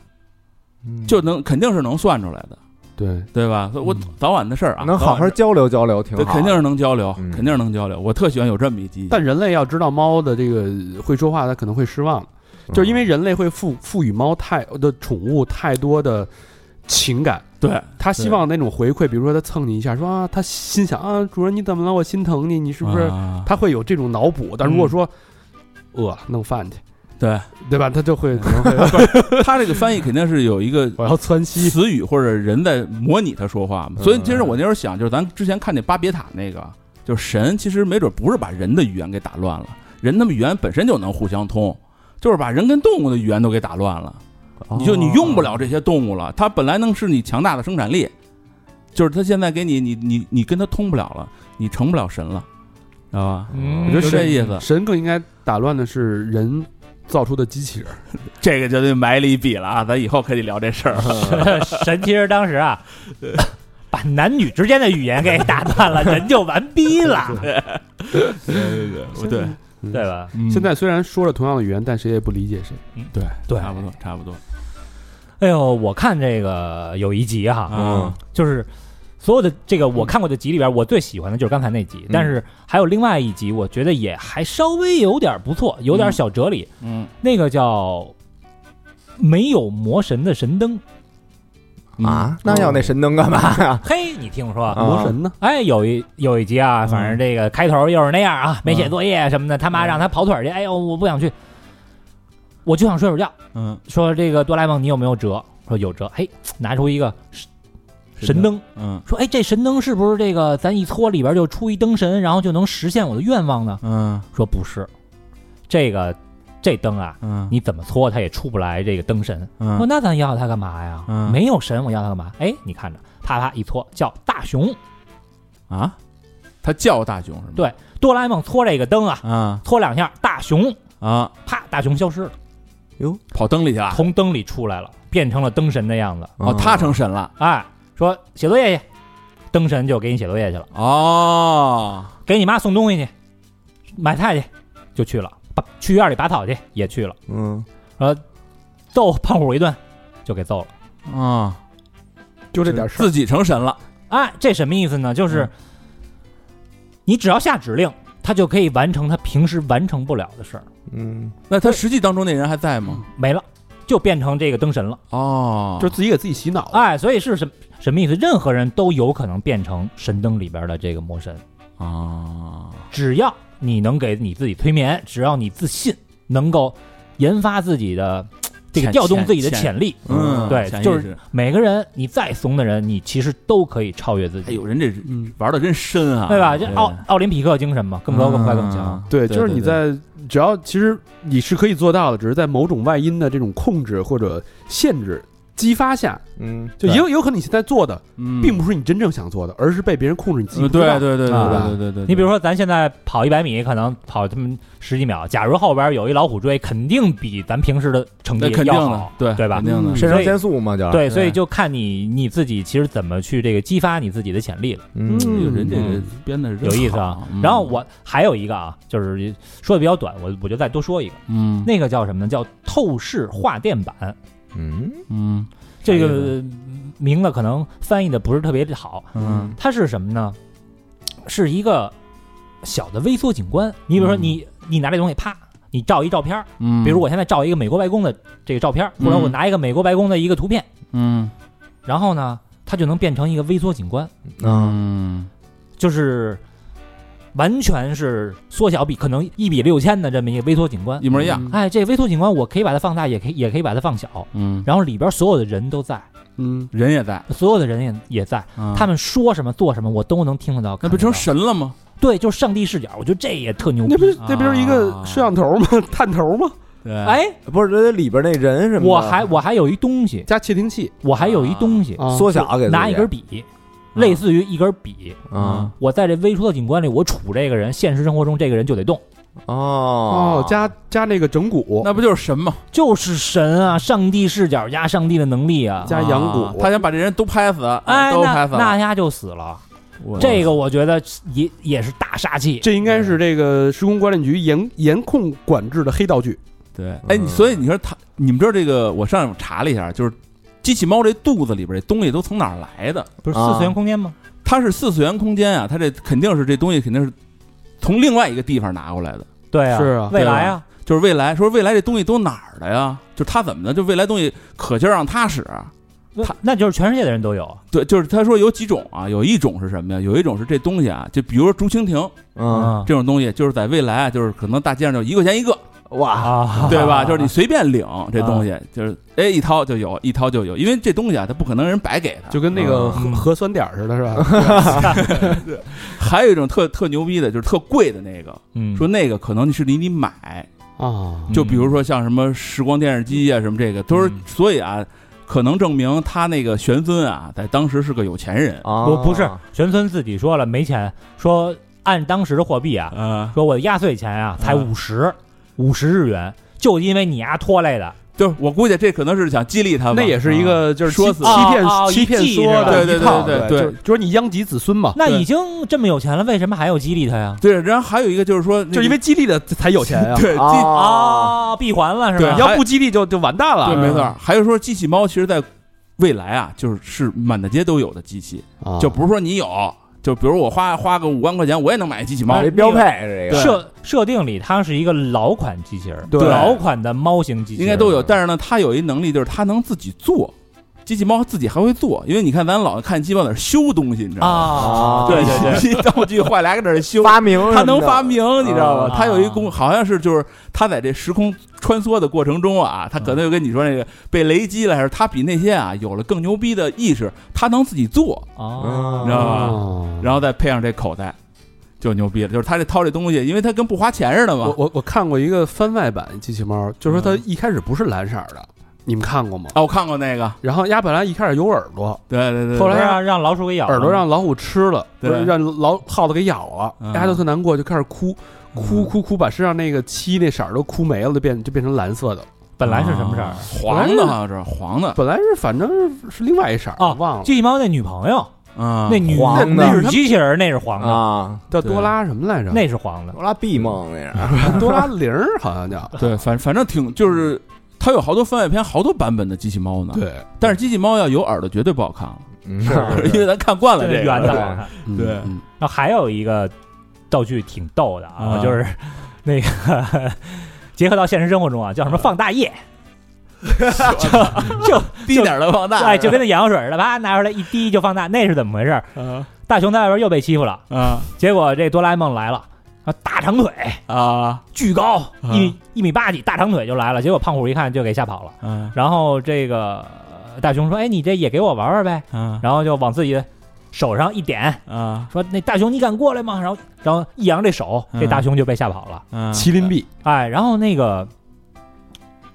Speaker 5: 就能肯定是能算出来的，
Speaker 2: 对，
Speaker 5: 对吧？所以我
Speaker 2: 嗯
Speaker 5: 早晚的事儿啊，
Speaker 3: 能好好交流交流，挺
Speaker 5: 对，
Speaker 3: 好，
Speaker 5: 肯定是能交流，
Speaker 3: 嗯
Speaker 5: 肯定是能交流。我特喜欢有这么一机器，
Speaker 2: 但人类要知道猫的这个会说话，它可能会失望，
Speaker 5: 嗯
Speaker 2: 就是因为人类会赋赋予猫太呃的宠物太多的情感。
Speaker 5: 对
Speaker 2: 它希望那种回馈，比如说它蹭你一下，说啊，它心想啊，主人你怎么了？我心疼你，你是不是？
Speaker 5: 啊嗯
Speaker 2: 它会有这种脑补。但如果说饿了弄饭去，
Speaker 5: 对
Speaker 2: 对吧？它就会可能
Speaker 5: 不 *laughs*
Speaker 2: 会
Speaker 5: 是他这个翻译肯定是有一个
Speaker 2: 我要窜稀。
Speaker 5: 词语或者人在模拟他说话嘛。
Speaker 3: 嗯
Speaker 5: 所以其实我那时候想，就是咱之前看那巴别塔那个，就是神其实没准不是把人的语言给打乱了，人他们语言本身就能互相通，就是把人跟动物的语言都给打乱了。
Speaker 4: 哦
Speaker 5: 你就你用不了这些动物了，它本来能是你强大的生产力，就是它现在给你，你你你跟它通不了了，你成不了神了，知道吧？
Speaker 4: 嗯
Speaker 2: 我觉得
Speaker 5: 就这
Speaker 2: 神
Speaker 5: 意思。
Speaker 2: 神更应该打乱的是人造出的机器人。
Speaker 5: 这个就得埋了一笔了啊！咱以后可以聊这事儿了。
Speaker 4: *laughs* 神其实当时 *laughs* 啊，把男女之间的语言给打断了，人就完逼 *laughs* 了，
Speaker 5: 对对对哦对，
Speaker 4: 对吧？
Speaker 2: 嗯现在虽然说了同样的语言，但谁也不理解谁。
Speaker 4: 对，啊
Speaker 5: 差不多差不多。
Speaker 3: 啊
Speaker 4: 哎呦，我看这个有一集哈，
Speaker 5: 嗯
Speaker 4: 就是所有的这个我看过的集里边，我最喜欢的就是刚才那集，但是还有另外一集，我觉得也还稍微有点不错，有点小哲理。
Speaker 5: 嗯，
Speaker 4: 那个叫没有魔神的神灯，
Speaker 2: 嗯
Speaker 3: 啊，那要那神灯干嘛呀？
Speaker 4: 嘿，你听说？
Speaker 3: 啊
Speaker 2: 魔神呢？
Speaker 4: 哎，有一有一集啊，反正这个开头又是那样啊，没写作业什么的，他妈让他跑腿儿去，哎呦，我不想去，我就想睡会儿觉。
Speaker 5: 嗯，
Speaker 4: 说这个哆啦 A 梦你有没有辙？说有辙，嘿，拿出一个神灯，
Speaker 5: 嗯
Speaker 4: 说哎，这神灯是不是这个咱一搓里边就出一灯神，然后就能实现我的愿望呢？
Speaker 5: 嗯
Speaker 4: 说不是，这个这灯啊，
Speaker 5: 嗯，
Speaker 4: 你怎么搓它也出不来这个灯神。说
Speaker 5: 嗯
Speaker 4: 那咱要它干嘛呀？
Speaker 5: 嗯
Speaker 4: 没有神，我要它干嘛？哎，你看着，啪啪一搓叫大熊，
Speaker 5: 啊，他叫大熊是吗？
Speaker 4: 对哆啦 A 梦搓这个灯啊，
Speaker 5: 啊
Speaker 4: 搓两下，大熊
Speaker 5: 啊，
Speaker 4: 啪，大熊消失了，
Speaker 5: 跑灯里去了，
Speaker 4: 从灯里出来了，变成了灯神的样子。
Speaker 5: 哦，他成神了，
Speaker 4: 哎，说写作业去，灯神就给你写作业去了，
Speaker 5: 哦，
Speaker 4: 给你妈送东西去，买菜去，就去了，拔去院里拔草去也去了，
Speaker 3: 嗯，
Speaker 4: 揍胖虎一顿就给揍了。
Speaker 5: 啊，
Speaker 3: 嗯
Speaker 2: 就这点事儿，
Speaker 5: 自己成神了，
Speaker 4: 哎，这什么意思呢？就是、你只要下指令，他就可以完成他平时完成不了的事儿，
Speaker 3: 嗯，
Speaker 5: 那他实际当中那人还在吗？
Speaker 4: 没了，就变成这个灯神了。
Speaker 5: 哦，
Speaker 2: 就自己给自己洗脑。
Speaker 4: 哎，所以是什什么意思？任何人都有可能变成神灯里边的这个魔神，
Speaker 5: 啊，
Speaker 4: 只要你能给你自己催眠，只要你自信，能够研发自己的这个
Speaker 5: 潜
Speaker 4: 调动自己的
Speaker 5: 潜
Speaker 4: 潜力。
Speaker 5: 嗯，
Speaker 4: 对
Speaker 5: 潜意
Speaker 4: 就是
Speaker 5: 识，
Speaker 4: 每个人，你再怂的人，你其实都可以超越自
Speaker 5: 哎
Speaker 4: 己，
Speaker 5: 呦，人这
Speaker 2: 嗯，
Speaker 5: 玩的真深啊，
Speaker 4: 对吧？这奥
Speaker 5: 对
Speaker 4: 奥林匹克精神嘛，更高、更快、更强。
Speaker 5: 嗯
Speaker 2: 对，就是你在只要其实你是可以做到的，只是在某种外因的这种控制或者限制激发下，
Speaker 3: 嗯，
Speaker 2: 就也有有可能你现在做的并
Speaker 5: 不，
Speaker 2: 不是你真正想做的，而是被别人控制你自
Speaker 5: 嗯
Speaker 2: 己不知
Speaker 5: 对
Speaker 2: 道。
Speaker 5: 对对对
Speaker 4: 啊
Speaker 5: 对对对，
Speaker 4: 你比如说，咱现在跑一百米，可能跑他们十几秒。假如后边有一老虎追，肯定比咱平时的成
Speaker 5: 那
Speaker 4: 绩
Speaker 5: 肯定的
Speaker 4: 要好，，
Speaker 5: 对
Speaker 4: 对吧
Speaker 5: 肯定的
Speaker 2: 嗯，
Speaker 3: 肾上
Speaker 4: 所以
Speaker 3: 腺素嘛，就，
Speaker 5: 对
Speaker 4: 对，所以就看你你自己其实怎么去这个激发你自己的潜力了，
Speaker 3: 嗯
Speaker 5: 哎呦人这
Speaker 2: 嗯
Speaker 5: 个编的
Speaker 4: 有意思啊。
Speaker 5: 嗯
Speaker 4: 然后我还有一个啊，就是说的比较短，我我就再多说一个，
Speaker 5: 嗯
Speaker 4: 那个叫什么呢？叫透视画电板。
Speaker 3: 嗯
Speaker 5: 嗯
Speaker 4: 这
Speaker 5: 啥意
Speaker 4: 个名字可能翻译的不是特别好，
Speaker 5: 嗯
Speaker 4: 它是什么呢？是一个小的微缩景观。你比如说
Speaker 5: 嗯
Speaker 4: 你，你拿这东西啪，你照一照片儿，
Speaker 5: 嗯，
Speaker 4: 比如我现在照一个美国白宫的这个照片儿，或者
Speaker 5: 嗯
Speaker 4: 我拿一个美国白宫的一个图片，
Speaker 5: 嗯
Speaker 4: 然后呢，它就能变成一个微缩景观。
Speaker 3: 啊，
Speaker 5: 嗯
Speaker 4: 就是完全是缩小比可能一比六千的这么一个微缩景观
Speaker 5: 一。模一样，
Speaker 2: 嗯
Speaker 4: 哎，这微缩景观我可以把它放大，也可以也可以把它放小，
Speaker 5: 嗯，
Speaker 4: 然后里边所有的人都在，
Speaker 2: 嗯，
Speaker 5: 人也在，
Speaker 4: 所有的人也也在，他
Speaker 5: 他
Speaker 4: 们说什么做什么我都能听得到。
Speaker 5: 啊那
Speaker 4: 看
Speaker 5: 不
Speaker 4: 得
Speaker 5: 成
Speaker 4: 到
Speaker 5: 神了吗？
Speaker 4: 对，就是上帝视角，我觉得这也特牛逼
Speaker 2: 嗯那。不是那不就是一
Speaker 5: 啊
Speaker 2: 个摄像头吗？探头吗？
Speaker 5: 对，
Speaker 4: 哎，
Speaker 3: 不是这里边那人什么的，
Speaker 4: 我还我还有一东西，
Speaker 2: 加窃听器
Speaker 4: 我还有一东西，
Speaker 2: 啊，
Speaker 3: 缩小给自己
Speaker 4: 拿一根笔，类似于一根笔，
Speaker 3: 啊
Speaker 4: 我在这微缩的景观里，我杵这个人，现实生活中这个人就得动。
Speaker 5: 啊
Speaker 3: 哦
Speaker 2: 哦，加加那个整骨，
Speaker 5: 那不就是神吗？
Speaker 4: 就是神啊，上帝视角加上帝的能力啊。
Speaker 2: 加羊骨，
Speaker 5: 他想把这人都拍死，啊
Speaker 4: 哎，
Speaker 5: 都拍
Speaker 4: 那
Speaker 5: 死
Speaker 4: 那
Speaker 5: 了。
Speaker 4: 丫就死了，这个我觉得也也是大杀器。
Speaker 2: 这应该是这个施工管理局严严控管制的黑道具。
Speaker 5: 对，哎，你所以你说他，你们知道这个，我上网查了一下，就是机器猫这肚子里边这东西都从哪儿来的？
Speaker 4: 不是
Speaker 3: 啊
Speaker 4: 四次元空间吗？
Speaker 5: 它是四次元空间啊，它这肯定是这东西肯定是从另外一个地方拿过来的。
Speaker 4: 对啊，
Speaker 2: 是啊
Speaker 4: 未来
Speaker 5: 对
Speaker 4: 啊，
Speaker 5: 就是未来说未来这东西都哪儿的呀？就是它怎么的？就未来东西可劲儿让它使。啊
Speaker 4: 那
Speaker 5: 他
Speaker 4: 那就是全世界的人都有。
Speaker 5: 对，就是他说有几种啊，有一种是什么呀？有一种是这东西啊，就比如说竹蜻蜓
Speaker 3: 嗯
Speaker 5: 这种东西，就是在未来啊，就是可能大街上就一块钱一个，
Speaker 3: 哇，
Speaker 4: 啊，
Speaker 5: 对吧？就是你随便领这东西，就是哎一掏就有，一掏就有，因为这东西啊，它不可能人白给它。
Speaker 2: 就跟那个核
Speaker 4: 嗯
Speaker 2: 核酸点儿似的，是吧？
Speaker 5: 还有一种特特牛逼的，就是特贵的那个，
Speaker 4: 嗯，
Speaker 5: 说那个可能是你得买，
Speaker 2: *laughs* 啊，
Speaker 5: 就比如说像什么时光电视机啊，什么这个，都是
Speaker 4: 嗯
Speaker 5: 所以啊，可能证明他那个玄孙啊，在当时是个有钱人。
Speaker 3: 啊
Speaker 4: 嗯不不是呃玄孙自己说了没钱，说按当时的货币啊，
Speaker 5: 啊，
Speaker 4: 说我的压岁钱啊才
Speaker 5: 嗯
Speaker 4: 五十五十日元，就因为你丫拖累的，
Speaker 5: 就是我估计这可能是想激励他吧。
Speaker 2: 那也是一个就是
Speaker 5: 说
Speaker 2: 欺
Speaker 5: 死
Speaker 2: 欺骗
Speaker 5: 啊
Speaker 4: 哦哦
Speaker 2: 欺骗
Speaker 4: 一计
Speaker 2: 说
Speaker 4: 是吧
Speaker 2: 的
Speaker 5: 对对
Speaker 2: 一套
Speaker 5: 对对
Speaker 2: 对，
Speaker 5: 对
Speaker 2: 就就是你殃及子孙嘛，
Speaker 4: 那
Speaker 5: 对
Speaker 4: 已经这么有钱了，为什么还要激励他呀？
Speaker 5: 对，然后还有一个就是说那个，
Speaker 2: 就因为激励了才有钱啊。
Speaker 5: 对机
Speaker 3: 啊，
Speaker 4: 啊，闭环了是
Speaker 5: 对
Speaker 4: 吧
Speaker 2: 你？要不激励就就完蛋了。
Speaker 5: 对，没错。还有说机器猫其实在未来啊，就是是满大街都有的机器，
Speaker 2: 啊
Speaker 5: 就不是说你有，就比如我花花个五万块钱，我也能买一机器猫
Speaker 3: 买。这标配是这个，
Speaker 4: 设设定里它是一个老款机器人，
Speaker 3: 对
Speaker 4: 老款的猫型机器
Speaker 5: 应
Speaker 4: 人啊
Speaker 5: 该都有。但是呢，它有一能力，就是它能自己做，机器猫自己还会做。因为你看，咱老看鸡毛在那儿修东西，你知道吗？
Speaker 4: 啊，
Speaker 3: 对
Speaker 4: 对对，
Speaker 5: *laughs* 对，道具坏了还搁这儿修。
Speaker 3: 发明
Speaker 5: *laughs*
Speaker 3: 什么的
Speaker 5: 它能发明，你知道吗？
Speaker 4: 啊
Speaker 5: 它有一功，好像是就是它在这时空穿梭的过程中啊，它可能就跟你说
Speaker 4: 嗯
Speaker 5: 那个被雷击了，还是它比那些啊有了更牛逼的意识，它能自己做，
Speaker 4: 啊
Speaker 3: 嗯，
Speaker 5: 你知道吗？
Speaker 2: 啊
Speaker 5: 然后再配上这口袋，就牛逼了。就是他这掏这东西，因为他跟不花钱似的嘛
Speaker 2: 我。我我看过一个番外版机器猫，就是说它一开始不是蓝色儿的，你们看过吗？
Speaker 5: 啊，我看过那个，
Speaker 2: 然后鸭本来一开始有耳朵，
Speaker 5: 对对嗯对，
Speaker 2: 后
Speaker 4: 后
Speaker 2: 来
Speaker 4: 来让让老鼠给咬了
Speaker 2: 耳朵让老虎吃了，不
Speaker 5: 对
Speaker 2: 是让老耗子给咬了，
Speaker 5: 嗯
Speaker 2: 大家都特难过，就开始哭，哭哭哭，把身上那个漆那色儿都哭没了，就变就变成蓝色的。
Speaker 4: 本来是什么色儿
Speaker 5: 啊？黄的好像是黄的
Speaker 2: 本来是反正是是另外一色儿，
Speaker 4: 哦
Speaker 2: 忘了
Speaker 4: 机器猫那女朋友，
Speaker 5: 啊，
Speaker 4: 那女
Speaker 3: 黄的
Speaker 4: 那女机器人那是黄的，
Speaker 3: 啊，
Speaker 2: 叫多拉什么来着？
Speaker 4: *laughs* 那是黄
Speaker 3: *laughs*
Speaker 4: 的
Speaker 3: 罗拉 B 梦那
Speaker 2: *laughs*
Speaker 3: 样，
Speaker 2: 多拉零儿
Speaker 5: *laughs*
Speaker 2: 好像叫。
Speaker 5: 对，反反正挺就是。它有好多番外篇，好多版本的机器猫呢。，
Speaker 2: 对，
Speaker 5: 但是机器猫要有耳朵绝对不好看了，
Speaker 3: 嗯
Speaker 5: *laughs* 因为咱看惯了
Speaker 4: 对
Speaker 5: 这
Speaker 4: 啊对
Speaker 5: 个
Speaker 4: 圆的
Speaker 3: 对
Speaker 4: 好看。
Speaker 2: 嗯
Speaker 5: 对
Speaker 2: 嗯
Speaker 4: 然后还有一个道具挺逗的啊，
Speaker 5: 啊
Speaker 4: 就是那个结合到现实生活中啊，叫什么放大液，
Speaker 5: *laughs*
Speaker 4: 就
Speaker 5: 低点儿的放大。
Speaker 4: 哎就跟那眼药水似的，啪拿出来一滴就放大，那是怎么回事？大雄在外边又被欺负了，
Speaker 5: 啊
Speaker 4: 结果这哆啦 A 梦来了，啊大长腿
Speaker 5: 啊
Speaker 4: 巨高一米一米八几，大长腿就来了，结果胖虎一看就给吓跑了。
Speaker 5: 啊
Speaker 4: 然后这个呃大雄说：“哎，你这也给我玩玩呗。”
Speaker 5: 啊
Speaker 4: 然后就往自己的手上一点，
Speaker 5: 啊
Speaker 4: 说那大熊你敢过来吗？然后然后一扬这手，
Speaker 5: 嗯
Speaker 4: 这大熊就被吓跑了。
Speaker 5: 啊！
Speaker 2: 麒麟臂
Speaker 4: 哎，然后那个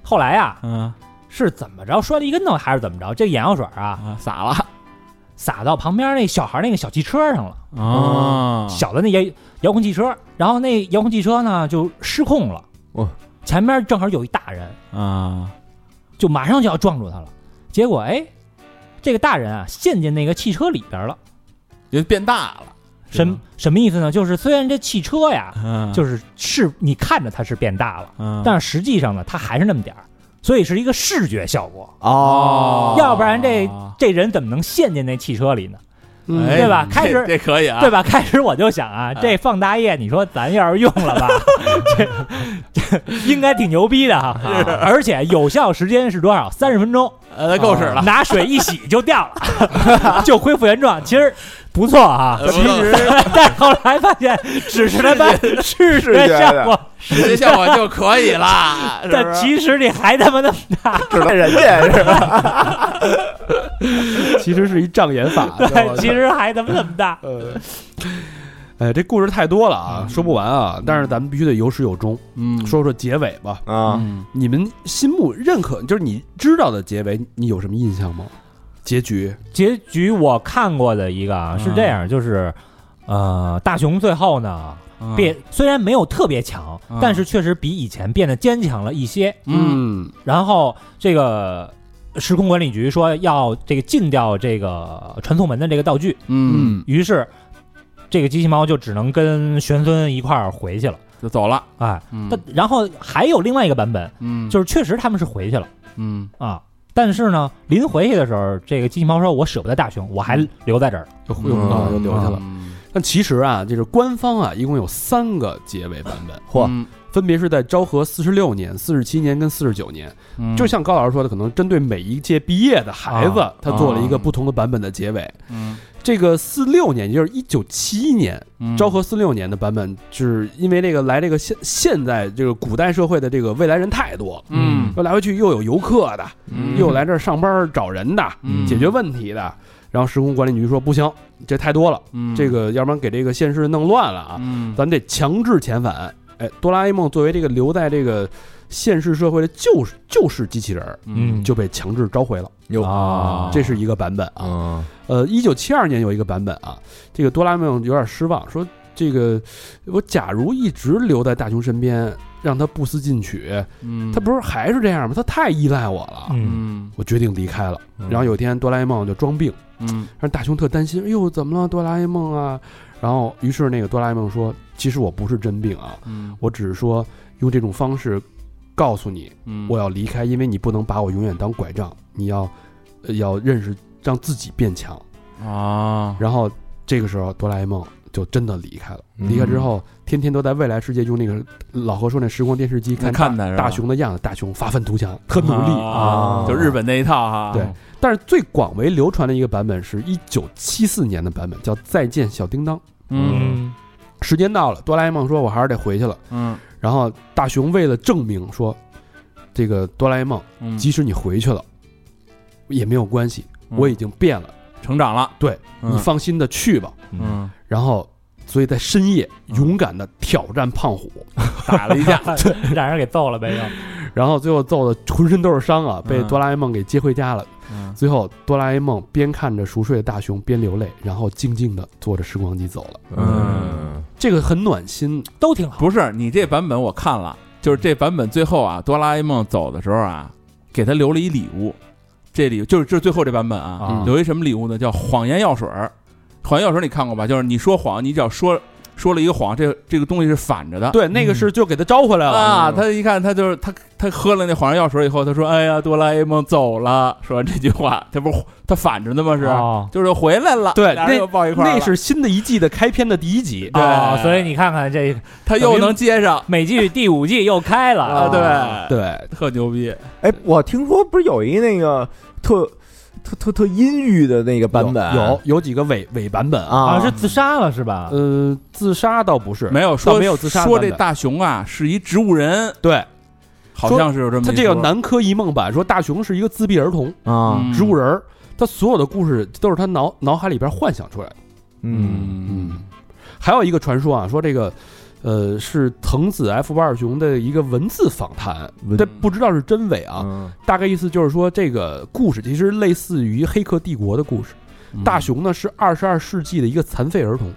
Speaker 4: 后来呀、
Speaker 5: 啊
Speaker 4: 是怎么着摔了一跟头还是怎么着？这眼药水啊
Speaker 5: 啊撒了
Speaker 4: 洒到旁边那小孩那个小汽车上了，
Speaker 5: 啊
Speaker 4: 小的那遥遥控汽车。然后那遥控汽车呢就失控了，
Speaker 3: 哇
Speaker 4: 前面正好有一大人，
Speaker 5: 啊
Speaker 4: 就马上就要撞住他了。结果哎，这个大人啊陷进那个汽车里边了。
Speaker 5: 也变大了，是
Speaker 4: 什
Speaker 5: 吗
Speaker 4: 什么意思呢？就是虽然这汽车呀，
Speaker 5: 啊
Speaker 4: 就是是你看着它是变大了。
Speaker 5: 啊
Speaker 4: 但是实际上呢，它还是那么点儿，所以是一个视觉效果。
Speaker 3: 哦，
Speaker 4: 要不然这这人怎么能陷进那汽车里呢？
Speaker 2: 嗯
Speaker 5: 哎 *laughs*
Speaker 4: 对吧
Speaker 5: 这
Speaker 4: 开始
Speaker 5: 这可以啊，
Speaker 4: 对吧？开始我就想啊，这放大液，你说咱要是用了吧，这这应该挺牛逼的哈。 *laughs* 而且有效时间是多少？三十分钟，
Speaker 5: 呃，够使了。
Speaker 4: 拿水一洗就掉了， *laughs* 就恢复原状。其实不错啊。
Speaker 5: 呃
Speaker 4: 但后来发现只是他妈视觉效果，
Speaker 5: 直接效果就可以啦，是
Speaker 4: 但
Speaker 5: 不是？
Speaker 4: 其实你还他妈的
Speaker 3: 指导人家是吧？
Speaker 2: 其实是一障眼
Speaker 5: *laughs*
Speaker 2: 法，知道吗
Speaker 4: 对，其实还他妈那么大。
Speaker 2: 呃，哎，这故事太多了啊，说不完啊。但是咱们必须得有始有终，
Speaker 5: 嗯
Speaker 2: 说说结尾吧。
Speaker 3: 啊，
Speaker 5: 嗯
Speaker 2: 你们心目认可，就是你知道的结尾，你有什么印象吗？结局
Speaker 4: 结局我看过的一个啊，
Speaker 5: 嗯
Speaker 4: 是这样，就是，呃，大雄最后呢变、虽然没有特别强，
Speaker 5: 嗯
Speaker 4: 但是确实比以前变得坚强了一些。
Speaker 5: 嗯
Speaker 4: 然后这个时空管理局说要这个禁掉这个传送门的这个道具，
Speaker 5: 嗯，
Speaker 4: 于是这个机器猫就只能跟玄孙一块儿回去了。
Speaker 5: 就走了。
Speaker 4: 哎，
Speaker 5: 嗯
Speaker 4: 但然后还有另外一个版本，
Speaker 5: 嗯
Speaker 4: 就是确实他们是回去了。
Speaker 5: 嗯
Speaker 4: 啊。但是呢，临回去的时候，这个机器猫说：“我舍不得大熊，我还留在这儿。
Speaker 2: 又又
Speaker 3: 嗯
Speaker 2: 啊又留下了。
Speaker 5: 嗯
Speaker 2: 但其实啊，就是官方啊，一共有三个结尾版本，
Speaker 3: 嚯
Speaker 5: 嗯
Speaker 2: 分别是在昭和四十六年、四十七年跟四十九年。
Speaker 5: 嗯
Speaker 2: 就像高老师说的，可能针对每一届毕业的孩子，他做了一个
Speaker 5: 啊
Speaker 2: 不同的版本的结尾。
Speaker 5: 嗯
Speaker 2: 这个四六年，也就是一九七一年，
Speaker 5: 嗯
Speaker 2: 昭和四六年的版本，就是因为这个来这个现现在这个古代社会的这个未来人太多，
Speaker 5: 嗯
Speaker 2: 又来回去又有游客的，
Speaker 5: 嗯
Speaker 2: 又来这儿上班找人的，
Speaker 5: 嗯
Speaker 2: 解决问题的。然后时空管理局说不行，这太多了，
Speaker 5: 嗯
Speaker 2: 这个要不然给这个现实弄乱了啊，
Speaker 5: 嗯
Speaker 2: 咱们得强制遣返。哎，哆啦 A 梦作为这个留在这个现实社会的旧旧式机器人儿”
Speaker 4: 嗯，
Speaker 2: 就被强制召回了，
Speaker 3: 有
Speaker 4: 啊，
Speaker 2: 这是一个版本啊。
Speaker 3: 啊，
Speaker 2: 呃，一九七二年有一个版本啊，这个哆啦 A 梦有点失望，说这个我假如一直留在大雄身边，让他不思进取，
Speaker 5: 嗯
Speaker 2: 他不是还是这样吗？他太依赖我了，
Speaker 4: 嗯
Speaker 5: 嗯
Speaker 2: 我决定离开了。
Speaker 3: 嗯
Speaker 2: 然后有一天，哆啦 A 梦就装病，
Speaker 5: 嗯
Speaker 2: 让大雄特担心，哎呦，怎么了，哆啦 A 梦啊？然后，于是那个哆啦 A 梦说：“其实我不是真病啊，
Speaker 5: 嗯
Speaker 2: 我只是说用这种方式告诉你
Speaker 5: 嗯
Speaker 2: 我要离开，因为你不能把我永远当拐杖，你要呃要认识，让自己变强。
Speaker 5: 啊，
Speaker 2: 然后这个时候，哆啦 A 梦就真的离开了。
Speaker 3: 嗯
Speaker 2: 离开之后，天天都在未来世界用那个老何说那时光电视机看
Speaker 5: 看的是吧
Speaker 2: 大熊的样子，大熊发愤图强，特努力。
Speaker 5: 啊，就日本那一套哈。
Speaker 2: 对但是最广为流传的一个版本是一九七四年的版本，叫《再见小叮当》。
Speaker 5: 嗯
Speaker 2: 时间到了，哆啦 A 梦说：“我还是得回去了。
Speaker 5: 嗯”
Speaker 2: 然后大熊为了证明说，这个哆啦 A 梦，
Speaker 5: 嗯，
Speaker 2: 即使你回去了，也没有关系，
Speaker 5: 嗯
Speaker 2: 我已经变了，
Speaker 5: 成长了。
Speaker 2: 对
Speaker 5: 嗯，
Speaker 2: 你放心的去吧。
Speaker 5: 嗯
Speaker 2: 然后，所以在深夜勇敢的挑战胖虎，
Speaker 5: 打了一
Speaker 2: *laughs*
Speaker 5: 架，
Speaker 4: 嗯让人给揍了呗，又
Speaker 2: 然后最后揍的浑身都是伤啊，被
Speaker 5: 嗯
Speaker 2: 哆啦 A 梦给接回家了。
Speaker 5: 嗯
Speaker 2: 最后，哆啦 A 梦边看着熟睡的大熊边流泪，然后静静的坐着时光机走了。
Speaker 3: 嗯，
Speaker 2: 这个很暖心，
Speaker 4: 都挺好。
Speaker 5: 不是你这版本我看了，就是这版本最后啊，哆啦 A 梦走的时候啊，给他留了一礼物，这礼物就是就是最后这版本啊，
Speaker 2: 嗯
Speaker 5: 留一什么礼物呢？叫谎言药水儿。谎言药水儿你看过吧？就是你说谎，你只要说说了一个谎，这这个东西是反着的。
Speaker 2: 对，那个是就给他招回来了
Speaker 5: 啊，他一看他就是他他喝了那谎言药水以后，他说：“哎呀，哆啦 A 梦走了。”说完这句话，他不是他反着的吗？是、
Speaker 4: 哦
Speaker 5: 就是回来了，
Speaker 2: 啊对
Speaker 5: 俩人
Speaker 2: 那
Speaker 5: 又抱一块儿了
Speaker 2: 那是新的一季的开篇的第一集。
Speaker 5: 对
Speaker 4: 哦，所以你看看这
Speaker 5: 他又能接上
Speaker 4: 美剧第五季又开了
Speaker 5: 啊，对，
Speaker 2: 对，
Speaker 5: 特牛逼，
Speaker 3: 哎，我听说不是有一那个特特特特阴郁的那个版本，
Speaker 2: 有有几个伪伪版本啊。
Speaker 3: 啊
Speaker 4: 啊，是自杀了是吧？
Speaker 2: 呃，自杀倒不是，
Speaker 5: 没有说
Speaker 2: 倒没有自杀的
Speaker 5: 说
Speaker 2: 版
Speaker 5: 这
Speaker 2: 本
Speaker 5: 大熊啊是一植物人，
Speaker 2: 对
Speaker 5: 好像是有这么一
Speaker 2: 他
Speaker 5: 说
Speaker 2: 这个南柯一梦版说大熊是一个自闭儿童，
Speaker 3: 啊，
Speaker 5: 嗯
Speaker 2: 植物人儿，他所有的故事都是他脑脑海里边幻想出来的。
Speaker 3: 嗯
Speaker 5: 嗯嗯，
Speaker 2: 还有一个传说啊，说这个，呃，是藤子 F 不二雄的一个文字访谈，
Speaker 3: 文
Speaker 2: 这不知道是真伪啊。
Speaker 3: 啊，
Speaker 2: 大概意思就是说，这个故事其实类似于《黑客帝国》的故事。大熊呢是二十二世纪的一个残废儿童，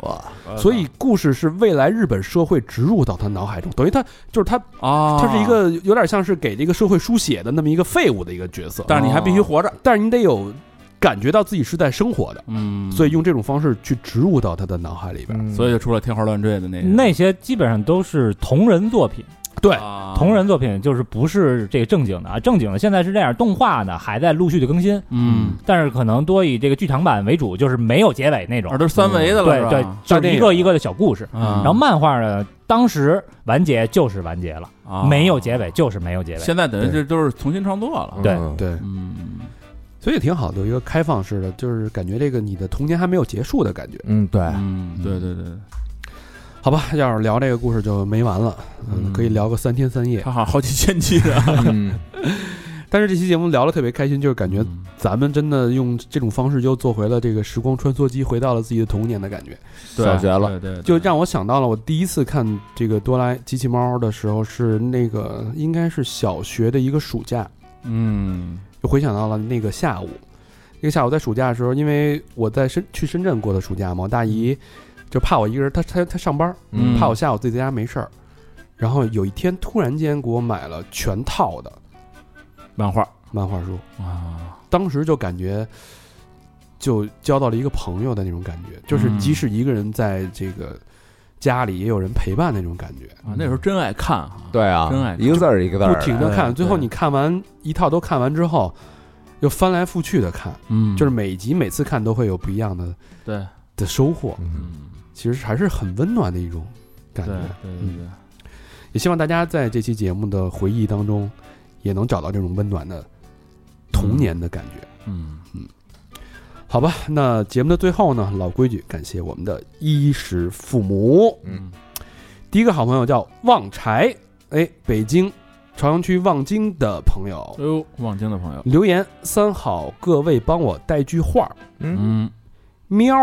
Speaker 3: 哇，
Speaker 2: 所以故事是未来日本社会植入到他脑海中，等于他就是他，
Speaker 5: 啊，
Speaker 2: 他是一，个有点像是给这个社会书写的那么一个废物的一个角色，啊
Speaker 5: 但是你还必须活着，
Speaker 2: 但是你得有感觉到自己是在生活的，
Speaker 5: 嗯
Speaker 2: 所以用这种方式去植入到他的脑海里边。
Speaker 3: 嗯
Speaker 5: 所以就出了天花乱坠的那个
Speaker 4: 那些基本上都是同人作品，
Speaker 2: 对，
Speaker 5: 啊
Speaker 4: 同人作品就是不是这个正经的啊，正经的现在是这样，动画呢还在陆续的更新，
Speaker 5: 嗯，
Speaker 4: 但是可能多以这个剧场版为主，就是没有结尾那种
Speaker 5: 耳。朵啊三维的了，
Speaker 4: 嗯
Speaker 5: 啊
Speaker 4: 对对，
Speaker 2: 大
Speaker 4: 就是
Speaker 2: 电
Speaker 4: 一
Speaker 2: 影
Speaker 4: 个一个的小故事。
Speaker 5: 然
Speaker 4: 然后漫画呢，当时完结就是完结了，没有结
Speaker 5: 尾，
Speaker 4: 尾就是没有结尾。
Speaker 5: 啊现在等于这都是重新创作了，
Speaker 4: 对
Speaker 3: 嗯
Speaker 2: 对，
Speaker 5: 嗯，
Speaker 2: 所以挺好的，有一个开放式的，就是感觉这个你的童年还没有结束的感觉，
Speaker 3: 嗯对，
Speaker 5: 嗯，对对对，
Speaker 2: 好吧？要是聊这个故事就没完了，嗯，
Speaker 5: 嗯
Speaker 2: 可以聊个三天三夜。
Speaker 5: 他好像好几千集的，
Speaker 3: 嗯
Speaker 2: 但是这期节目聊得特别开心，就是
Speaker 5: 嗯
Speaker 2: 感觉咱们真的用这种方式又做回了这个时光穿梭机，回到了自己的童年的感觉，
Speaker 5: 对
Speaker 3: 小学了，
Speaker 5: 对对，对
Speaker 2: 就让我想到了我第一次看这个哆啦 A- 机器猫的时候，是那个应该是小学的一个暑假，
Speaker 5: 嗯
Speaker 2: 就回想到了那个下午，那个下午在暑假的时候，因为我在深去深圳过的暑假嘛，我大姨就怕我一个人，她她她上班，
Speaker 5: 嗯
Speaker 2: 怕我下午自己在家没事儿。然后有一天突然间给我买了全套的
Speaker 5: 漫画
Speaker 2: 漫画书，
Speaker 5: 啊，
Speaker 2: 当时就感觉就交到了一个朋友的那种感觉，就是
Speaker 5: 嗯
Speaker 2: 即使一个人在这个家里也有人陪伴那种感觉，
Speaker 5: 啊那时候真爱看啊，
Speaker 3: *laughs* 对啊
Speaker 5: 真爱，看
Speaker 3: 一个字儿一个字
Speaker 2: 不
Speaker 3: 儿的，
Speaker 2: 停的看。
Speaker 5: 哎对
Speaker 2: 最后
Speaker 5: 对
Speaker 2: 你看完一套都看完之后，又翻来覆去的看，
Speaker 5: 嗯，
Speaker 2: 就是每集每次看都会有不一样的
Speaker 5: 对，
Speaker 2: 的收获，
Speaker 3: 嗯
Speaker 5: 嗯，
Speaker 2: 其实还是很温暖的一种感
Speaker 5: 对嗯
Speaker 2: 觉。嗯
Speaker 5: 对对对，
Speaker 2: 也希望大家在这期节目的回忆当中，也能找到这种温暖的童年的感觉。
Speaker 5: 嗯，
Speaker 2: 好吧，那节目的最后呢，老规矩，感谢我们的衣食父母。
Speaker 3: 嗯，
Speaker 2: 第一个好朋友叫旺柴，哎，北京朝阳区望京的朋友
Speaker 5: 哎呦，望京的朋友，
Speaker 2: 留言：三好，各位帮我带句话儿。
Speaker 3: 嗯
Speaker 5: 嗯，
Speaker 2: 喵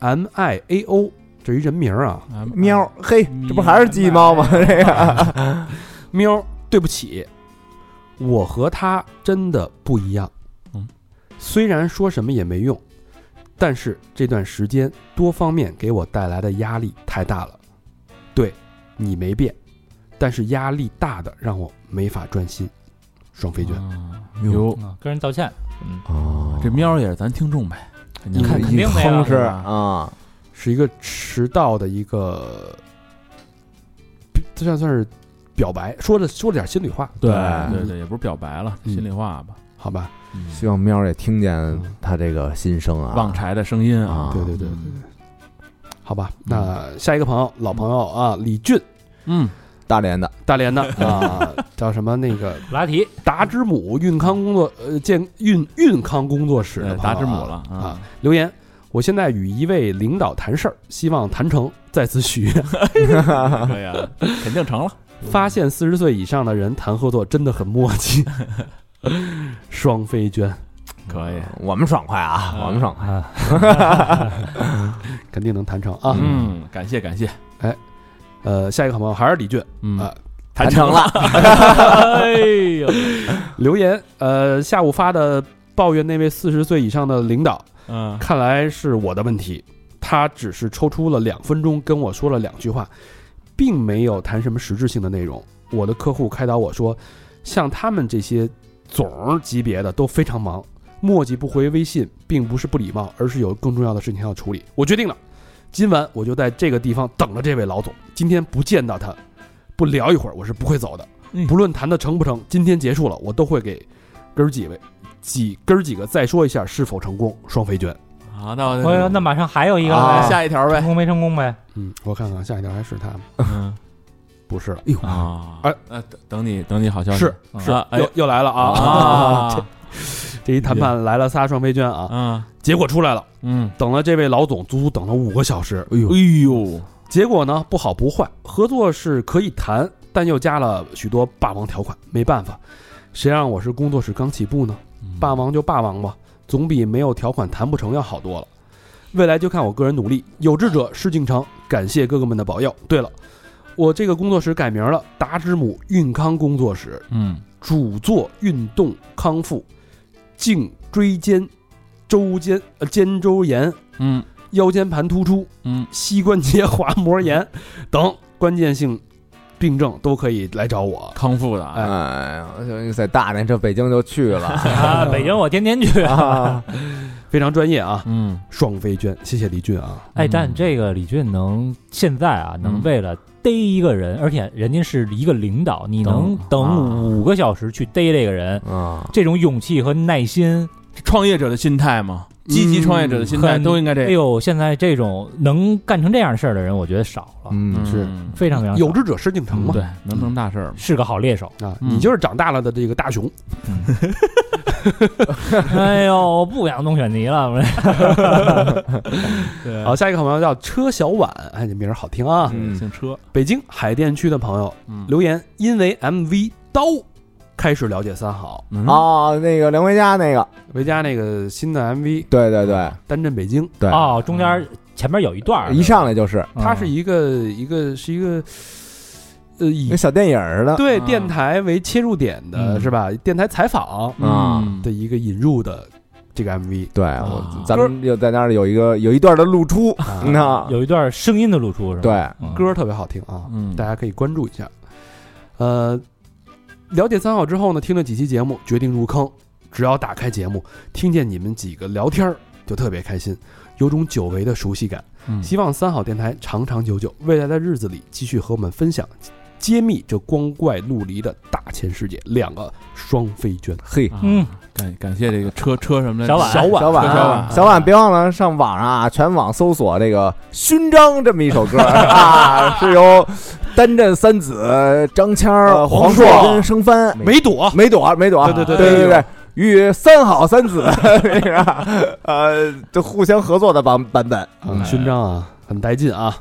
Speaker 2: ，M I A O，这一人名儿啊。
Speaker 5: 嗯哎
Speaker 3: 喵，嘿，这不还是鸡猫吗？这个，
Speaker 2: 喵，对不起，我和他真的不一样。
Speaker 5: 嗯，
Speaker 2: 虽然说什么也没用，但是这段时间多方面给我带来的压力太大了。对，你没变，但是压力大的让我没法专心。双飞卷，
Speaker 5: 啊
Speaker 3: 哟
Speaker 5: 哟，
Speaker 4: 啊跟人道歉，
Speaker 3: 哦
Speaker 5: 嗯这喵也是咱听众呗，
Speaker 2: 你看
Speaker 4: 肯定的呀
Speaker 3: 哼是
Speaker 5: 嗯
Speaker 3: 啊，
Speaker 2: 是一个迟到的一个，这算算是表白，说了说了点心里话。
Speaker 5: 对
Speaker 3: 对
Speaker 5: 对对，也不是表白了，
Speaker 2: 嗯
Speaker 5: 心里话吧，嗯
Speaker 2: 好吧？
Speaker 3: 希望喵儿也听见他这个心声啊。
Speaker 5: 旺柴的声音啊，
Speaker 2: 对对对对对，好吧。那下一个朋友，老朋友啊，李俊，
Speaker 5: 嗯，
Speaker 3: 大连的，
Speaker 2: 大连的啊，叫什么那个
Speaker 4: 普拉提，
Speaker 2: 达之母运康工作呃健运运康工作室
Speaker 5: 对
Speaker 2: 的朋
Speaker 5: 嗯
Speaker 2: 友
Speaker 5: 哎达
Speaker 2: 啊
Speaker 5: 之母了
Speaker 2: 啊，留言。我现在与一位领导谈事儿，希望谈成，在此许 *laughs* 愿。
Speaker 5: *laughs* 啊，对呀，肯定成了。
Speaker 2: 发现四十岁以上的人谈合作真的很默契。 *laughs* 双飞娟
Speaker 5: 可以，
Speaker 3: 我们爽快啊，我们爽快。
Speaker 2: 肯定能谈成啊。
Speaker 5: 嗯，感谢感谢，
Speaker 2: 呃，下一个好朋友还是李俊，
Speaker 5: 嗯
Speaker 2: 啊
Speaker 3: 谈成了，
Speaker 5: *laughs*
Speaker 4: 哎呦，
Speaker 2: 留言，呃，下午发的抱怨那位四十岁以上的领导，
Speaker 5: 嗯，
Speaker 2: 看来是我的问题，他只是抽出了两分钟跟我说了两句话，并没有谈什么实质性的内容。我的客户开导我说，像他们这些总儿级别的都非常忙，墨迹不回微信，并不是不礼貌，而是有更重要的事情要处理。我决定了，今晚我就在这个地方等着这位老总。今天不见到他，不聊一会儿，我是不会走的。
Speaker 5: 嗯
Speaker 2: 不论谈的成不成，今天结束了，我都会给哥儿几位几哥儿几个再说一下是否成功。双飞娟，
Speaker 5: 好，那我
Speaker 4: 哎呦，那马上还有一个
Speaker 5: 嗯啊
Speaker 4: 来，
Speaker 5: 下一条
Speaker 4: 成
Speaker 5: 呗，
Speaker 4: 功没成功呗？
Speaker 2: 嗯，我看看下一条还是他吗？
Speaker 5: 嗯
Speaker 2: 不是了，
Speaker 5: 啊，
Speaker 2: 哎
Speaker 5: 呃，等等你等你好消息
Speaker 2: 是
Speaker 5: 是，哎
Speaker 2: 又又来了啊！
Speaker 5: 啊，
Speaker 2: *laughs* 这这一谈判来了仨双飞娟啊，
Speaker 5: 嗯
Speaker 2: 结果出来了，
Speaker 5: 嗯，
Speaker 2: 等了这位老总足足等了五个小时。
Speaker 5: 哎呦哎呦，
Speaker 2: 结果呢，不好不坏，合作是可以谈，但又加了许多霸王条款。没办法，谁让我是工作室刚起步呢？霸王就霸王吧，总比没有条款谈不成要好多了。未来就看我个人努力，有志者事竟成。感谢哥哥们的保佑。对了，我这个工作室改名了，达之母运康工作室，
Speaker 5: 嗯，
Speaker 2: 主做运动康复、颈椎间、周间呃肩周炎、
Speaker 5: 嗯
Speaker 2: 腰间盘突出、
Speaker 5: 嗯
Speaker 2: 膝关节滑膜炎等关键性病症都可以来找我。
Speaker 5: 康复的，
Speaker 2: 哎
Speaker 5: 啊，
Speaker 3: 哎呀，就在大连这北京就去了
Speaker 4: 啊，北京我天天去。
Speaker 3: 啊，
Speaker 2: 非常专业啊，
Speaker 5: 嗯，
Speaker 2: 双飞娟，谢谢李俊
Speaker 4: *laughs*
Speaker 2: 啊，
Speaker 4: 哎，但这个李俊能现在啊，能
Speaker 5: 嗯
Speaker 4: 为了逮一个人，而且人家是一个领导，你能
Speaker 5: 等啊
Speaker 4: 等五个小时去逮这个人，
Speaker 3: 啊，
Speaker 4: 这种勇气和耐心，
Speaker 5: 创业者的心态嘛，积极创业者的心态
Speaker 4: 很
Speaker 5: 都应该这
Speaker 4: 哎
Speaker 5: 样，
Speaker 4: 呦，现在这种能干成这样事儿的人，我觉得少了，
Speaker 3: 嗯，
Speaker 5: 是
Speaker 4: 非常非常少嗯
Speaker 2: 有志者事竟成嘛。
Speaker 5: 对，能成大事儿嘛，
Speaker 4: 是个好猎手。
Speaker 2: 啊，
Speaker 5: 嗯
Speaker 2: 你就是长大了的这个大熊，
Speaker 4: 哎呦，不想弄选题了，我这
Speaker 5: 对
Speaker 2: 好，下一个好朋友叫车小婉，哎，这名儿好听啊！
Speaker 3: 嗯
Speaker 5: 姓车，
Speaker 2: 北京海淀区的朋友
Speaker 5: 嗯
Speaker 2: 留言，因为 MV 刀开始了解三好，
Speaker 5: 嗯
Speaker 3: 哦，那个梁维嘉那个，
Speaker 2: 维嘉那个新的 MV《
Speaker 3: 对对对
Speaker 2: 单镇北京》，
Speaker 3: 对，
Speaker 4: 哦，中间前面有一段儿
Speaker 3: 一上来就是
Speaker 5: 啊
Speaker 4: 嗯
Speaker 2: 它是一个一个是一个，呃，以
Speaker 5: 嗯
Speaker 3: 跟小电影儿似的，
Speaker 2: 对
Speaker 5: 啊
Speaker 2: 电台为切入点的
Speaker 4: 嗯
Speaker 2: 是吧？电台采访
Speaker 3: 啊
Speaker 5: 嗯
Speaker 2: 的一个引入的这个
Speaker 5: *laughs*
Speaker 2: MV
Speaker 3: 对
Speaker 5: 啊
Speaker 3: 我咱们就在那儿有一个有一段的露出，
Speaker 2: 啊，
Speaker 3: 那
Speaker 4: 有一段声音的露出，是吧？
Speaker 3: 对，
Speaker 4: 嗯，
Speaker 2: 歌儿特别好听啊，
Speaker 5: 嗯
Speaker 2: 大家可以关注一下。呃，了解三好之后呢，听了几期节目，决定入坑。只要打开节目，听见你们几个聊天儿，就特别开心，有种久违的熟悉感。
Speaker 5: 嗯
Speaker 2: 希望三好电台长长久久，未来的日子里继续和我们分享、揭秘这光怪陆离的大千世界。两个双飞娟，
Speaker 3: 嘿，
Speaker 5: 啊
Speaker 4: 嗯，
Speaker 5: 感感谢这个车车什么的
Speaker 4: 小婉
Speaker 5: 小
Speaker 3: 小婉
Speaker 5: 小
Speaker 3: 啊，
Speaker 5: 婉
Speaker 3: 小婉，别忘了上网上啊，全网搜索这个《勋章》这么一首歌啊，是由单镇三子张锵儿、黄硕跟生番
Speaker 2: 梅朵，
Speaker 3: 梅朵梅朵，
Speaker 2: 对对
Speaker 3: 对
Speaker 2: 对
Speaker 3: 对对。与三好三子 *laughs* 那个呃，就互相合作的版版本，
Speaker 2: 嗯，勋章啊，很带劲啊。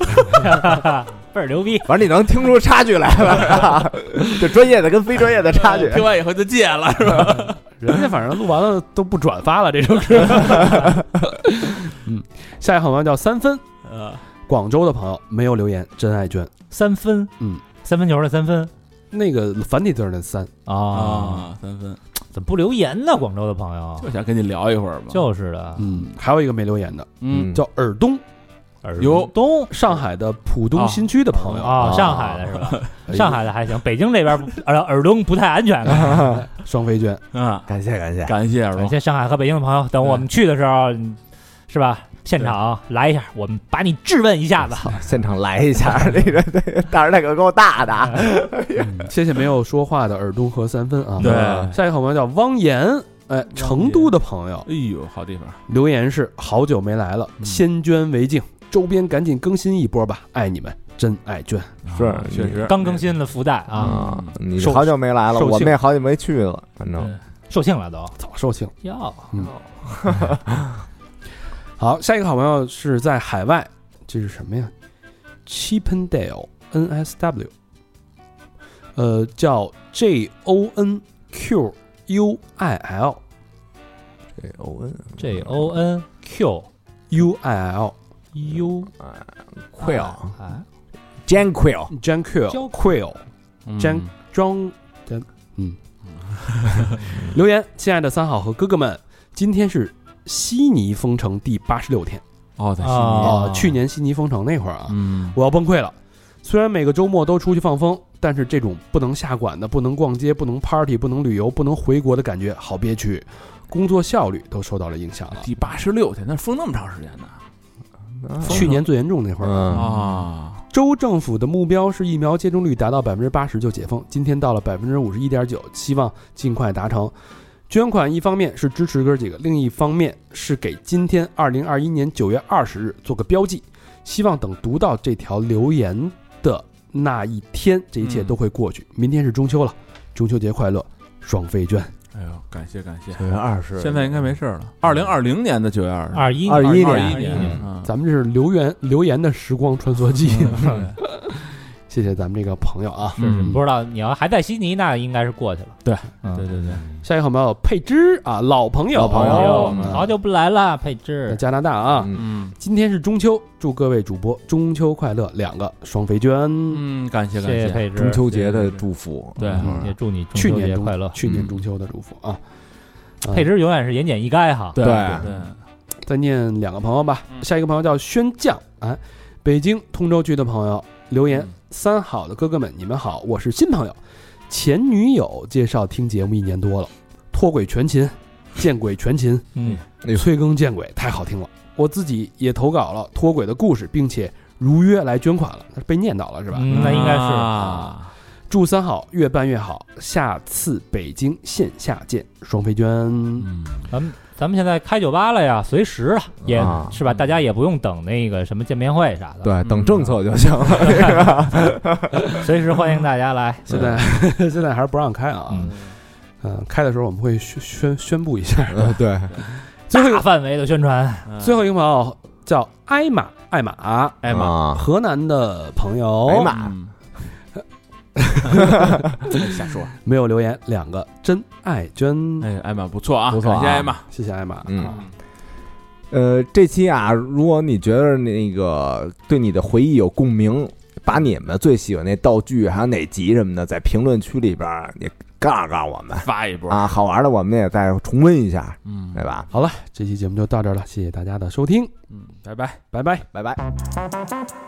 Speaker 4: *laughs* 倍儿牛逼。
Speaker 3: 反正你能听出差距来了， *laughs* 是吧？这专业的跟非专业的差距。
Speaker 5: 听完以后就戒了，是吧？
Speaker 2: 人家反正录完了都不转发了这首歌。嗯，下一个好朋友叫三分，广州的朋友没有留言，真爱娟。
Speaker 4: 三分，
Speaker 2: 嗯，
Speaker 4: 三分球的三分
Speaker 2: 那个繁体字儿的三，
Speaker 4: 啊、
Speaker 5: 啊，三分，
Speaker 4: 怎么不留言呢？广州的朋友
Speaker 5: 就想跟你聊一会儿吧，
Speaker 4: 就是的，
Speaker 2: 嗯，还有一个没留言的
Speaker 5: 嗯，
Speaker 2: 叫尔东，
Speaker 4: 耳
Speaker 5: 有
Speaker 4: 东
Speaker 2: 上海的浦东新区的朋友
Speaker 4: 啊、上海的是吧？
Speaker 2: 哎呦
Speaker 4: 上海的还行，北京这边不耳耳东不太安全了。
Speaker 2: 双飞娟，
Speaker 5: 啊，
Speaker 3: 感谢感谢，
Speaker 5: 感谢，
Speaker 4: 感谢上海和北京的朋友，等我们去的时候，嗯是吧？现场来一下，我们把你质问一下子。
Speaker 3: 现场来一下，那 *laughs* 个对大师大哥给我大的啊，
Speaker 2: 谢谢没有说话的耳东和三分啊。
Speaker 5: 对
Speaker 2: 下一个好朋友叫汪岩，哎，成都的朋友
Speaker 5: 哎呦，好地方，
Speaker 2: 留言是：好久没来
Speaker 4: 嗯
Speaker 2: 了，先捐为敬，周边赶紧更新一波吧，爱你们，真爱捐。
Speaker 3: 是
Speaker 5: 啊确实
Speaker 4: 刚更新了福袋啊，
Speaker 3: 啊，你
Speaker 2: 受
Speaker 3: 好久没来了，
Speaker 2: 受
Speaker 3: 我
Speaker 2: 庆
Speaker 3: 们也好久没去了，反正
Speaker 4: 嗯售罄了都。
Speaker 2: 早售罄。
Speaker 4: 哟，
Speaker 2: 好，下一个好朋友是在海外，这是什么呀？Chippendale NSW，呃，叫 J O N Q U I L
Speaker 3: 这欧恩
Speaker 4: J O N Q
Speaker 2: U I L
Speaker 4: U
Speaker 3: 快啊，
Speaker 4: 啊，
Speaker 3: Jan Quill，
Speaker 2: Jan Quill
Speaker 4: Jan
Speaker 2: Quill
Speaker 5: 嗯
Speaker 2: 真 John 的
Speaker 5: *laughs*
Speaker 2: 嗯，留言，亲爱的三好和哥哥们，今天是悉尼封城第八十六天
Speaker 5: 哦，在悉
Speaker 4: 啊
Speaker 5: 尼，
Speaker 2: 啊、去年悉尼封城那会儿啊，
Speaker 5: 嗯，
Speaker 2: 我要崩溃了。虽然每个周末都出去放风，但是这种不能下馆子、不能逛街、不能 party、不能旅游、不能回国的感觉好憋屈，工作效率都受到了影响了。
Speaker 5: 第八十六天，那封那么长时间呢
Speaker 2: 去年最严重那会儿，
Speaker 3: 啊嗯，
Speaker 5: 啊，
Speaker 2: 州政府的目标是疫苗接种率达到百分之八十就解封，今天到了百分之五十一点九，希望尽快达成。捐款一方面是支持哥几个，另一方面是给今天二零二一年九月二十日做个标记，希望等读到这条留言的那一天，这一
Speaker 4: 嗯
Speaker 2: 切都会过去。明天是中秋了，中秋节快乐，双飞捐。
Speaker 4: 嗯
Speaker 5: 哎呦，感谢感谢，
Speaker 3: 九月二十，
Speaker 5: 现在应该没事儿了。二零二零年的九月二十，
Speaker 4: 二一
Speaker 3: 二一
Speaker 5: 二
Speaker 3: 年
Speaker 5: 一年
Speaker 3: 嗯，
Speaker 5: 嗯
Speaker 2: 咱们这是留言留言的时光穿梭机， *laughs* 谢谢咱们这个朋友啊。
Speaker 4: 嗯是是
Speaker 5: 嗯
Speaker 4: 不知道你要还在悉尼，那应该是过去了。
Speaker 5: 对
Speaker 4: 嗯，
Speaker 5: 对对对，
Speaker 2: 下一个好朋友佩芝啊，老朋友，哦
Speaker 3: 老朋友
Speaker 4: 哎呦好久不来了，佩
Speaker 2: 在
Speaker 4: 芝。
Speaker 2: 加拿大啊。
Speaker 3: 嗯
Speaker 5: 嗯
Speaker 2: 今天是中秋，祝各位主播中秋快乐！两个双飞娟，
Speaker 5: 嗯，感谢
Speaker 4: 谢
Speaker 5: 感
Speaker 4: 谢
Speaker 5: 谢，
Speaker 4: 佩芝，
Speaker 3: 中秋节的祝福，
Speaker 5: 对
Speaker 4: 嗯也祝你中
Speaker 2: 去
Speaker 4: 秋
Speaker 2: 年
Speaker 4: 节
Speaker 2: 中
Speaker 4: 快乐。嗯
Speaker 2: 去年中秋的祝福啊。呃
Speaker 4: 佩芝永远是言简意赅哈。
Speaker 5: 对
Speaker 3: 对
Speaker 5: 对，
Speaker 2: 再念两个朋友吧。下一个朋友叫轩将，哎，北京通州区的朋友留言：
Speaker 5: 嗯
Speaker 2: 三好的哥哥们，你们好，我是新朋友，前女友介绍听节目一年多了，脱轨全勤，见鬼全勤，
Speaker 4: 嗯，
Speaker 3: 哎呦
Speaker 2: 催更见鬼，太好听了！我自己也投稿了脱轨的故事，并且如约来捐款了，被念叨了是吧？
Speaker 4: 嗯那应该是
Speaker 5: 啊
Speaker 2: 祝三好越办越好，下次北京线下见，双飞娟。
Speaker 5: 嗯，
Speaker 4: 咱们咱们现在开酒吧了呀，随时了，也
Speaker 3: 啊
Speaker 4: 是吧？大家也不用等那个什么见面会啥的，
Speaker 5: 嗯
Speaker 3: 对，等政策就行
Speaker 5: *laughs*
Speaker 3: 了，
Speaker 4: *laughs* 随时欢迎大家
Speaker 3: *laughs*
Speaker 4: 来。
Speaker 2: 现在 *laughs* 现在还是不让开啊，
Speaker 4: 嗯
Speaker 2: 嗯、开的时候我们会宣宣宣布一下。
Speaker 3: 嗯 *laughs* 对，
Speaker 2: 最后一
Speaker 4: 大
Speaker 2: 个
Speaker 4: 范围的宣传，
Speaker 5: 嗯
Speaker 2: 最后一个朋友叫艾玛，艾玛，
Speaker 5: 艾玛，
Speaker 3: 啊
Speaker 2: 河南的朋友，
Speaker 3: 哎玛
Speaker 5: 嗯 *laughs* 瞎说，
Speaker 2: 没有留言，两个真爱娟，
Speaker 5: 哎，艾玛不错啊，
Speaker 3: 不错啊
Speaker 5: 感谢艾玛，
Speaker 2: 谢谢艾玛。
Speaker 3: 嗯。呃，这期啊，如果你觉得那个对你的回忆有共鸣，把你们最喜欢那道具还有哪集什么的，在评论区里边儿也告诉告诉我们
Speaker 5: 发一波，
Speaker 3: 啊，好玩的我们也再重温一下，
Speaker 5: 嗯
Speaker 3: 对吧？
Speaker 2: 好了，这期节目就到这儿了，谢谢大家的收听，
Speaker 5: 嗯，拜拜。
Speaker 2: 拜拜。
Speaker 3: 拜拜。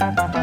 Speaker 7: Thank